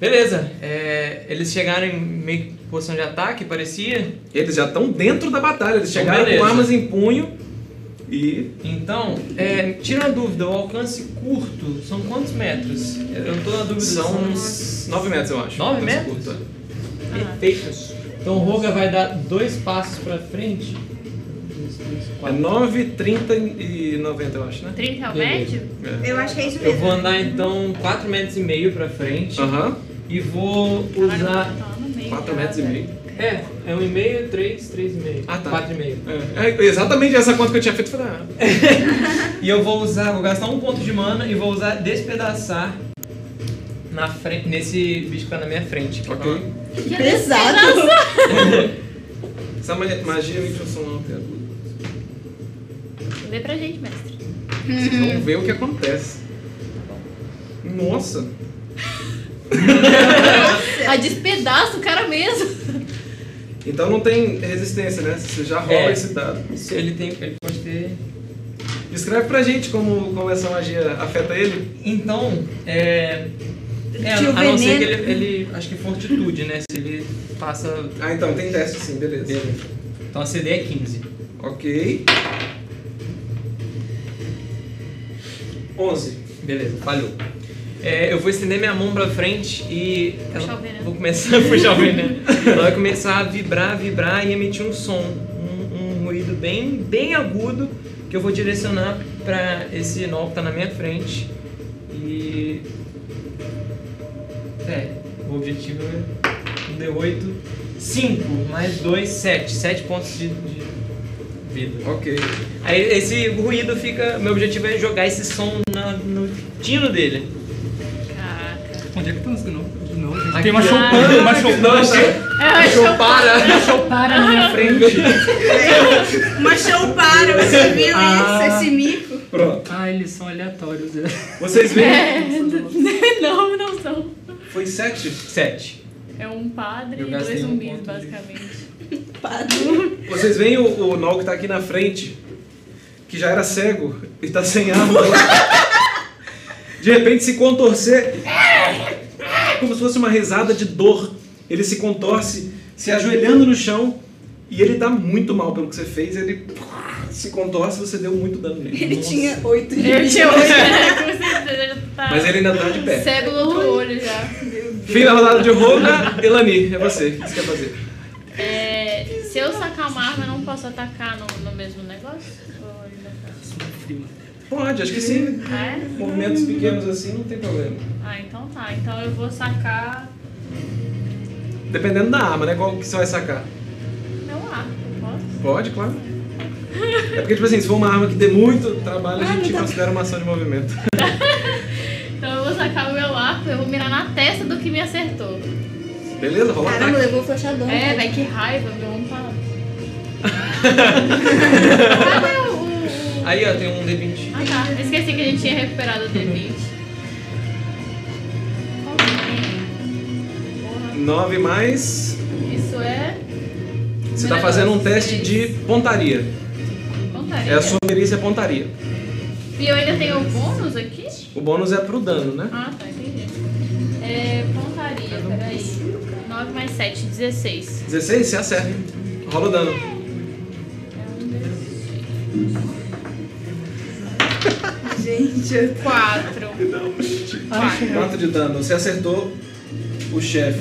D: Beleza. é, eles chegaram em meio que posição de ataque, parecia.
A: Eles já estão dentro da batalha, eles
D: Então,
A: chegaram
D: beleza.
A: com armas em punho e.
D: Então, é, tira uma dúvida, o alcance curto são quantos metros? Eu não tô na dúvida.
A: São uns 9 metros, eu acho.
D: Nove
A: Mais
D: metros?
A: curto.
D: Perfeitos. Então o Roga vai dar dois passos pra frente.
A: É 9, 30 e 90, eu acho, né?
F: 30 é o
D: Beleza.
F: médio?
B: Eu acho que é isso mesmo.
D: Eu vou andar então 4 metros e meio pra frente
A: Aham.
D: e vou
F: Caralho,
D: usar.
F: tá lá no meio.
A: 4
F: cara,
A: metros e
F: velho.
A: meio.
D: É, é um e meio, três, três e meio.
A: Ah, tá.
D: Quatro e meio.
A: É, é exatamente essa conta que eu tinha feito. eu Falei, ah,
D: E eu vou usar, vou gastar um ponto de mana e vou usar despedaçar na frente, nesse bicho que tá na minha frente. que
A: Ok.
D: tá-
B: Pesado.
A: Essa magia, magia me trouxe um até agora.
F: Lê pra gente, mestre.
A: Vocês vão ver o que acontece. Nossa!
F: A Ah, despedaça o cara mesmo.
A: Então não tem resistência, né? Você já rola
D: É.
A: esse dado.
D: Se ele tem, ele pode ter.
A: Descreve pra gente como, como essa magia afeta ele.
D: Então, é. é,
B: Tio
D: a não ser que
B: Veneno.
D: ele, ele. Acho que fortitude, né? Se ele passa.
A: Ah, então, tem teste sim, beleza.
D: Beleza. Então a CD é 15.
A: Ok. 11.
D: Beleza, falhou. É, eu vou estender minha mão pra frente e.
F: Puxar
D: ela-
F: o veneno.
D: Vou começar a puxar o veneno. Ela vai começar a vibrar, vibrar e emitir um som. Um, um ruído bem, bem agudo que eu vou direcionar pra esse nó que tá na minha frente. E. É, o objetivo é um D8. 5 mais 2, 7. 7 pontos de- de vida.
A: Ok.
D: Aí esse ruído fica. Meu objetivo é jogar esse som na- no tino dele.
F: Caraca.
G: Onde é que tá não? Não, gente.
D: Aqui.
G: Tem uma choupana, uma
A: é
G: choupana.
D: Show para!
G: Para na minha
A: né?
G: frente.
B: Uma show para, você viu
G: Ah.
B: isso? Esse mico.
A: Pronto.
G: Ah, eles são aleatórios. né?
A: Vocês veem?
B: É.
F: não, não são.
A: Foi 7.
D: 7.
F: É um padre
D: Eu
F: e
D: gastei
F: dois
D: um
F: zumbis,
D: ponto de-
F: basicamente.
A: Vocês veem o, o Nol que tá aqui na frente, que já era cego e tá sem arma. De repente se contorcer, como se fosse uma risada de dor. Ele se contorce, se ajoelhando no chão, e ele tá muito mal pelo que você fez. Ele se contorce, você deu muito dano nele.
B: Ele tinha oito de
F: Eu tinha
B: vida.
F: hoje, né? Com certeza tá
D: é,
A: Mas ele ainda tá de pé.
F: cego do outro olho já.
A: Fim da rodada de Roga, Elani, é você. O que você quer fazer?
F: É, se eu sacar uma arma, eu não posso atacar no, no mesmo negócio? Ou ainda tá?
A: Pode, acho que sim.
F: Ah, é?
A: Movimentos pequenos assim não tem problema.
F: Ah, então tá. Então eu vou sacar
A: Dependendo da arma, né? Qual que você vai sacar?
F: meu arco, posso?
A: Pode, claro. É porque, tipo assim, se for uma arma que dê muito trabalho, a gente considera uma ação de movimento.
F: Então eu vou sacar o meu arco, eu vou mirar na testa do que me acertou.
A: Beleza? Rola
B: Caramba,
A: ataque.
B: levou o flechadão.
F: É, velho, que raiva, meu um tá. Cadê o. o- o-
D: Aí ó, tem um D20.
F: Ah tá, esqueci que a gente tinha recuperado o D20. Porra,
A: 9 mais.
F: Isso é.
A: Você tá fazendo um teste de pontaria.
F: Contaria.
A: É a sua perícia é pontaria.
F: E eu ainda tenho bônus aqui?
A: O bônus é pro dano, né?
F: Ah, tá, entendi. É, bom, Peraí. 9 mais 7, 16.
A: 16, você acerta. Rola o dano.
B: Gente, eu
F: 4.
A: 4 de dano. Você acertou o chefe.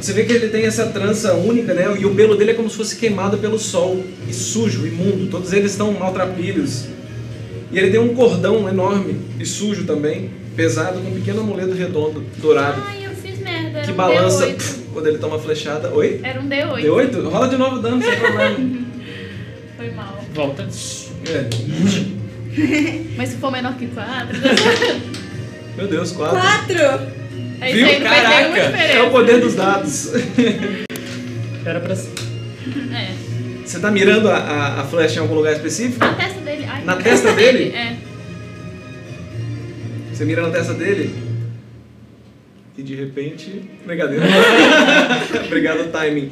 A: Você vê que ele tem essa trança única, né? E o pelo dele é como se fosse queimado pelo sol. E sujo, imundo. Todos eles estão maltrapilhos. E ele tem um cordão enorme e sujo também. Pesado, com um pequeno amuleto redondo, dourado.
F: Ai, eu fiz merda. Era
A: que
F: um
A: balança
F: D8.
A: quando ele toma uma flechada. Oi?
F: Era um D8.
A: D8? Rola de novo o dano, sem problema.
F: Foi mal.
G: Volta.
A: É.
F: Mas se for menor que 4,
A: Meu Deus, 4.
B: Quatro!
F: aí
A: Viu?
F: você não vai ter
A: Caraca!
F: uma
A: É o
F: diferença.
A: poder dos dados.
G: Era pra cima.
F: É.
A: Você tá mirando a, a- a flecha em algum lugar específico?
F: Na testa dele. Ai,
A: Na testa dele?
F: É.
A: Você mira na testa dele? E de repente. Brincadeira. Obrigado, timing.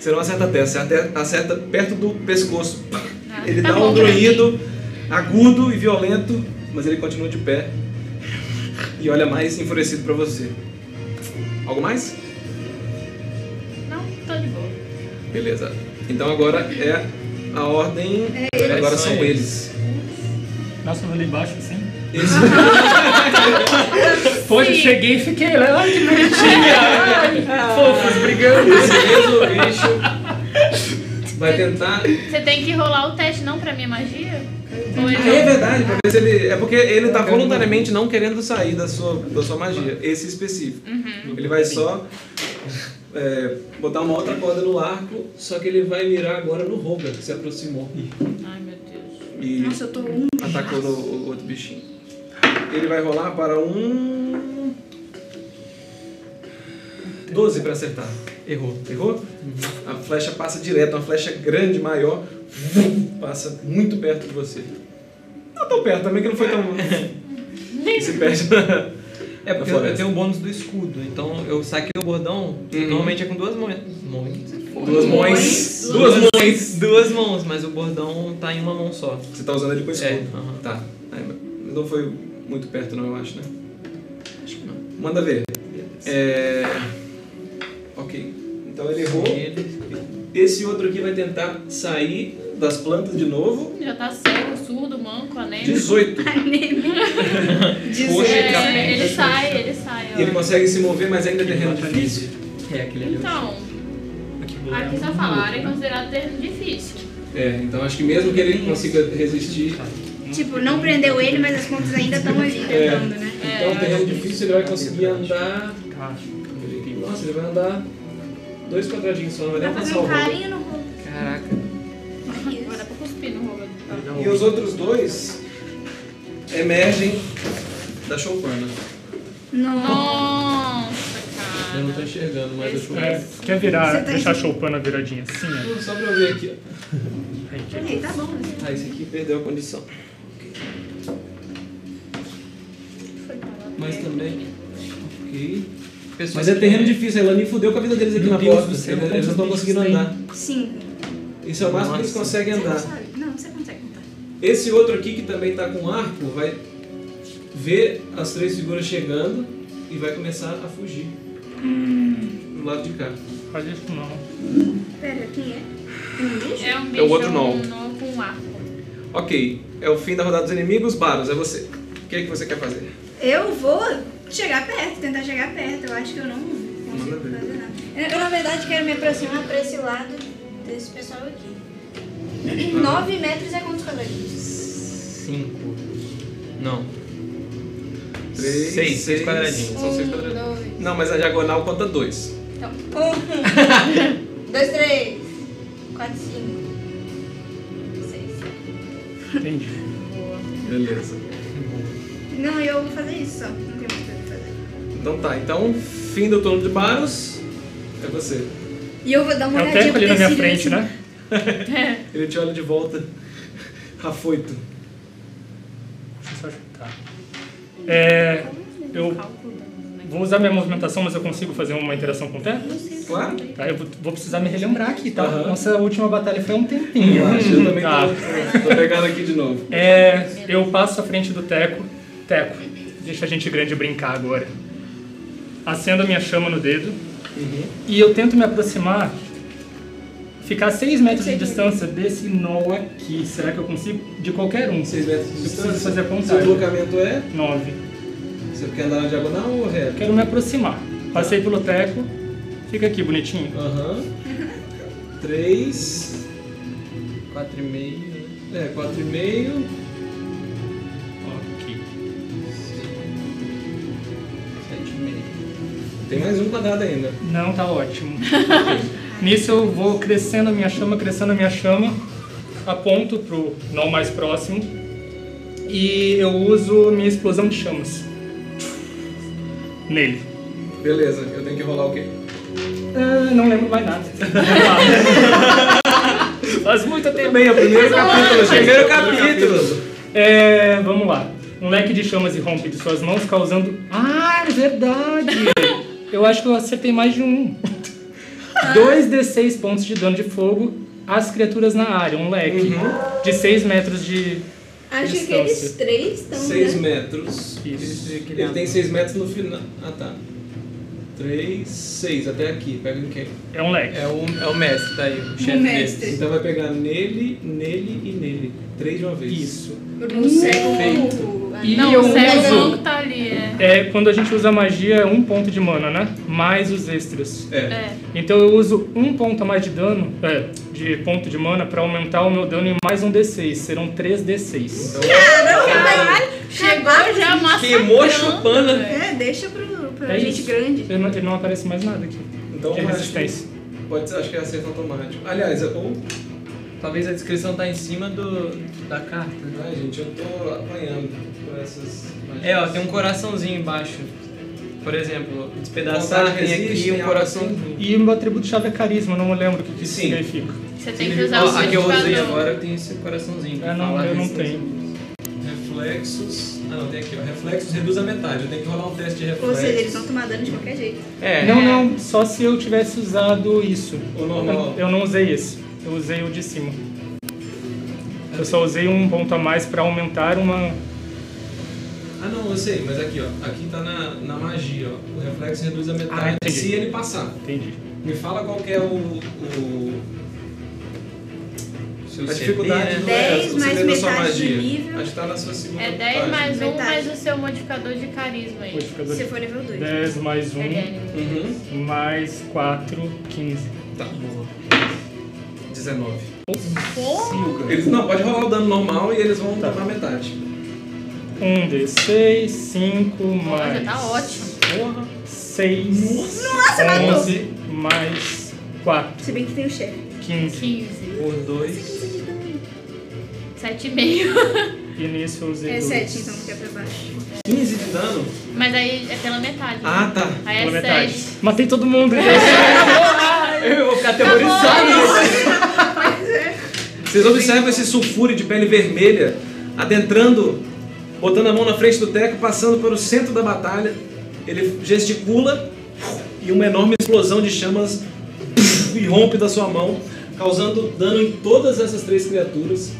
A: Você não acerta a testa, você até- acerta perto do pescoço. Pá!
F: Ah,
A: Ele
F: tá
A: dá
F: bom
A: um
F: pra mim.
A: grunhido agudo e violento, mas ele continua de pé. E olha mais enfurecido pra você. Algo mais?
F: Não, tô de boa.
A: Beleza. Então agora é a ordem.
F: É
A: agora são
D: São
A: eles.
G: Nossa, eu rolei baixo assim.
A: Eles-
G: Poxa, eu cheguei e fiquei lá. Ai, que bonitinha. Ai, Fofos brigando.
A: Esse mesmo bicho vai tentar.
F: Você tem que rolar o teste não pra minha magia? Ou
A: Ah, é
F: ele...
A: verdade, pra ver se ele. É porque ele tá voluntariamente não querendo sair da sua, da sua magia, esse específico. Ele vai só é, botar uma outra corda no arco, só que ele vai mirar agora no Roga, que se aproximou.
F: Ai, meu Deus.
A: E
B: Nossa, eu tô um.
A: atacou no o outro bichinho. Ele vai rolar para um. 12 para acertar. Errou. Errou?
D: Uhum.
A: A flecha passa direto, uma flecha grande, maior, passa muito perto de você. Não tão perto também, que não foi tão. Se perde na.
D: É porque
A: Na
D: eu,
A: floresta.
D: tenho o bônus do escudo, então eu saquei o bordão, que
A: Uhum.
D: normalmente é com duas mãos. mãos.
A: Duas mãos. Duas
D: Duas
A: mãos.
D: mãos. Duas mãos, mas o bordão tá em uma mão só.
A: Você tá usando ele com escudo.
D: É, aham.
A: Tá. É, mas não foi muito perto, não, eu acho, né? Acho que não. Manda ver. É. Ok. Então ele errou. Esse outro aqui vai tentar sair das plantas de novo.
F: Já tá cego, surdo, manco, anêmico.
A: 18. Poxa,
F: É,
A: cara.
F: ele sai, ele sai, ó.
A: E ele consegue se mover, mas ainda é terreno difícil.
D: É, aquele ali.
F: Então, aqui só fala, área é considerada terreno difícil.
A: É, então acho que mesmo que ele consiga resistir, então,
B: Tipo, não prendeu ele, mas as contas ainda estão ali tentando, né?
A: então o terreno difícil ele vai conseguir andar.
D: é
A: Nossa, ele vai andar dois quadradinhos só, não vai nem
B: Vai fazer
A: alcançar o
B: um
A: rolo.
B: carinho no rosto.
D: Caraca.
F: Agora dá pra cuspir no rolo.
A: E os outros dois emergem da né? choupana.
B: Não.
F: Nossa,
D: Eu não tô
F: cara.
D: enxergando, mas eu
F: Esse-
D: tô...
G: É, quer virar,
B: Você tá
G: deixar a choupana viradinha assim, ó.
A: Só pra eu ver aqui, ó.
G: Aí, que-
B: Ei, tá bom. né?
A: Ah, esse aqui perdeu a condição. Mas também. Ok.
D: Pessoas
A: Mas é
D: que-
A: terreno difícil, a Elani fudeu com a vida deles aqui
D: Meu
A: na
D: Deus
A: porta.
D: do céu,
A: Eles
D: como
A: eles não estão
D: esses
A: conseguindo
D: bichos
A: andar.
B: Cinco.
A: Isso é o máximo que eles
D: Nossa.
A: conseguem
B: Você não
A: andar.
B: sabe. Não, você consegue tá contar.
A: Esse outro aqui que também tá com arco vai ver as três figuras chegando e vai começar a fugir. Hum. Do lado de cá.
G: Faz isso não.
B: Pera, quem é?
F: É um bicho
A: É o outro nó.
F: um nó com um arco.
A: Ok, é o fim da rodada dos inimigos. Baros, é você. O que é que você quer fazer?
B: Eu vou chegar perto, tentar chegar perto. Eu acho que eu não consigo
A: Manda ver.
B: fazer nada. Eu, eu, na verdade, quero me aproximar pra esse lado desse pessoal aqui.
G: Uhum.
B: Nove metros é quantos quadradinhos?
D: Cinco. Não.
A: Três,
D: Seis.
A: seis.
D: Seis quadradinhos.
A: São seis quadradinhos. Não, mas a diagonal conta dois.
B: Um, dois, três, quatro, cinco, seis.
G: Entendi.
A: Beleza.
B: Não, eu vou fazer isso só. Não tem muito coisa pra fazer.
A: Então tá, então fim do turno de Baros. É você.
B: E eu vou dar uma
G: É o
B: olhadinha
G: tempo ali
B: pro
G: na minha
B: tecido,
G: frente,
B: assim.
G: né?
A: Ele te olha de volta. Afoito.
G: Deixa eu só chutar. É, eu vou usar minha movimentação, mas eu consigo fazer uma interação com o tempo?
A: Claro.
G: Tá, eu vou, vou precisar me relembrar aqui, tá?
A: Aham.
G: Nossa última batalha foi há um tempinho.
A: Relaxa, eu também
G: Tá.
A: tô, tô pegando aqui de novo.
G: É, eu passo à frente do Teco. Teco, deixa a gente grande brincar agora. acendo a minha chama no dedo
A: Uhum.
G: e eu tento me aproximar, ficar 6 metros de distância desse nó aqui. Será que eu consigo? De qualquer um.
A: 6 metros de
G: Eu preciso
A: distância.
G: fazer a
A: Seu
G: contagem.
A: deslocamento é?
G: 9.
A: Você quer andar na diagonal ou reto?
G: Quero me aproximar. Passei pelo teco, fica aqui bonitinho.
A: Aham. 3.
D: 4,5.
A: É, 4,5.
G: Ok.
D: 7,5.
A: Tem mais um quadrado ainda.
G: Não, tá ótimo. Nisso eu vou crescendo a minha chama, crescendo a minha chama, aponto pro nó mais próximo e eu uso minha explosão de chamas nele.
A: Beleza, eu tenho que rolar o quê?
G: Ah, não lembro mais nada. Faz muito tempo.
A: Bem, é o primeiro capítulo, gente. Primeiro capítulo.
G: É, vamos lá. Um leque de chamas irrompe de suas mãos, causando. Ah, é verdade! Eu acho que eu acertei mais de um. 2d6 pontos de dano de fogo às criaturas na área, um leque de 6 metros de.
B: Acho que
G: Distância.
B: eles três estão.
A: 6
B: né?
A: metros.
G: Isso.
A: Ele tem 6 metros no final. Ah, tá. 3, 6, até aqui. Pega em quem?
G: É um leque.
D: É o, é o mestre, tá aí, o chefe
B: mestre.
D: desse.
A: Então vai pegar nele, nele e nele. 3 de uma vez.
G: Isso.
B: Não sei.
G: é E
F: Não,
G: eu
F: o cego
G: uso-
F: não tá ali, é.
G: É, quando a gente usa magia, é um ponto de mana, né? Mais os extras.
A: É.
F: É.
G: Então eu uso um ponto a mais de dano, é, de ponto de mana, pra aumentar o meu dano em mais um d6. Serão 3d6.
A: Então,
F: Chegou já massacrando.
D: Queimou a chupana.
F: velho.
B: É, deixa pro, pra
G: É
B: gente
G: isso.
B: grande.
G: Ele não, ele não aparece mais nada aqui.
A: Então
G: de
A: acho que-
G: resistência.
A: Pode ser, acho que é acerto automático. Aliás, ou.
D: Talvez a descrição tá em cima do, da carta.
A: Ai, gente, eu tô apanhando por essas.
D: É, ó, tem um coraçãozinho embaixo. Por exemplo, despedaçar
A: Vontade
D: tem aqui
A: resiste,
D: um
A: tem
D: coração.
A: algo assim.
G: E o meu atributo-chave é carisma, eu não lembro o que, que isso
A: Sim.
G: significa.
F: Você tem que usar o
D: Ó,
F: seu
D: a que eu usei
F: jogador.
D: agora tem esse coraçãozinho.
G: Ah, não,
D: Fala
G: eu não
D: resistência.
G: tenho.
A: um Reflexos. Ah, não, tem aqui, ó. Reflexos reduz a metade. Eu tenho que rolar um teste de
B: Ou
A: reflexos.
B: seja, eles vão tomar dano de qualquer jeito.
D: É.
G: Não, não, só se eu tivesse usado isso.
A: O normal.
G: Eu, eu não usei esse, eu usei o de cima. Eu só usei um ponto a mais pra aumentar uma...
A: Ah, não, eu sei, mas aqui, ó. Aqui tá na, na magia, ó. O reflexo reduz a
G: Ah,
A: metade
G: entendi.
A: se ele passar.
G: Entendi.
A: Me fala qual que é o. o
D: Seu
A: a
D: CD,
A: dificuldade
D: né?
A: do
B: 10
A: o CD
B: mais
A: da sua
B: metade
A: magia.
B: do nível.
A: Acho que tá na sua segunda.
F: É 10
A: página.
F: mais 1
B: Metade.
F: mais o seu modificador de carisma aí.
G: Modificador
B: Se for nível 2.
G: 10 mais
F: Ele é
G: 1,
F: anime.
A: Uhum.
G: mais 4, 15.
A: Tá, boa. 19.
F: Pô,
A: Eles não, pode rolar o dano normal e eles vão tomar metade.
G: 1 D6, 5 mais...
F: já tá ótimo.
G: 6,
B: Nossa, matou.
G: 11 mais 4,
B: Se bem que tem o chefe.
G: 15.
F: 15.
A: Por 2.
F: 7,5.
G: E nisso eu usei
B: É
G: dois.
B: 7, então, que é pra baixo.
A: 15 de dano?
F: Mas aí é pela metade. né?
A: Ah, tá.
F: Aí
G: Pela
F: é
G: metade.
F: 7.
G: Matei todo mundo. Deus.
D: Eu vou ficar aterrorizado. é.
A: Vocês observam esse sulfure de pele vermelha adentrando, botando a mão na frente do teco, passando para o centro da batalha. Ele gesticula e uma enorme explosão de chamas irrompe da sua mão, causando dano em todas essas três criaturas.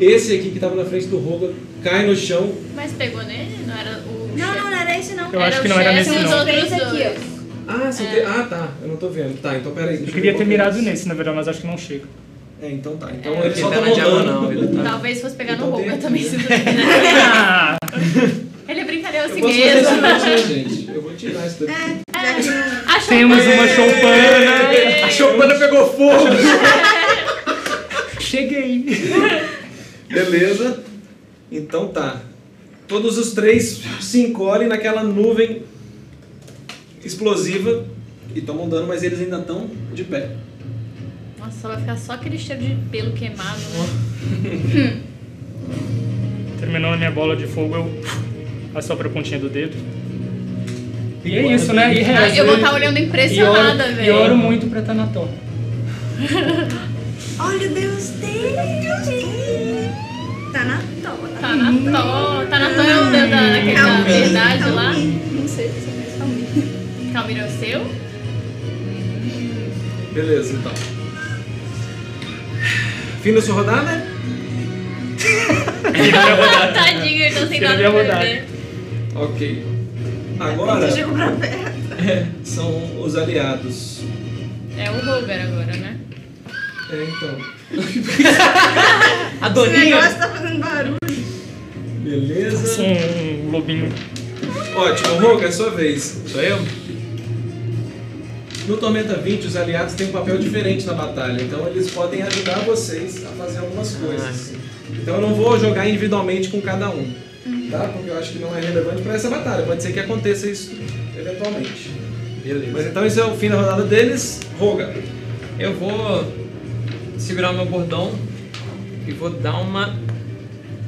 A: Esse aqui que estava na frente do Roga cai no chão.
F: Mas pegou nele? Não era o.
B: Não, não, não era esse não.
G: Eu acho que não
F: o
G: era
F: chefe
G: nesse,
F: e os
G: não.
F: outros
B: Três aqui,
F: dois.
B: ó.
A: Ah,
D: É.
A: são tre- ah, tá. Eu não tô vendo. Tá, então peraí. deixa
G: Eu
A: eu
G: queria
A: ver
G: ter
A: qual que é
G: mirado
A: isso.
G: nesse, na verdade, mas acho que não chega.
A: É, então tá. Então
D: Ele
A: ele só
D: tá na
A: tomou
D: diagonal,
A: dano.
D: ele tá.
F: Talvez fosse pegar
A: Então
F: no
A: tem aqui.
F: roupa também. né? se duvidar.
G: Ah,
F: Ele é brincadeira
A: Eu
F: assim
A: posso fazer
F: mesmo.
A: isso, né, gente. Eu vou tirar isso daqui.
B: É.
F: Achou é
G: temos uma né? choupana.
A: A choupana pegou fogo!
G: Cheguei.
A: Beleza. Então tá. Todos os três se encolhem naquela nuvem explosiva e tomam dano, mas eles ainda estão de pé.
F: Nossa, só vai ficar só aquele cheiro de pelo queimado. né?
G: Terminando a minha bola de fogo, eu assopro a pontinha do dedo. E é isso, né? E
F: Ah,
G: rezo.
F: eu vou estar olhando
G: E oro,
F: impressionada,
G: e oro
F: velho.
G: muito pra tá Tanató.
B: Olha o Deus dele. Tá Então na toa.
F: Tá na to, tá na to é o da, da, daquela verdade lá.
B: Não sei se é mais calminho.
F: Calmir é o seu.
A: Beleza, então. Fim da sua rodada?
F: Tadinho, ele tá sem
G: Tira
F: nada
G: minha
F: pra
G: rodada.
F: ver.
A: Ok. Agora.
B: Chegou pra perto.
A: são os aliados.
F: É o Roger agora, né?
A: É, então.
D: A
B: Esse
D: Doninha.
B: negócio tá fazendo barulho.
A: Beleza.
G: Um lobinho.
A: Ótimo, Rogue, é sua vez.
D: Sou eu?
A: No Tormenta 20, os aliados têm um papel diferente na batalha, então eles podem ajudar vocês a fazer algumas coisas. Então eu não vou jogar individualmente com cada um, tá? Porque eu acho que não é relevante para essa batalha. Pode ser que aconteça isso eventualmente.
D: Beleza.
A: Mas então esse é o fim da rodada deles. Roga.
D: Eu vou segurar o meu bordão e vou dar uma.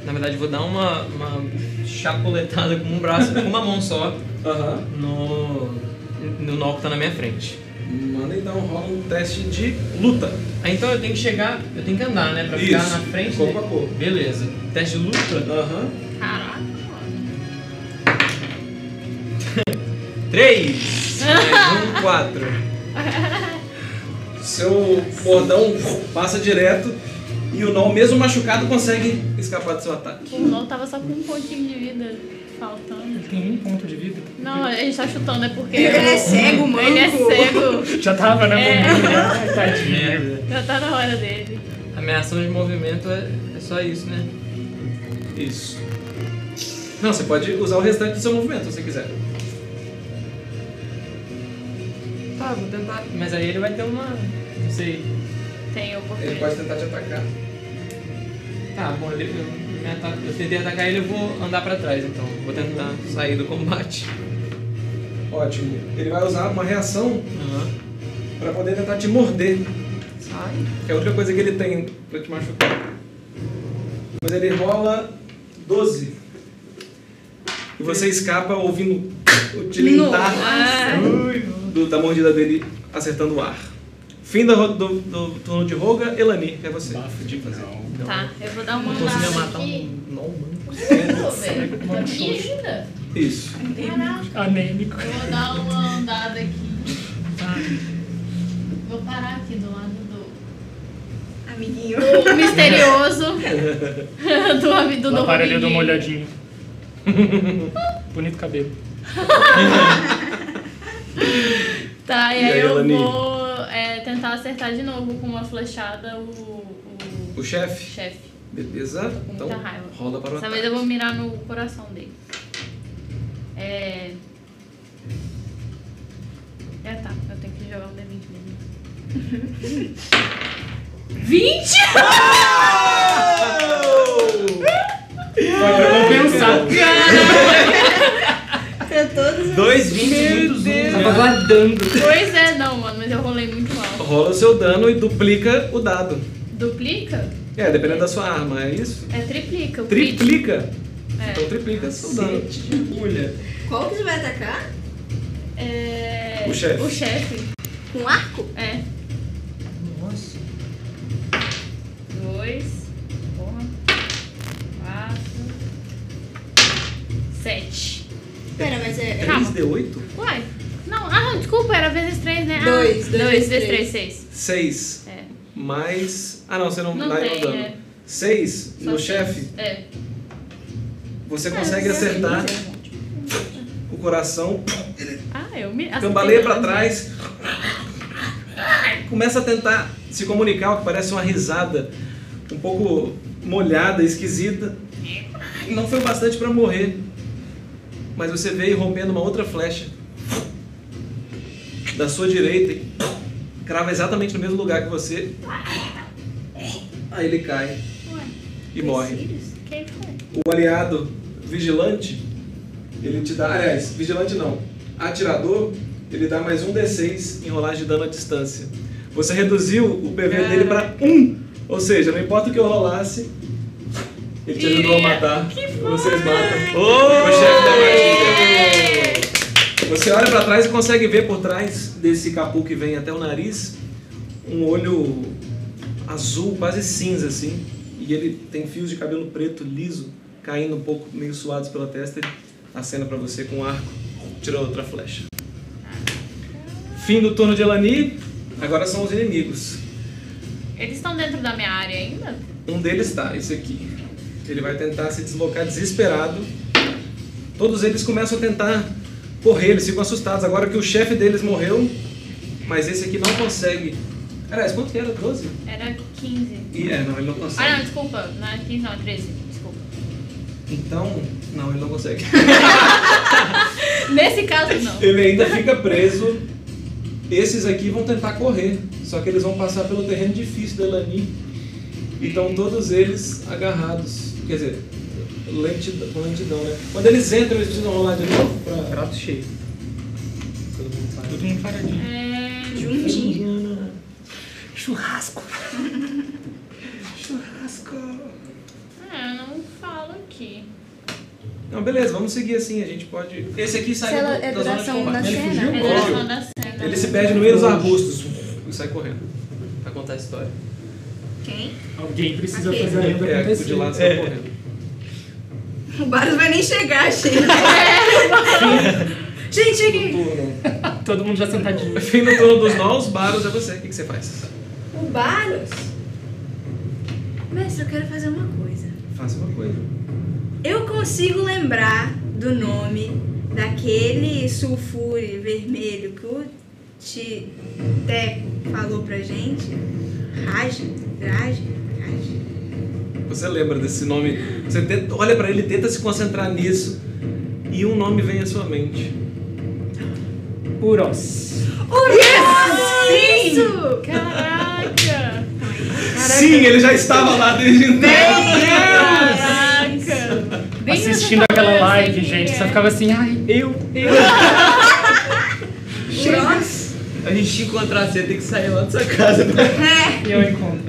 D: Na verdade, vou dar uma, uma chapuletada com um braço, com uma mão só,
A: Aham.
D: no, no nó que tá na minha frente.
A: Manda então rola um teste de luta.
D: Ah, Então eu tenho que chegar, eu tenho que andar, né? Pra ficar
A: Isso.
D: na frente.
A: Corpo
D: dele.
A: a corpo.
D: Beleza. Teste de luta.
A: Aham.
F: Caraca, mano.
D: 3, mais um, 4.
A: Seu bordão passa direto e o Nol, mesmo machucado, consegue escapar do seu ataque.
F: O LOL tava só com um pontinho de vida faltando.
G: Ele tem um ponto de vida.
F: Não, a gente tá chutando, é porque.
B: Ele é cego, mano.
F: Ele é cego.
G: Já tava, né?
F: É.
G: bobinho? Ai, tadinho.
D: um, Merda.
F: Já tá na hora dele.
D: A minha ação de movimento é, é só isso, né?
A: Isso. Não, você pode usar o restante do seu movimento se você quiser.
D: Tá, vou tentar. Mas aí ele vai ter uma. Não sei.
F: Tem
A: Ele pode
F: oportunidade.
A: tentar te atacar.
D: Tá, bom, ele, eu, me ata- eu tentei atacar ele, eu vou andar pra trás então. Vou tentar sair do combate.
A: Ótimo. Ele vai usar uma reação
D: Aham.
A: pra poder tentar te morder,
D: Sai.
A: que é a única coisa que ele tem pra te machucar. Mas ele rola 12. E você escapa ouvindo o tilintar do- da mordida dele acertando o ar. Fim do, ro- do, do turno de Roga, Elani, é você.
G: Bafo de não.
F: Tá, eu vou dar uma
D: Conseguiu
F: andada
D: matar
F: aqui.
D: um. Não, mano.
F: Pô, velho, Me ajuda.
A: Isso.
F: Tá Caraca.
G: Anêmico.
F: Eu vou dar uma andada aqui. Vou parar aqui do lado do.
B: Amiguinho.
F: do misterioso. do amigo do
G: Lá para ali, eu dou uma
F: Norbinho.
G: olhadinha. Bonito cabelo.
F: Tá, e,
A: E
F: aí,
A: aí,
F: eu
A: Elani?
F: vou é, tentar acertar de novo com uma flechada o, o
A: O chefe.
F: chefe.
A: Beleza? Então,
F: muita raiva.
A: rola para o
F: Dessa vez
A: ataque.
F: eu vou mirar no coração dele. É. É, tá. Eu tenho que jogar um D20 mesmo. 20?
G: Pra compensar.
B: Pra todos.
D: 2, 20, muitos
G: Tava
D: Tá.
G: guardando.
F: Pois é, não, mano, mas eu rolei muito alto.
A: Rola o seu dano e duplica o dado.
F: Duplica?
A: É, dependendo da sua arma, é isso?
F: É triplica. O crit.
A: Triplica? Então
F: É.
A: triplica seu dano.
B: Qual que você vai atacar?
F: É.
A: O chefe.
F: O chefe.
B: Com arco?
F: É. Nossa. Dois. Porra. Quatro. Sete.
B: Pera, mas é.
F: Calma.
A: 3D8?
F: Uai. Não, ah, desculpa, era vezes três, né? Ah,
B: Dois, dois
F: Dois,
B: vezes
F: vezes
B: três.
F: três, seis.
A: 6.
F: É.
A: Mais. Ah, não, você não,
F: Não
A: dá
F: tem,
A: o dano.
F: é.
A: 6
F: Só
A: no
F: seis.
A: chefe,
F: É.
A: você
F: Ah,
A: consegue
F: eu sei.
A: acertar o coração,
F: Ah, eu me.
A: cambaleia pra
F: acertei.
A: trás, começa a tentar se comunicar, o que parece uma risada um pouco molhada, esquisita. Não foi bastante pra morrer, mas você veio rompendo uma outra flecha da sua direita e crava exatamente no mesmo lugar que você. Aí ele cai e morre.
F: Quem foi?
A: O aliado vigilante, ele te dá. Aliás, vigilante não. Atirador, ele dá mais um D6 em rolagem de dano à distância. Você reduziu o PV dele pra 1. Ou seja, não importa o que eu rolasse, ele te ajudou a matar. Vocês matam. O chefe da magia. Você olha pra trás e consegue ver por trás desse capu que vem até o nariz um olho azul, quase cinza assim. E ele tem fios de cabelo preto liso caindo um pouco meio suados pela testa. Ele acena pra você com um arco, tira outra flecha. Fim do turno de Elani. Agora são os inimigos.
F: Eles estão dentro da minha área ainda?
A: Um deles tá, esse aqui. Ele vai tentar se deslocar desesperado. Todos eles começam a tentar correr, eles ficam assustados agora que o chefe deles morreu, mas esse aqui não consegue. Aliás, quanto que era? 12?
F: Era 15.
A: Ih, é, não, ele não
F: Ah,
A: consegue.
F: não, desculpa. Não era 15, não, era 13. Desculpa.
A: Então, não, ele não consegue.
F: Nesse caso, não. É,
A: Ele ainda fica preso. Esses aqui vão tentar correr, só que eles vão passar pelo terreno difícil da Elani. Então todos eles agarrados. Quer dizer, lentidão, com lentidão, né? Quando eles entram, eles precisam rolar de novo pra.
D: Prato cheio.
A: Todo mundo sabe.
G: Todo mundo paradinho.
F: É...
B: Juntinho.
G: Churrasco. Churrasco.
F: Ah, eu não falo aqui.
A: Não, beleza, vamos seguir assim, a gente pode. Esse aqui sai
H: Se ela
A: do- da zona
H: é
A: de
H: duração
A: combate.
H: da
A: Ele
H: cena,
A: fugiu
H: é
F: Era
A: óbvio.
F: só da cena.
A: Ele se perde no meio dos arbustos e sai correndo.
D: Pra contar a história.
B: Quem?
G: Alguém precisa
B: Aquele.
G: fazer a lenda
A: É, o
G: acontecer.
A: de lá sai correndo.
B: O Baros vai nem chegar, gente.
F: É.
B: gente,
A: né?
G: Todo mundo já sentadinho.
A: Fim do turno dos nós, Baros é você. O que, que você faz?
B: o Baros. Mestre, eu quero fazer uma coisa.
A: Faça uma coisa.
B: Eu consigo lembrar do nome daquele sulfure vermelho que o Ti- Teco falou pra gente. Raj, Raj, Raj.
A: Você lembra desse nome? Você tenta- olha pra ele, tenta se concentrar nisso e um nome vem à sua mente.
G: Uros.
B: Yes! Isso!
F: Caraca!
A: Sim, ele já estava lá desde então.
F: Caraca! Bem
G: Assistindo
F: nessa
G: aquela
F: conversa
G: live,
F: que
G: gente,
F: é.
G: só ficava assim, ai, eu, eu.
B: Gross.
D: A gente te encontrar, você tem que sair lá dessa casa.
B: É.
G: E eu encontro.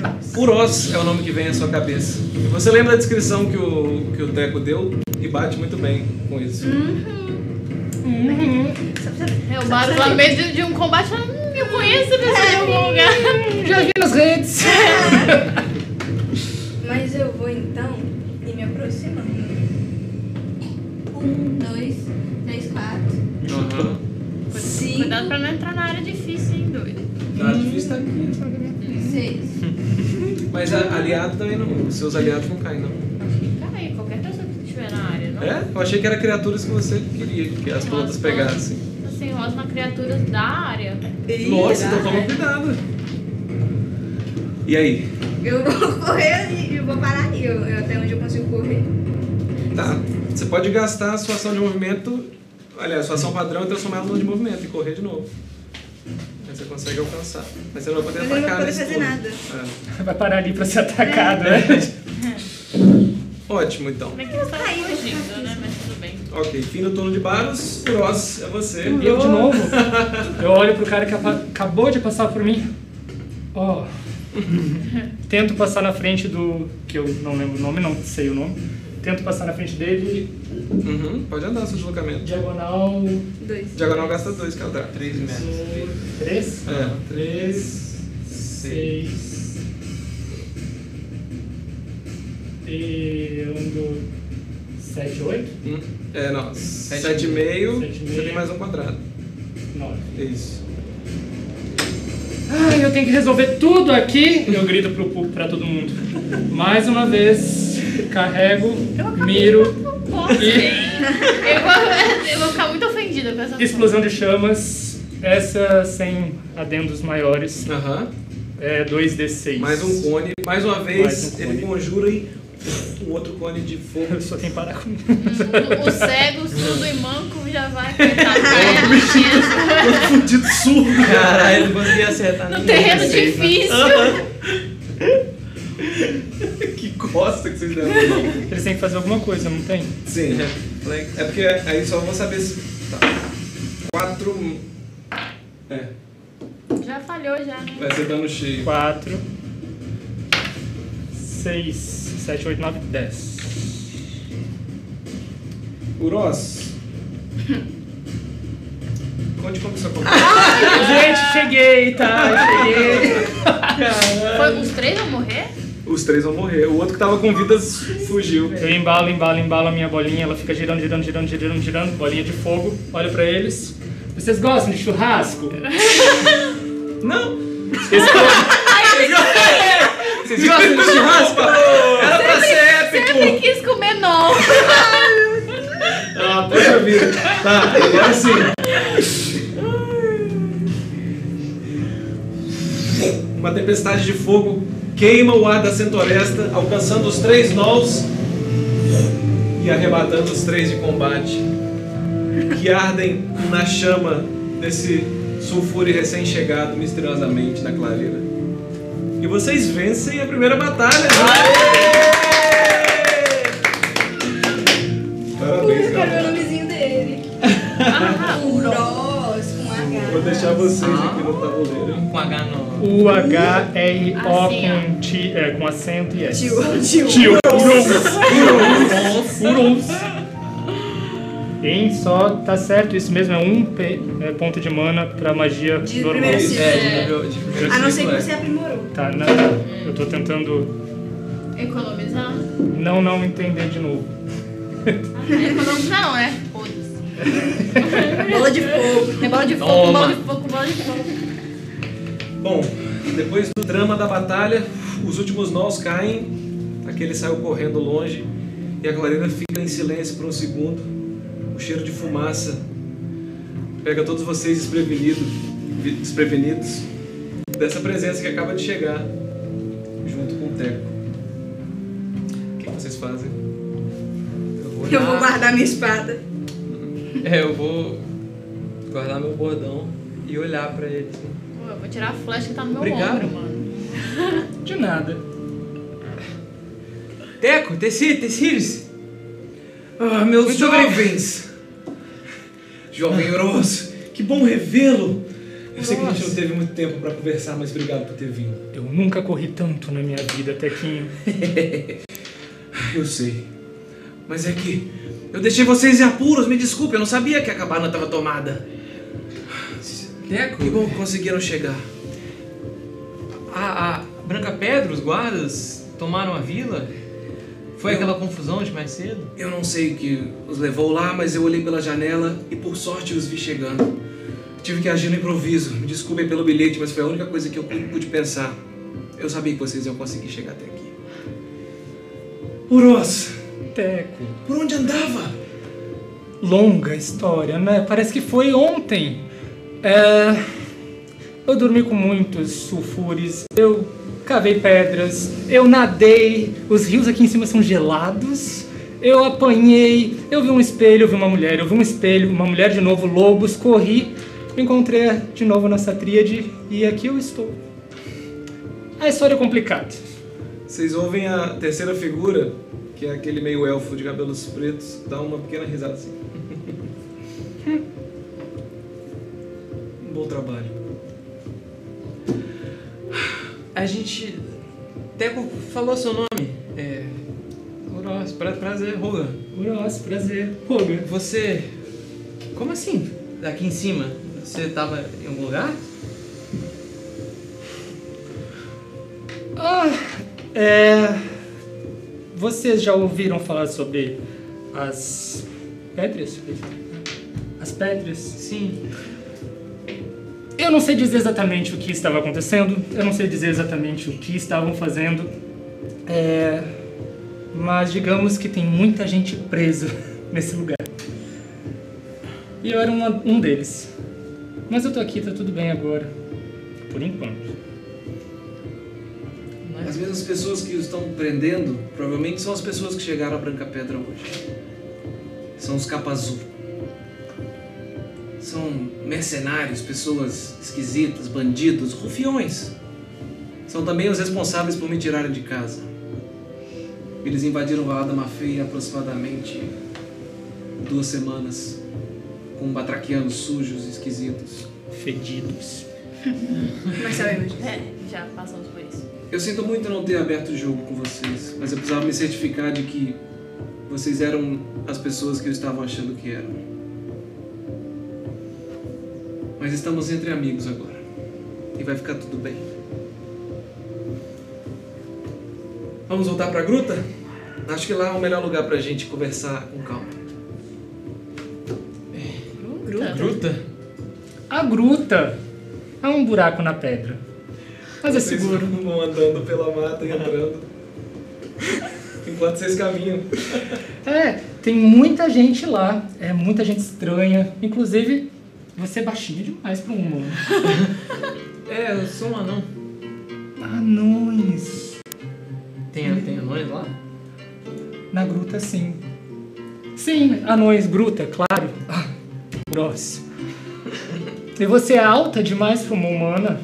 G: Não.
A: Uros é o nome que vem à sua cabeça. Você lembra da descrição que o, que o Teco deu e bate muito bem com isso.
B: Uhum.
F: É, o Baro lá no meio de, de um combate fala, hum, eu conheço essa pessoa em algum lugar.
G: Já vi nas redes.
B: Mas eu vou então e me aproximando.
H: Um, dois, três, quatro.
A: Aham.
H: Cinco,
F: Cuidado pra não entrar na área difícil, hein, doido.
A: Tá difícil tá aqui.
H: seis.
A: Mas a- aliado também não. Os seus aliados não caem, não.
F: Cara, qualquer pessoa que estiver na área, não?
A: É? Eu achei que era criaturas que você queria que as plantas pegassem.
F: Você enrola Assim, uma criatura da área.
A: Nossa, então toma cuidado. E aí?
B: Eu vou correr e eu vou parar ali, eu, eu- até onde eu consigo correr.
A: Tá. Você pode gastar a sua ação de movimento. Aliás, sua ação padrão é transformar ela de movimento e correr de novo. Aí você consegue alcançar. Mas você não vai poder
B: Mas eu não
A: atacar
B: vou poder
A: nesse
B: fazer
A: turno.
B: nada.
A: É.
G: Vai parar ali pra ser atacado, né?
F: É.
A: Ótimo, então.
F: Como é que você tá fugindo, né? Mas tudo bem.
A: Ok, fim do turno de Baros. Uros, é você.
G: E eu de novo, eu olho pro cara que apa- acabou de passar por mim. Ó. Tento passar na frente do. que eu não lembro o nome, não sei o nome. Tento passar na frente dele,
A: Uhum, pode andar seu deslocamento.
G: diagonal.
B: Dois.
A: Diagonal gasta 2, que é o draft. 3
G: 3?
A: É.
G: 3, 6. E. 1, 2, 7, 8,
A: Hum, É, não. 7,5.
D: Sete
A: Você
D: e
G: Sete e meio.
A: tem mais um quadrado.
G: 9.
A: É isso.
G: Ai, eu tenho que resolver tudo aqui. Eu grito pro público, pra todo mundo. Mais uma vez, carrego, miro,
F: Posso,
G: E-
F: hein? Eu vou, eu vou ficar muito ofendida com essa
G: explosão de chamas. Essa sem adendos maiores.
A: Aham.
G: É 2d6.
A: Mais um cone. Mais uma vez,
G: Mais um
A: ele
G: cone.
A: conjura e um outro cone de fogo.
G: Eu só tenho que parar com
F: O- O cego, surdo e manco já vai coitado. É,
A: Fudido surdo.
D: Caralho, não consegui acertar.
F: No
D: nenhum
F: terreno
D: desses, né?
F: difícil.
A: Que costa que vocês deram.
G: Eles têm que fazer alguma coisa, não tem?
A: Sim.
D: Flex.
A: É porque aí só vou saber se. Tá. Quatro. É,
F: Já falhou, já, né?
A: vai ser dano cheio.
G: 4, 6, 7, 8, 9, 10.
A: Uros. Conte como isso aconteceu.
G: Gente, cheguei, tá? Cheguei. É.
F: Foi, os três vão morrer?
A: Os três vão morrer. O outro que tava com vidas fugiu.
G: Eu embalo, embalo, embalo a minha bolinha, ela fica girando, girando, girando, girando, girando, bolinha de fogo. Olho pra eles. Vocês gostam de churrasco?
A: Não!
G: Vocês gostam de churrasco?
A: Era pra ser épico!
F: Sempre quis comer não.
A: Poxa vida. Tá, agora sim. Uma tempestade de fogo queima o ar da centoresta, alcançando os três nós e arrebatando os três de combate, que ardem na chama desse sulfure recém-chegado misteriosamente na clareira. E vocês vencem a primeira batalha. né? Parabéns,
H: Eu
A: galera.
H: quero ver o nomezinho dele. Com Ross,
B: Um
H: com H.
A: Vou deixar vocês aqui no tabuleiro. hein?
D: Com H no.
G: U H R O
F: Assim, ó.
G: com ti, é, com acento e S.
B: Tio, tio.
G: Tio. Urus. Urus. Em só tá certo isso mesmo, é um P- é, ponto de mana pra magia
B: De
G: normal.
B: primeiro ciclo.
D: É, de nível- de primeiro
B: A não ser
D: ciclo,
B: que
D: é.
B: você aprimorou.
G: Tá, não, eu tô tentando
F: Economizar?
G: não não entender de novo.
F: Economizar não, né? Foda-se.
B: Bola de fogo.
F: É bola de fogo, bola de fogo, bola de fogo.
A: Bom, depois do drama da batalha, os últimos nós caem, aquele saiu correndo longe e a clareira fica em silêncio por um segundo. O cheiro de fumaça pega todos vocês desprevenido, vi- desprevenidos dessa presença que acaba de chegar junto com o Teco. O que que vocês fazem?
D: Eu vou,
B: Eu vou
D: na-
B: guardar minha espada.
D: É, eu vou guardar meu bordão e olhar pra ele. assim.
F: Pô, eu vou tirar a flecha que tá no meu
D: Obrigado.
F: ombro, mano.
G: De nada.
D: Teco, Teci, Tecíris!
A: Ah, meus
D: Muito
A: jovens! Jovem Ross, que bom revê-lo! Eu sei que a gente não
D: Ross.
A: teve muito tempo para conversar, mas obrigado por ter vindo.
G: Eu nunca corri tanto na minha vida, Tequinho.
A: Eu sei. Mas é que eu deixei vocês em apuros, me desculpe, eu não sabia que a cabana estava tomada.
D: Teco,
A: Que bom que conseguiram chegar.
D: a, a Branca Pedra, os guardas, tomaram a vila? Foi aquela confusão de mais cedo?
A: Eu não sei o que os levou lá, mas eu olhei pela janela e por sorte os vi chegando. Tive que agir no improviso. Me desculpem pelo bilhete, mas foi a única coisa que eu pu- pude pensar. Eu sabia que vocês iam conseguir chegar até aqui. Uros,
G: Teco.
A: por onde andava?
G: longa história, né? Parece que foi ontem. É... Eu dormi com muitos sulfures, eu cavei pedras, eu nadei, os rios aqui em cima são gelados, eu apanhei, eu vi um espelho, eu vi uma mulher, eu vi um espelho, uma mulher de novo, lobos, corri, me encontrei de novo nessa tríade e aqui eu estou. A história é complicada.
A: Vocês ouvem a terceira figura, que é aquele meio elfo de cabelos pretos, dar uma pequena risada assim. Um bom trabalho.
D: A gente. Teco falou seu nome. É. Uros, pra- prazer, Rogan.
G: Nossa, prazer. Rogan.
D: Você. Como assim? Aqui em cima? Você tava em algum lugar?
G: Ah, é... Vocês já ouviram falar sobre as pedras? As pedras?
D: Sim.
G: Eu não sei dizer exatamente o que estava acontecendo, eu não sei dizer exatamente o que estavam fazendo, é... mas digamos que tem muita gente presa nesse lugar. E eu era uma- um deles. Mas eu tô aqui, tá tudo bem agora. Por enquanto.
A: As mesmas pessoas que o estão prendendo provavelmente são as pessoas que chegaram à Branca Pedra hoje. São os capa azul. São mercenários, pessoas esquisitas, bandidos, rufiões. São também os responsáveis por me tirarem de casa. Eles invadiram o Alada Mafei há aproximadamente duas semanas com batraquianos sujos e esquisitos.
G: Fedidos.
B: Marcelo, eu imagino.
F: É, já passamos por isso.
A: Eu sinto muito não ter aberto o jogo com vocês, mas eu precisava me certificar de que vocês eram as pessoas que eu estava achando que eram. Mas estamos entre amigos agora. E vai ficar tudo bem. Vamos voltar pra gruta? Acho que lá é o melhor lugar pra gente conversar com calma.
F: Gruta?
D: Gruta?
G: A gruta é um buraco na pedra. Mas é
A: Vocês
G: seguro.
A: vão andando pela mata e entrando. Enquanto vocês caminham.
G: É, Tem muita gente lá, é muita gente estranha. Inclusive, você é baixinho demais para um humano.
D: É, eu sou um anão.
G: Anões.
D: Tem, tem anões lá?
G: Na gruta, sim. Sim, anões, gruta, claro. Ah, grosso. E você é alta demais para uma humana.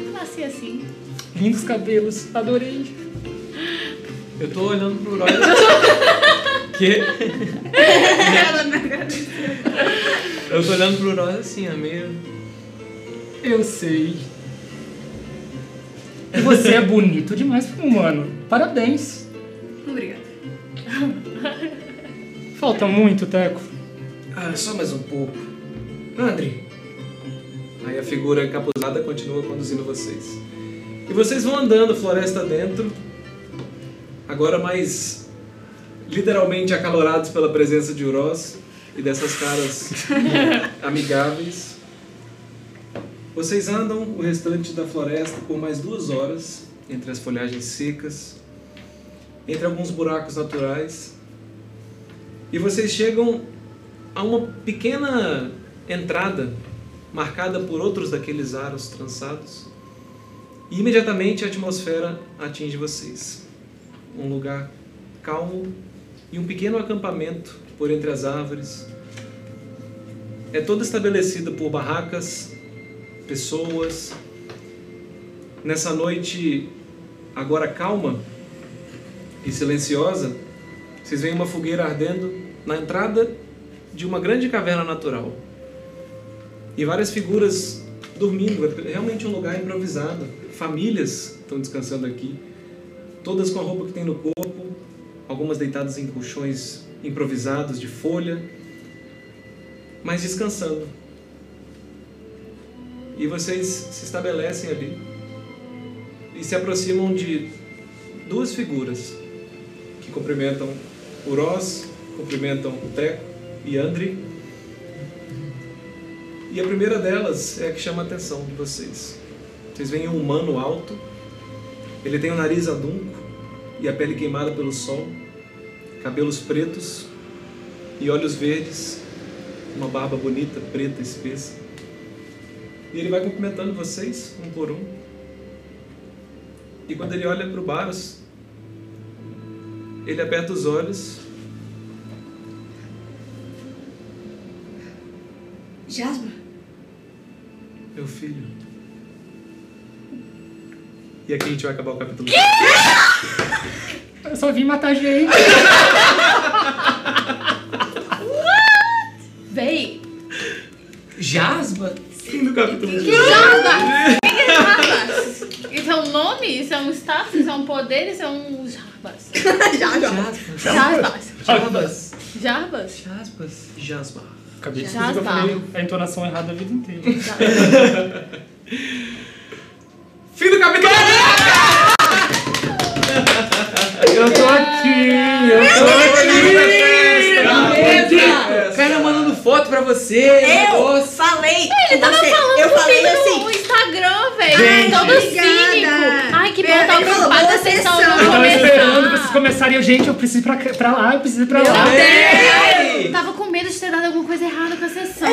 F: Eu nasci assim.
G: Lindos cabelos, adorei.
D: Eu tô olhando pro Roy. que? eu tô olhando pro Roy assim, é meio.
G: Eu sei. E você é bonito demais para um humano. Parabéns.
B: Obrigada.
G: Falta muito, Teco.
A: Ah, só mais um pouco. Andre. Aí a figura encapuzada continua conduzindo vocês. E vocês vão andando floresta dentro, agora mais literalmente acalorados pela presença de Uroz e dessas caras amigáveis. Vocês andam o restante da floresta por mais duas horas, entre as folhagens secas, entre alguns buracos naturais, e vocês chegam a uma pequena entrada marcada por outros daqueles aros trançados, e imediatamente a atmosfera atinge vocês. Um lugar calmo e um pequeno acampamento por entre as árvores. É todo estabelecido por barracas, pessoas. Nessa noite, agora calma e silenciosa, vocês veem uma fogueira ardendo na entrada de uma grande caverna natural. E várias figuras dormindo, é realmente um lugar improvisado. Famílias estão descansando aqui, todas com a roupa que tem no corpo, algumas deitadas em colchões improvisados de folha, mas descansando. E vocês se estabelecem ali e se aproximam de duas figuras que cumprimentam Uroz, cumprimentam Teco e Andri. E a primeira delas é a que chama a atenção de vocês. Vocês veem um humano alto, ele tem o nariz adunco e a pele queimada pelo sol, cabelos pretos e olhos verdes, uma barba bonita, preta, espessa. E ele vai cumprimentando vocês, um por um. E quando ele olha para o Baros, ele aperta os olhos.
B: Jasma,
A: Meu filho. E aqui a gente vai acabar o capítulo.
G: Eu só vim matar gente.
F: Véi,
D: Jasba?
A: Fim do capítulo.
F: isso é um nome? Isso é um status? Isso é um poder? Isso é um jarbas?
D: Jasba.
F: Jarbas?
D: Jarbas.
F: Jarbas?
D: Jaspas.
A: Jasma.
G: Acabei de
F: Já
G: descobrir que eu
F: tá.
G: falei a entonação errada a vida inteira.
A: Fim do capítulo.
G: Eu tô aqui! Eu tô
D: O cara mandando foto pra você.
H: Eu
D: negócio.
H: falei!
F: Ele tava
H: você-
F: falando
H: eu falei
F: comigo
H: assim.
F: no Instagram, velho. Todo
B: obrigada.
F: cínico. Ai, que bom, tá
B: Pera,
F: tava
B: ele falou,
F: preocupada
B: boa
F: se eles
B: sessão.
F: não
B: Eu
G: tava esperando
F: começar.
G: vocês começarem. Eu, gente, eu preciso ir pra, cá- pra lá, eu preciso ir pra lá.
F: Tava com medo de ter dado alguma coisa errada com a sessão.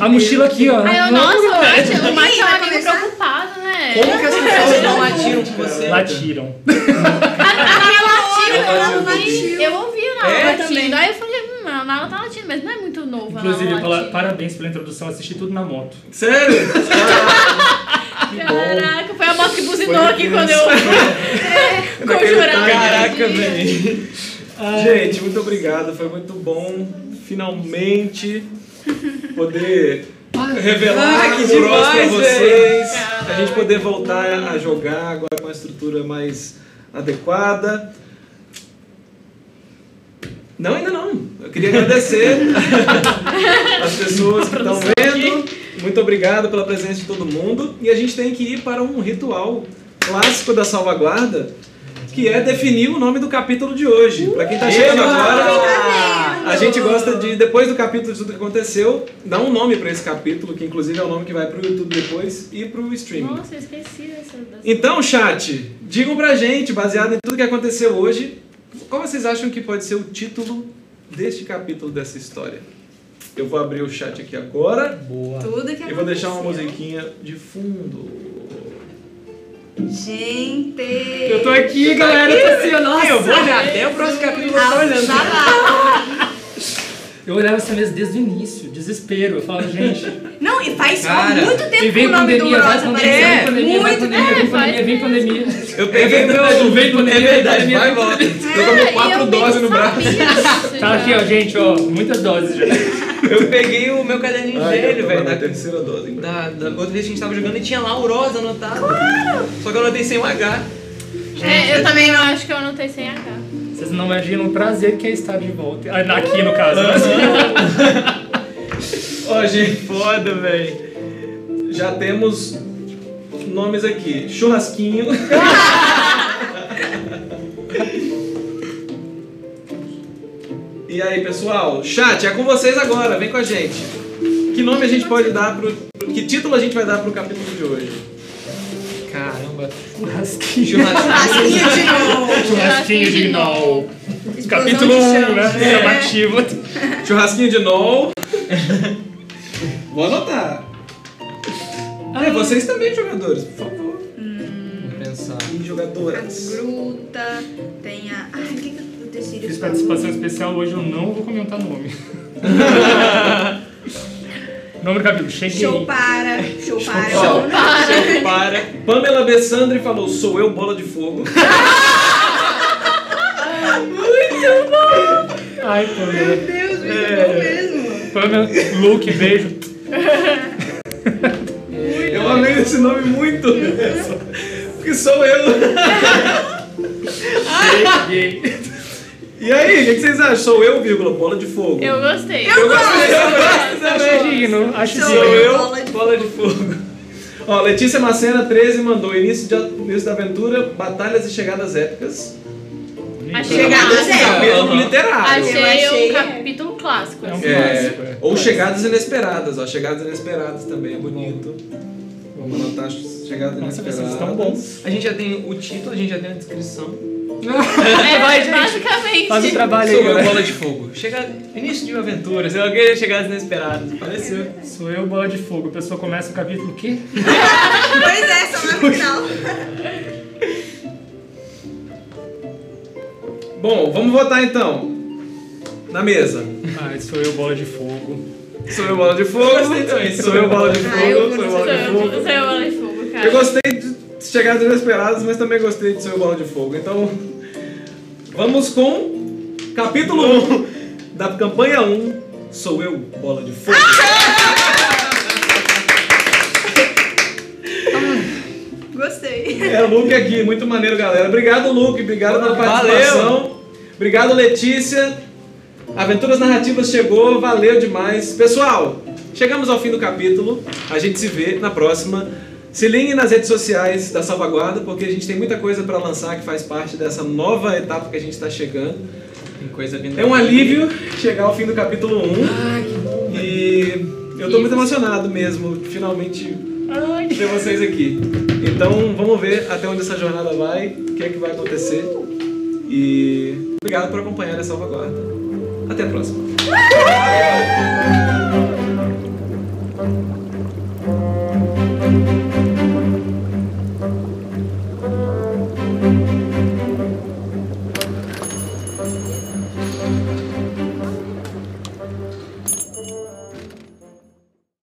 G: A mochila aqui, ó.
F: Aí eu, nossa, o Mate, o Mate
B: Ih,
F: é um
B: vai
F: amigo
B: começar?
F: preocupado, né?
D: Como que as pessoas não latiram com você?
G: Latiram.
F: Ela
D: Ela
F: latiu, eu ouvi a Nala
D: É,
F: latindo. Aí eu falei, hum, a Nala tá latindo, mas não é muito novo
G: Inclusive,
F: a Nala
G: pela-
F: latir.
G: parabéns pela introdução, assisti tudo na moto.
D: Sério?
F: Caraca, foi a moto que buzinou
A: Foi
F: aqui quando eu é,
A: Naquele
F: conjurava.
D: Caraca, velho.
A: Gente, muito obrigado. Foi muito bom finalmente poder revelar
D: Ai, que
A: o Uroz pra
D: demais,
A: vocês. A gente poder voltar a jogar agora com uma estrutura mais adequada. Não, ainda não. Eu queria agradecer as pessoas que estão vendo. Muito obrigado pela presença de todo mundo. E a gente tem que ir para um ritual clássico da salvaguarda, que é definir o nome do capítulo de hoje. Para quem está chegando agora, a gente gosta de, depois do capítulo de tudo que aconteceu, dar um nome para esse capítulo, que inclusive é o nome que vai para o YouTube depois e para o streaming.
F: Nossa, eu esqueci dessa. dessa-
A: Então, chat, digam pra gente, baseado em tudo que aconteceu hoje, Qual vocês acham que pode ser o título deste capítulo dessa história? Eu vou abrir o chat aqui agora.
D: Boa.
B: Tudo que
A: Eu vou deixar uma
B: aconteceu.
A: musiquinha de fundo.
B: Gente!
D: Eu tô aqui, galera. Eu tô assim,
B: nossa.
D: Eu vou olhar até o próximo capítulo. Eu tô olhando.
I: Eu olhava essa mesa desde o início, desespero. Eu falava, gente,
B: Não, e faz
D: Cara,
B: só muito
I: e
B: tempo que
I: vem
B: o nome do
I: pandemia, vai
B: Bros
I: pandemia, vem
B: aparece.
I: pandemia, vai
B: Muito
I: pandemia, vem
F: É, faz
I: pandemia, vem pandemia.
A: Eu peguei meu.
I: Vem
A: É
I: pandemia, vem
A: verdade, vai
I: pandemia.
A: e volta. Eu
F: É,
A: tomei quatro doses no braço.
I: Tá aqui, ó, gente, ó, muitas doses já.
D: Eu peguei o meu caderninho
A: Ai,
D: velho,
A: eu
D: velho.
A: tô na
D: Da,
A: terceira dose. hein?
D: da, da outra vez que a gente tava jogando e tinha lá o Rosa anotado. Claro! Só que eu anotei sem o H.
F: É, eu também não acho que eu anotei sem H.
I: Vocês não imaginam o prazer que é estar de volta. Ah, Aqui, no caso.
B: Uhum.
I: Assim,
A: Ó, gente, foda, velho. Já temos nomes aqui. Churrasquinho. e aí, pessoal? Chat, é com vocês agora. Vem com a gente. Que nome a gente pode dar pro... pro- Que título a gente vai dar pro capítulo de hoje?
D: Caramba.
I: Churrasquinho.
D: Churrasco.
B: Uhum.
I: assim,
G: Churrasquinho de Nol.
B: Explosão
G: Capítulo
B: de É.
G: 1,
B: chamas.
G: né? Chamativo.
A: Churrasquinho de novo. Vou anotar. É, vocês também, jogadores, por favor.
F: Hum.
D: Vou pensar.
A: E jogadoras.
B: A gruta, tem a. Ai, o que que o tecido
G: Fiz
B: fala?
G: participação especial hoje, eu não vou comentar nome. nome do capítulo, cheguei.
B: Show para, show para,
A: Show
B: show não.
A: Para. Pamela Bessandri falou: sou eu, bola de fogo.
G: Ai, É. Pamela.
B: Deus, muito bom mesmo.
G: Pamela, Luke, beijo.
A: Eu amei esse nome muito. Porque sou eu.
G: Cheguei.
A: E aí, o que que vocês acham? Sou eu, vírgula, bola de fogo.
F: Eu gostei.
A: Eu gosto, eu gosto
G: Acho
A: também.
G: digno, Tá acho
B: Sou
A: Sou
G: digno.
A: eu,
B: Bola de
A: bola de fogo. Ó, Letícia Macena 13 mandou início, de, início da aventura, batalhas e chegadas épicas.
F: Achei
B: Chegadas
F: massa.
B: é.
A: Mesmo literário.
B: Eu
F: Achei
B: achei-
F: um capítulo clássico. assim.
A: É, ou chegadas inesperadas, ó. Chegadas inesperadas também é bonito. Vamos anotar chegadas
G: Nossa,
A: inesperadas.
G: vocês estão bons.
D: A gente já tem o título, a gente já tem a descrição.
F: É,
I: vai, gente.
F: basicamente.
G: um
I: Faz o trabalho
D: Sou
I: aí,
D: eu,
I: galera.
D: bola de fogo. Chega... Início de uma aventura, sei lá, alguém chegadas inesperadas. Pareceu.
G: Sou eu, bola de fogo. A pessoa começa o capítulo o quê?
B: Pois é, só no final.
A: Bom, vamos votar então. Na mesa.
G: Ai, sou eu, bola de fogo.
A: Sou eu bola de fogo. Sou eu bola de fogo.
B: Ah, eu
A: Sou eu
F: Sou
A: bola de
F: eu,
A: fogo.
F: sou eu, bola de fogo, cara.
A: Eu gostei de chegadas inesperadas, mas também gostei de sou eu bola de fogo. Então, vamos com capítulo 1 da campanha 1. Sou eu bola de fogo.
B: Gostei.
A: É o Luke aqui, muito maneiro, galera. Obrigado, Luke. Obrigado pela participação. Obrigado, Letícia. Aventuras Narrativas chegou, valeu demais. Pessoal, chegamos ao fim do capítulo. A gente se vê na próxima. Se liguem nas redes sociais da Salvaguarda, porque a gente tem muita coisa para lançar que faz parte dessa nova etapa que a gente está chegando.
D: Tem coisa vindo.
A: É um alívio chegar ao fim do capítulo 1. E eu tô muito emocionado mesmo, finalmente
G: Ai,
A: ter vocês aqui. Então vamos ver até onde essa jornada vai, o que é que vai acontecer. E obrigado por acompanhar essa salvaguarda. Até a próxima.